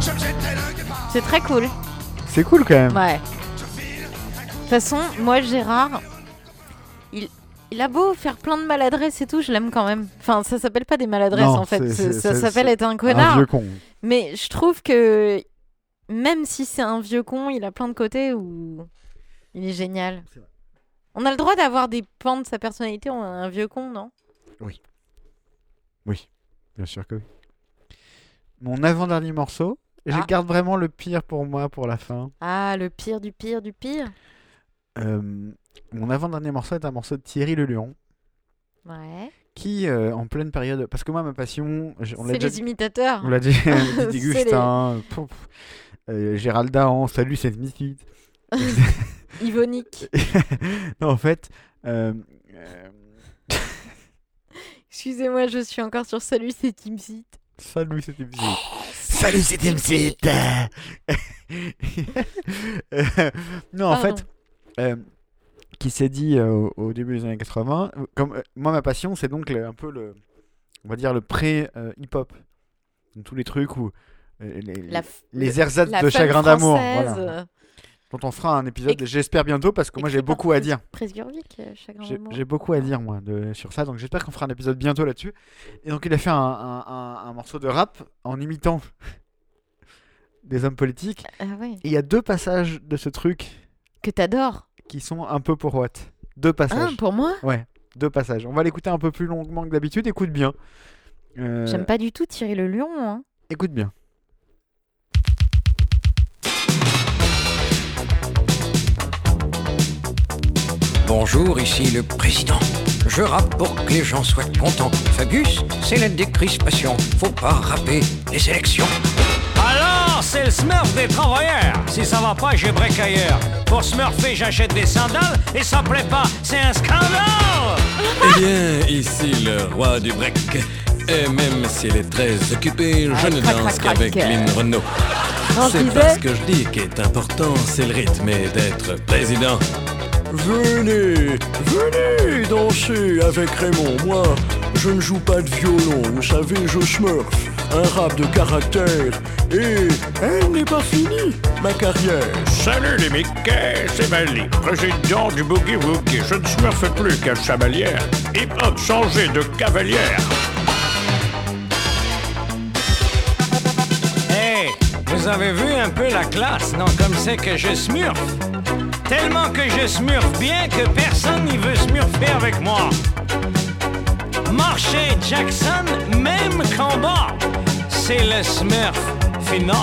C: C'est très cool.
B: C'est cool quand même.
C: Ouais. De toute façon, moi, Gérard, il, il a beau faire plein de maladresses et tout, je l'aime quand même. Enfin, ça s'appelle pas des maladresses
B: Non,
C: en fait.
B: c'est- c'est-
C: Ça- ça
B: c'est-
C: s'appelle
B: c'est
C: être un connard.
B: vieux con.
C: Mais je trouve que même si c'est un vieux con, il a plein de côtés où il est génial. On a le droit d'avoir des pans de sa personnalité, on a un vieux con, non
B: Oui, bien sûr que oui. Mon avant-dernier morceau, je
C: Ah.
B: garde vraiment le pire pour moi pour la fin.
C: Ah, le pire du pire du pire.
B: Euh, mon avant-dernier morceau est un morceau de Thierry Le Lion
C: Ouais.
B: qui, euh, en pleine période. Parce que moi, ma passion. je- on l'a
C: C'est
B: déjà
C: les
B: dit-
C: imitateurs.
B: On l'a dit,
C: C'est
B: Didi
C: les-
B: Gustin, pouf, euh, Gérald Dahan, salut, c'est Smith.
C: Ivonique.
B: non, en fait, euh, euh,
C: Excusez-moi, je suis encore sur Salut, c'est Team Seat.
B: salut, c'est Smith. salut, c'est Smith. non, en
C: Pardon.
B: fait, euh, qui s'est dit euh, au- au début des années 80, euh, comme, euh, moi, ma passion, c'est donc le- un peu le, on va dire, le pré-hip-hop. Donc, tous les trucs où. euh, les,
C: La f-
B: les
C: le-
B: ersatz
C: la
B: de
C: femme
B: chagrin d'amour.
C: française,
B: voilà.
C: euh,
B: dont on fera un épisode, j'espère bientôt, parce que moi j'ai beaucoup à dire.
C: Prise Gurvic, euh, chagrin
B: J'ai
C: d'amour.
B: j'ai beaucoup à dire moi de- sur ça, donc j'espère qu'on fera un épisode bientôt là-dessus. Et donc il a fait un, un- un- un morceau de rap en imitant des hommes politiques.
C: Ah ouais.
B: Et il y a deux passages de ce truc
C: que t'adores,
B: qui sont un peu pour Watt. Deux passages.
C: Hein, pour moi
B: Ouais, deux passages. On va l'écouter un peu plus longuement que d'habitude. Écoute bien. Euh,
C: J'aime pas du tout tirer le lion. hein.
B: Écoute bien.
R: Bonjour, ici le président. Je rappe pour que les gens soient contents. Fabius, c'est la décrispation. Faut pas rapper les élections.
S: Alors, c'est le smurf des travailleurs. Si ça va pas, j'ai break ailleurs. Pour smurfer, j'achète des sandales et ça plaît pas, c'est un scandale.
T: Eh bien, ici le roi du break. Et même si elle est très occupée,
C: Ah,
T: je ne
S: Ah, crac,
T: danse
S: crac,
T: qu'avec
S: crac.
T: Lynn Renault.
S: Non, je
T: C'est
S: disais-
T: parce que je dis qu'est important, c'est le rythme et d'être président. Venez, venez danser avec Raymond. Moi, je ne joue pas de violon. Vous savez, je smurf. Un rap de caractère. Et elle n'est pas finie, ma carrière.
U: Salut les Mickey, c'est Mali, président du Boogie Woogie. Je ne smurfe plus qu'à chamalière. Hip hop changé de cavalière.
S: Hey, vous avez vu un peu la classe, non Comme c'est que je smurf. Tellement que je smurf bien que personne n'y veut smurfer avec moi. Marché Jackson, même combat. C'est le smurf final.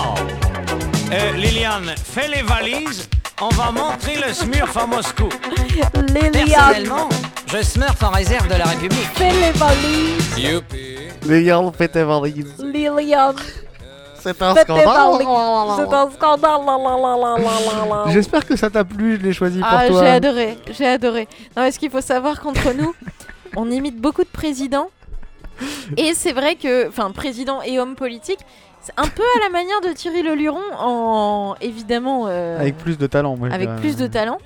S: Euh, Liliane, fais les valises. On va montrer le smurf à Moscou.
Y: Personnellement, je smurf en réserve de la République. Fais les
B: Les gars, faites un vendredi.
Y: Liliane.
B: C'est un
Y: Faites tes
B: scandale.
Y: valises. C'est un scandale. la, la, la, la, la, la, la.
B: J'espère que ça t'a plu, je l'ai choisi pour
C: Ah,
B: toi.
C: j'ai adoré, j'ai adoré. Non, mais ce qu'il faut savoir qu'entre nous, on imite beaucoup de présidents. Et c'est vrai que, enfin, président et homme politique, c'est un peu à la manière de Thierry Le Luron, en évidemment euh,
B: Avec plus de talent, moi. je
C: avec
B: dirais.
C: plus de talent.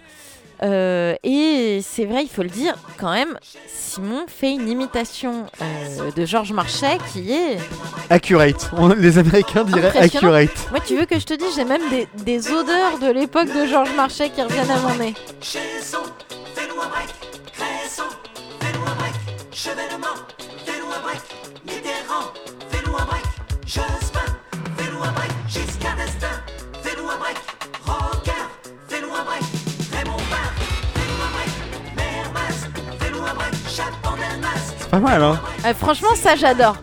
C: Euh, et c'est vrai, il faut le dire, quand même, Simon fait une imitation euh, de Georges Marchais qui est
B: Accurate. On- les Américains diraient
C: Impressionnant.
B: accurate.
C: Moi, tu veux que je te dise, j'ai même des, des odeurs de l'époque de Georges Marchais qui reviennent à mon nez.
B: C'est pas mal, hein.
C: Euh, franchement, ça, j'adore.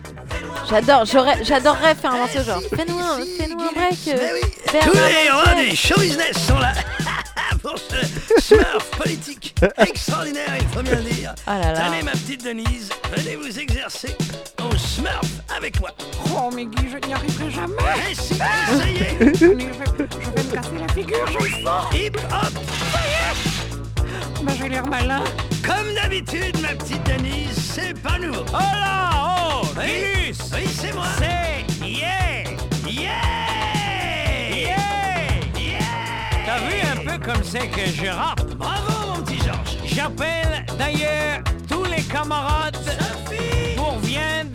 C: J'adore, j'aurais- j'adorerais faire un morceau genre. Fais-nous un, fais-nous un break. euh, fais un
S: Tous les
C: break.
S: rois du show business sont là pour ce smurf politique extraordinaire, il faut bien le dire.
C: Ah là là.
S: Tenez ma petite Denise, venez vous exercer au smurf avec moi.
Y: Oh, mais Guy, je n'y arriverai jamais.
S: Eh si, essayez.
Y: Mais je, je vais me casser la figure.
S: Je suis fort. Hip hop, ça y est.
Y: Bah, j'ai l'air malin.
S: Comme d'habitude, ma petite Denise, c'est pas nouveau. Oh là, oh, oui, oui, c'est moi. C'est yeah, yeah, yeah. T'as vu un peu comme c'est que je rappe Bravo mon petit Georges J'appelle d'ailleurs tous les camarades pour viennent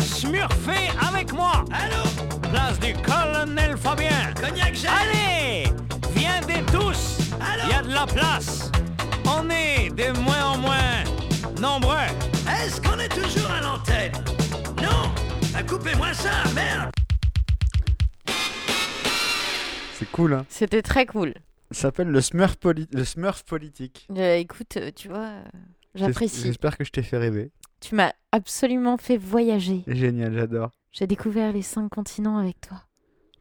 S: smurfer avec moi Allô Place du Coq, colonel Fabien. Allez, viendez tous. Il y a de la place. On est de moins en moins nombreux. Est-ce qu'on est toujours à l'antenne Non Coupez-moi ça, merde
B: C'est cool, hein.
C: C'était très cool.
B: Ça s'appelle le Smurf, poli- le Smurf politique.
C: Euh, écoute, euh, tu vois, euh,
B: J'es-
C: j'apprécie.
B: J'espère que je t'ai fait rêver.
C: Tu m'as absolument fait voyager.
B: Génial, j'adore.
C: J'ai découvert les cinq continents avec toi.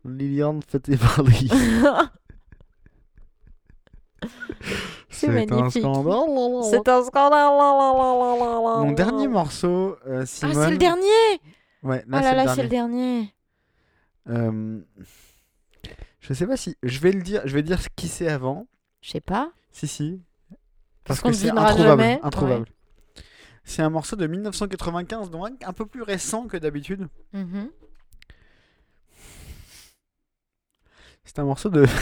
B: Liliane Petit Paris.
C: C'est
B: un
C: magnifique.
B: scandale.
C: C'est un scandale. la, la, la, la, la, la,
B: Mon
C: la.
B: dernier morceau, euh,
C: Ah,
B: Simone.
C: c'est le dernier
B: Ouais,
C: Oh là
B: le
C: là, c'est
B: dernier.
C: le
B: Euh,
C: dernier.
B: je sais pas si je vais le dire, je vais dire qui c'est avant.
C: Je sais pas.
B: Si si. Parce,
C: Parce qu'on
B: que c'est
C: devinera
B: introuvable,
C: jamais.
B: introuvable. C'est un morceau de 1995, donc un- un peu plus récent que d'habitude.
C: Mhm.
B: C'est un morceau de.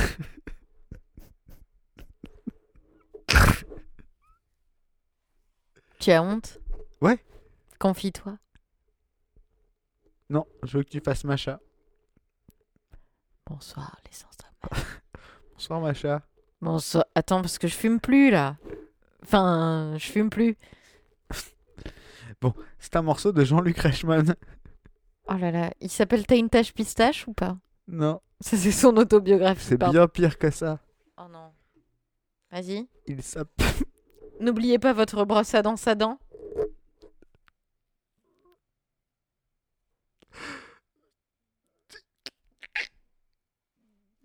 C: Tu as honte
B: Ouais.
C: Confie-toi.
B: non, je veux que tu fasses Macha.
C: Bonsoir les instruments.
B: Bonsoir Macha.
C: Bon, ça- attends, parce que je fume plus là. Enfin, je fume plus.
B: Bon, c'est un morceau de Jean-Luc Reichmann.
C: Oh là là, il s'appelle T'as une tache pistache ou pas
B: Non,
C: Ça, c'est son autobiographie.
B: c'est
C: pardon.
B: bien pire que ça.
C: Oh non. Vas-y.
B: Il s'appelle.
C: N'oubliez pas votre brosse à dents à dents.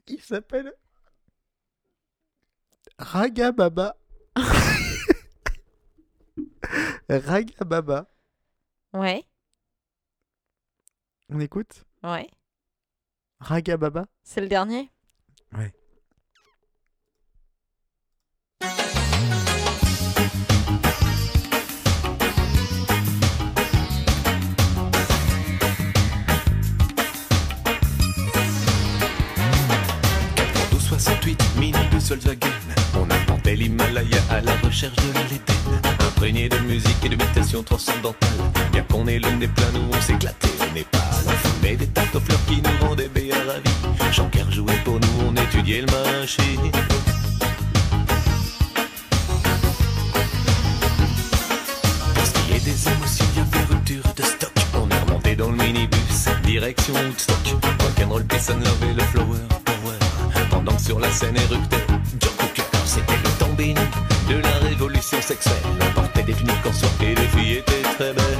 B: Il s'appelle Raga Baba. Raga Baba.
C: Ouais,
B: On écoute
C: ouais.
B: Raga Baba.
C: C'est le dernier
B: Ouais.
Q: Au 68 mini de Volkswagen, on inventait l'Himalaya à la recherche de la l'éthène. Imprégné de musique et de méditation transcendantale, bien qu'on ait le nez plein, nous on s'éclatait au Népal. On fumait des tartes aux fleurs qui nous rendaient bien ravis. Jean-Pierre jouait pour nous, on étudiait le marché. Pour ce qui est des émotions, il y avait rupture de stock. On est remonté dans le minibus, direction Woodstock. Rock'n'roll, Peace and Love et le Flower Power. Pendant que sur la scène éruptait John Cooker, c'était le temps béni de la révolution sexuelle. On portait des tuniques en soie et les filles étaient très belles.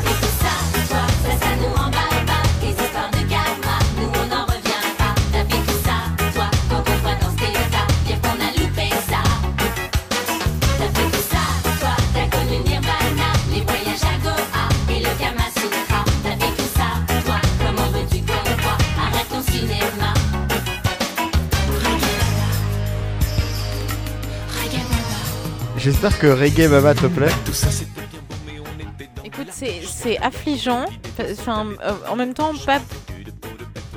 D: Ça, ça nous emballe pas, les histoires de gamma, nous on n'en revient pas. T'as fait tout ça, toi, quand on voit dans tes tas, dire qu'on a loupé ça. T'as fait tout ça, toi, t'as connu Nirvana, les voyages à Goa et le Kama Sutra. T'as fait tout ça, toi, comment veux-tu qu'on le voit Arrête ton cinéma.
B: J'espère que Reggae Baba te plaît.
C: Écoute, c'est c'est affligeant. Enfin, euh, en même temps, pas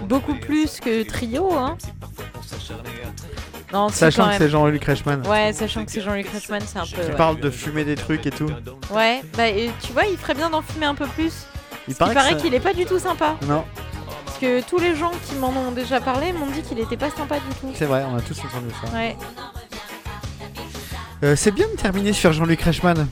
C: beaucoup plus que Trio. Hein. Non, si,
B: Sachant
C: quand
B: que
C: même.
B: c'est Jean-Luc Reichmann.
C: Ouais, sachant que c'est Jean-Luc Reichmann, c'est un peu.
B: Il
C: ouais.
B: parle de fumer des trucs et tout.
C: Ouais, bah et tu vois, il ferait bien d'en fumer un peu plus.
B: Il
C: Il paraît
B: que ça-
C: qu'il est pas du tout sympa.
B: Non,
C: Parce que tous les gens qui m'en ont déjà parlé m'ont dit qu'il était pas sympa du tout.
B: c'est vrai, on a tous entendu ça.
C: Ouais.
B: Euh, c'est bien de terminer sur Jean-Luc Reichmann.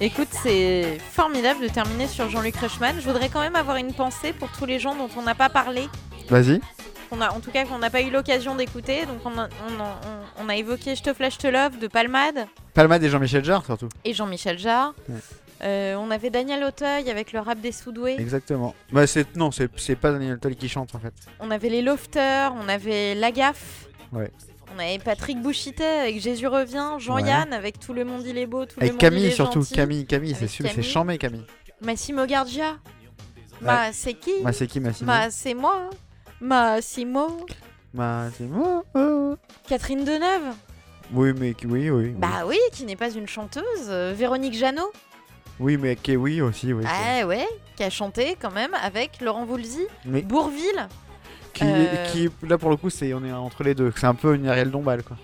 C: Écoute, c'est formidable de terminer sur Jean-Luc Reichmann. Je voudrais quand même avoir une pensée pour tous les gens dont on n'a pas parlé,
B: Vas-y.
C: qu'on a, en tout cas qu'on n'a pas eu l'occasion d'écouter. Donc on a, on a- on- on a évoqué Je te flash, je te love de Palmade
B: Palma et Jean-Michel Jarre surtout.
C: et Jean-Michel Jarre.
B: Ouais.
C: Euh, on avait Daniel Auteuil avec le rap des Soudoués.
B: Exactement. Bah c'est non, c'est c'est pas Daniel Toll qui chante en fait.
C: On avait les Lofters, on avait Lagaffe,
B: Ouais.
C: on avait Patrick Bouchité avec Jésus revient, Jean-Yann avec Tout le monde il est beau, tout le
B: Avec
C: monde
B: Camille
C: il est
B: surtout,
C: gentil.
B: Camille, Camille, c'est sûr, c'est
C: Camille.
B: chambé Camille.
C: Massimo Gardia. Bah c'est qui
B: Bah c'est qui Massimo
C: Bah c'est moi. Massimo.
B: Massimo.
C: Catherine Deneuve.
B: Oui mais qui- oui oui. oui.
C: Bah oui, qui n'est pas une chanteuse. Euh, Véronique Jeannot.
B: Oui mais qui oui aussi oui. c'est-
C: Ah ouais, qui a chanté quand même avec Laurent Voulzy.
B: Mais
C: Bourville.
B: qui,
C: euh,
B: qui là pour le coup c'est on est entre les deux, c'est un peu une Ariel Dombal quoi.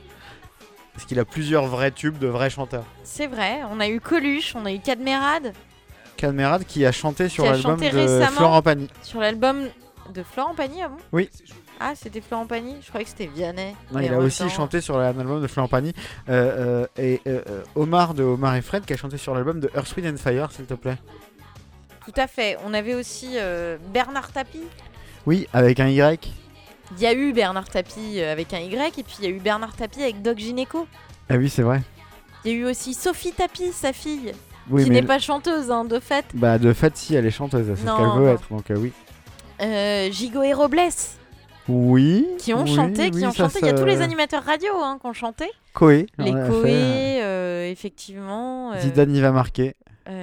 B: Parce qu'il a plusieurs vrais tubes de vrais chanteurs.
C: C'est vrai, on a eu Coluche, on a eu Cadmerade.
B: Cadmerade qui a chanté sur
C: Qui a
B: l'album
C: chanté
B: de
C: récemment
B: Florent Pagny.
C: Sur l'album de Florent Pagny, avant
B: Oui.
C: Ah, c'était Florent Pagny Je croyais que c'était Vianney.
B: Non,
C: Et
B: il a
C: en même
B: aussi
C: temps-
B: chanté sur l'album de Florent Pagny euh, euh, et euh, euh, Omar de Omar et Fred qui a chanté sur l'album de Earth, Wind and Fire, s'il te plaît.
C: Tout à fait. On avait aussi euh, Bernard Tapie.
B: Oui, avec un Y.
C: Il y a eu Bernard Tapie euh, avec un Y, et puis il y a eu Bernard Tapie avec Doc Gineco.
B: Ah oui, c'est vrai.
C: Il y a eu aussi Sophie Tapie, sa fille,
B: Oui,
C: qui
B: mais
C: n'est
B: le-
C: pas chanteuse, hein, de fait.
B: Bah, de fait, si, elle est chanteuse, c'est ce
C: Non,
B: qu'elle veut
C: non.
B: être, donc euh, oui.
C: Euh, Gigot et Robles,
B: Oui.
C: qui ont
B: oui,
C: chanté,
B: oui,
C: qui ont
B: ça,
C: chanté. Il y a
B: ça-
C: tous les animateurs radio hein, qui ont chanté.
B: Coé,
C: Les
B: on l'a
C: Coé,
B: fait,
C: euh, effectivement. euh,
B: Zidane y va marquer.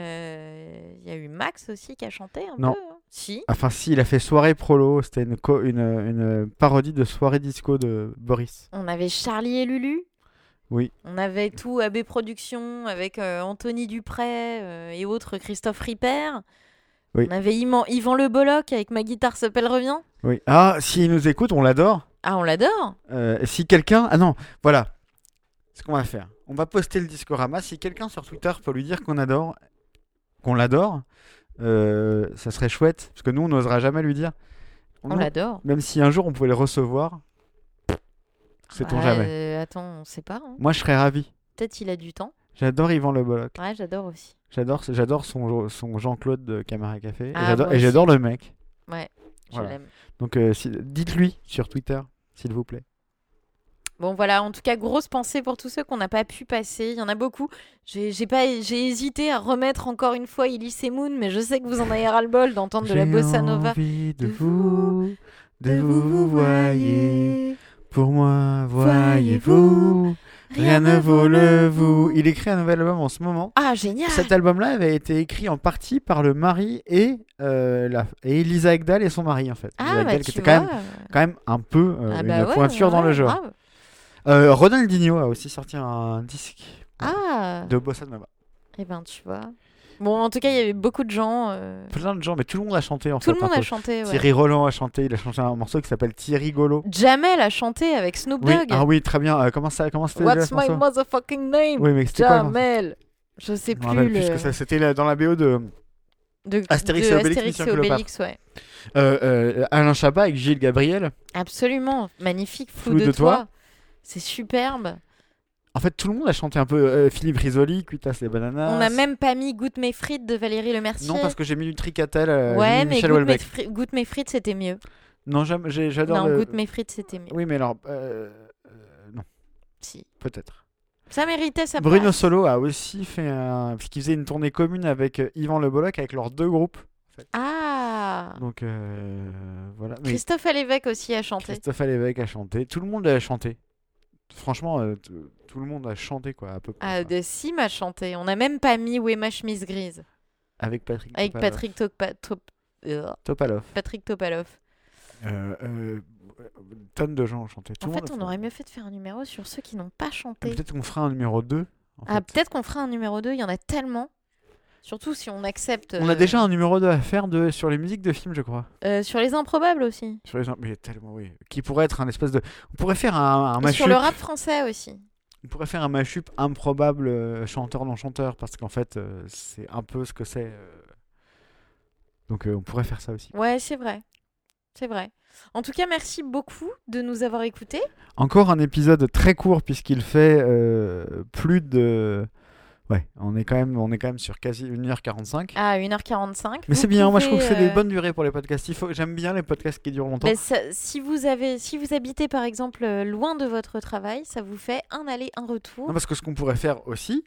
C: euh, Il y a eu Max aussi qui a chanté un
B: Non.
C: peu. hein. Si.
B: Enfin, si, il a fait Soirée Prolo, c'était une, co- une, une parodie de Soirée Disco de Boris.
C: On avait Charlie et Lulu.
B: Oui.
C: On avait tout AB Productions avec euh, Anthony Dupré euh, et autres Christophe Ripper.
B: Oui.
C: On avait Iman- Yvan Le Bolloc avec Ma guitare s'appelle Revient.
B: Oui. Ah, s'il nous écoute, on l'adore.
C: Ah, on l'adore.
B: Euh, si quelqu'un. Ah non, voilà. Ce qu'on va faire. On va poster le Discorama. Si quelqu'un sur Twitter peut lui dire qu'on adore, qu'on l'adore, euh, ça serait chouette. Parce que nous, on n'osera jamais lui dire.
C: On l'adore.
B: Même si un jour on pouvait le recevoir, sait-on
C: Ouais,
B: jamais.
C: euh, attends, on sait pas. hein.
B: Moi, je serais ravi.
C: Peut-être il a du temps.
B: J'adore Yvan Le Bolloc.
C: Ouais, j'adore aussi.
B: J'adore, j'adore son, son Jean-Claude de Caméra Café. Et
C: Ah,
B: j'adore-
C: moi
B: et
C: aussi.
B: j'adore le mec.
C: Ouais, je l'aime.
B: Donc euh, si- dites-lui sur Twitter, s'il vous plaît.
C: Bon voilà, en tout cas, grosse pensée pour tous ceux qu'on n'a pas pu passer. Il y en a beaucoup. J'ai j'ai pas, j'ai hésité à remettre encore une fois Elise et Moon, mais je sais que vous en avez ras le bol d'entendre de la
B: J'ai
C: bossa nova.
B: envie de vous, de vous, vous voyez. Pour moi, voyez-vous, rien ne vaut le vous. Il écrit un nouvel album en ce moment.
C: Ah, génial
B: Cet album-là avait été écrit en partie par le mari et, euh, la, et Elisa Ekdal et son mari, en fait.
C: Ah,
B: Elisa
C: bah,
B: Ekdal, qui
C: tu
B: était quand même,
C: vois.
B: quand même un peu euh,
C: Ah,
B: une
C: bah ouais,
B: pointure dans le hein.
C: ouais,
B: genre.
C: grave.
B: Euh, Ronaldinho a aussi sorti un disque
C: Ah
B: de bossa nova.
C: Eh ben, tu vois. Bon, en tout cas, il y avait beaucoup de gens. euh,
B: Plein de gens, mais tout le monde a chanté en
C: Tout
B: fait.
C: le monde
B: Bah, par
C: a
B: contre.
C: chanté, ouais.
B: Thierry Roland a chanté, il a chanté un morceau qui s'appelle Thierry Golo.
C: Jamel a chanté avec Snoop
B: Oui,
C: Dogg.
B: ah oui, très bien. Euh, comment ça comment c'était déjà
C: What's
B: ce
C: my
B: morceau
C: motherfucking name
B: Oui, mais c'était quoi, le morceau
C: Jamel. Je sais
B: Je me
C: plus.
B: rappelle plus
C: le-
B: ce que ça- C'était la- dans la BO de
C: de-
B: Astérix
C: de
B: et Obélix,
C: Astérix
B: Mission
C: et
B: Cléopâtre.
C: Obélix, ouais.
B: Euh, euh, Alain Chabat avec Gilles Gabriel.
C: Absolument, magnifique, flou,
B: Flou
C: de,
B: de
C: toi.
B: toi.
C: C'est superbe.
B: En fait, tout le monde a chanté un peu euh, Philippe Risoli, Cuitas les bananas.
C: On n'a même pas mis Goûte mes frites de Valérie Lemercier.
B: Ah, Non, parce que j'ai mis du tricatel. euh, j'ai
C: ouais,
B: mis
C: mais
B: Michel
C: goûte mes,
B: Houellebecq.
C: fri- Goûte mes frites, c'était mieux.
B: Non, j'aime- j'ai- j'adore.
C: Non,
B: le-
C: Goûte mes frites, c'était mieux.
B: Oui, mais alors. euh, euh, non.
C: Si.
B: Peut-être.
C: Ça méritait sa
B: Bruno
C: place.
B: Solo a aussi fait un. Puisqu'il faisait une tournée commune avec euh, Yvan Le Bolloc, avec leurs deux groupes.
C: Ah
B: Donc euh, voilà. Mais
C: Christophe Alévèque aussi a chanté.
B: Christophe Alévèque a chanté. Tout le monde a chanté. Franchement, euh, t- tout le monde a chanté quoi, à peu près.
C: Ah, de Sim a chanté. On n'a même pas mis Où est ma chemise grise
B: Avec Patrick.
C: avec
B: Topalov.
C: Patrick Topa- Top- euh,
B: Topalov.
C: Patrick Topalov.
B: Euh, euh, tonnes de gens ont chanté. Tout
C: En
B: le monde
C: fait,
B: a
C: on
B: fait.
C: aurait mieux fait de faire un numéro sur ceux qui n'ont pas chanté.
B: Ah, Peut-être qu'on fera un numéro 2.
C: Ah, peut-être qu'on fera un numéro 2, il y en a tellement. Surtout si on accepte.
B: On a
C: euh,
B: déjà un numéro 2 à faire de, sur les musiques de films, je crois.
C: euh, sur les improbables aussi.
B: Sur les mais tellement oui. Qui pourrait être un espèce de. On pourrait faire un, un
C: Et
B: mashup.
C: sur le rap français aussi.
B: On pourrait faire un mashup improbable euh, chanteur non chanteur parce qu'en fait euh, c'est un peu ce que c'est. euh. Donc euh, on pourrait faire ça aussi.
C: Ouais, c'est vrai. C'est vrai. En tout cas, merci beaucoup de nous avoir écoutés.
B: Encore un épisode très court puisqu'il fait euh, plus de. Ouais, on est quand même, on est quand même sur quasi 1h45.
C: À 1h45.
B: Mais
C: Ah, Vous
B: c'est bien, moi je trouve que c'est
C: pouvez,
B: des
C: euh,
B: bonnes durées pour les podcasts. Il faut... J'aime bien les podcasts qui durent longtemps.
C: ben, ça- si, vous avez, si vous habitez par exemple euh, loin de votre travail, ça vous fait un aller, un retour.
B: Non, parce que ce qu'on pourrait faire aussi,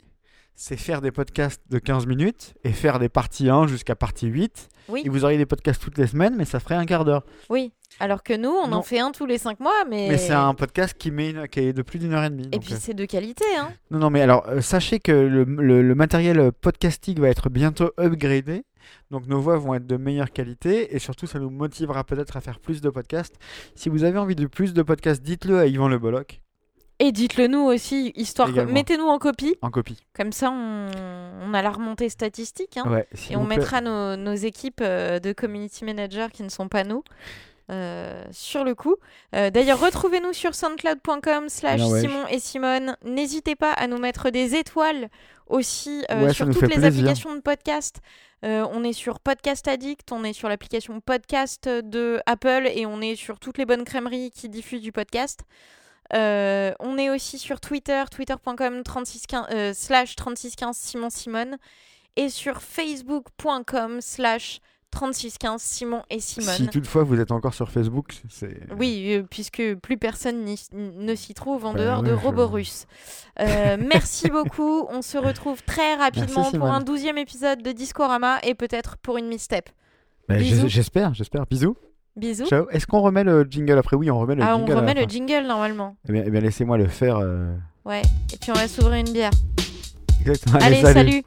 B: c'est faire des podcasts de 15 minutes et faire des parties 1 jusqu'à partie 8.
C: Oui.
B: Et vous auriez des podcasts toutes les semaines, mais ça ferait un quart d'heure.
C: Oui, alors que nous, on en
B: Non.
C: fait un tous les 5 mois, mais.
B: Mais c'est un podcast qui, met une- qui est de plus d'une heure et demie.
C: Et
B: donc,
C: puis
B: euh,
C: c'est de qualité, hein.
B: Non, non, mais alors, euh, sachez que le, le- le matériel euh, podcastique va être bientôt upgradé. Donc, nos voix vont être de meilleure qualité. Et surtout, ça nous motivera peut-être à faire plus de podcasts. Si vous avez envie de plus de podcasts, dites-le à Yvan Le Bolloc,
C: Et dites-le nous aussi, histoire. que-
B: Également.
C: Mettez-nous en copie.
B: en copie.
C: Comme ça, on, on a la remontée statistique. hein.
B: Ouais, s'il
C: et on
B: vous plaît.
C: mettra nos, nos équipes euh, de community managers qui ne sont pas nous euh, sur le coup. Euh, D'ailleurs, retrouvez-nous sur soundcloud.com slash
B: Bien, ouais.
C: Simon et Simone. N'hésitez pas à nous mettre des étoiles aussi euh,
B: Ouais, ça
C: sur
B: nous
C: toutes
B: fait
C: les
B: plaisir.
C: applications de podcast. Euh, on est sur Podcast Addict, on est sur l'application Podcast de Apple et on est sur toutes les bonnes crèmeries qui diffusent du podcast. Euh, on est aussi sur Twitter, twitter.com 3615 euh, slash 3615 Simon Simone et sur facebook.com slash 3615 Simon et Simone.
B: Si toutefois vous êtes encore sur Facebook, c'est.
C: Oui, euh, puisque plus personne n'y- ne s'y trouve en
B: Bah
C: dehors
B: ouais,
C: de
B: je-
C: Roborus. Euh, merci beaucoup. On se retrouve très rapidement
B: Merci,
C: pour
B: Simone.
C: un douzième épisode de Discorama et peut-être pour une misstep.
B: Bah, j'es-
C: Bisous.
B: J'espère, j'espère. Bisous.
C: Bisous.
B: Ciao. Est-ce qu'on remet le jingle après Oui, on remet le
C: Ah, on
B: jingle. à la
C: remet le
B: fin.
C: jingle normalement.
B: Eh bien, eh bien, laissez-moi le faire. euh,
C: Ouais. Et puis on va s'ouvrir une bière.
B: Exactement.
C: Allez, salut.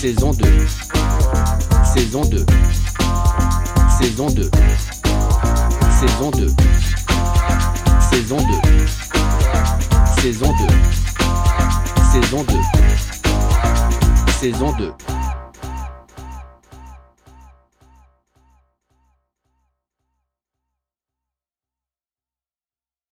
A: Saison 2. Saison 2. Saison 2. Saison 2. Saison 2. Saison 2. Saison 2. Saison 2.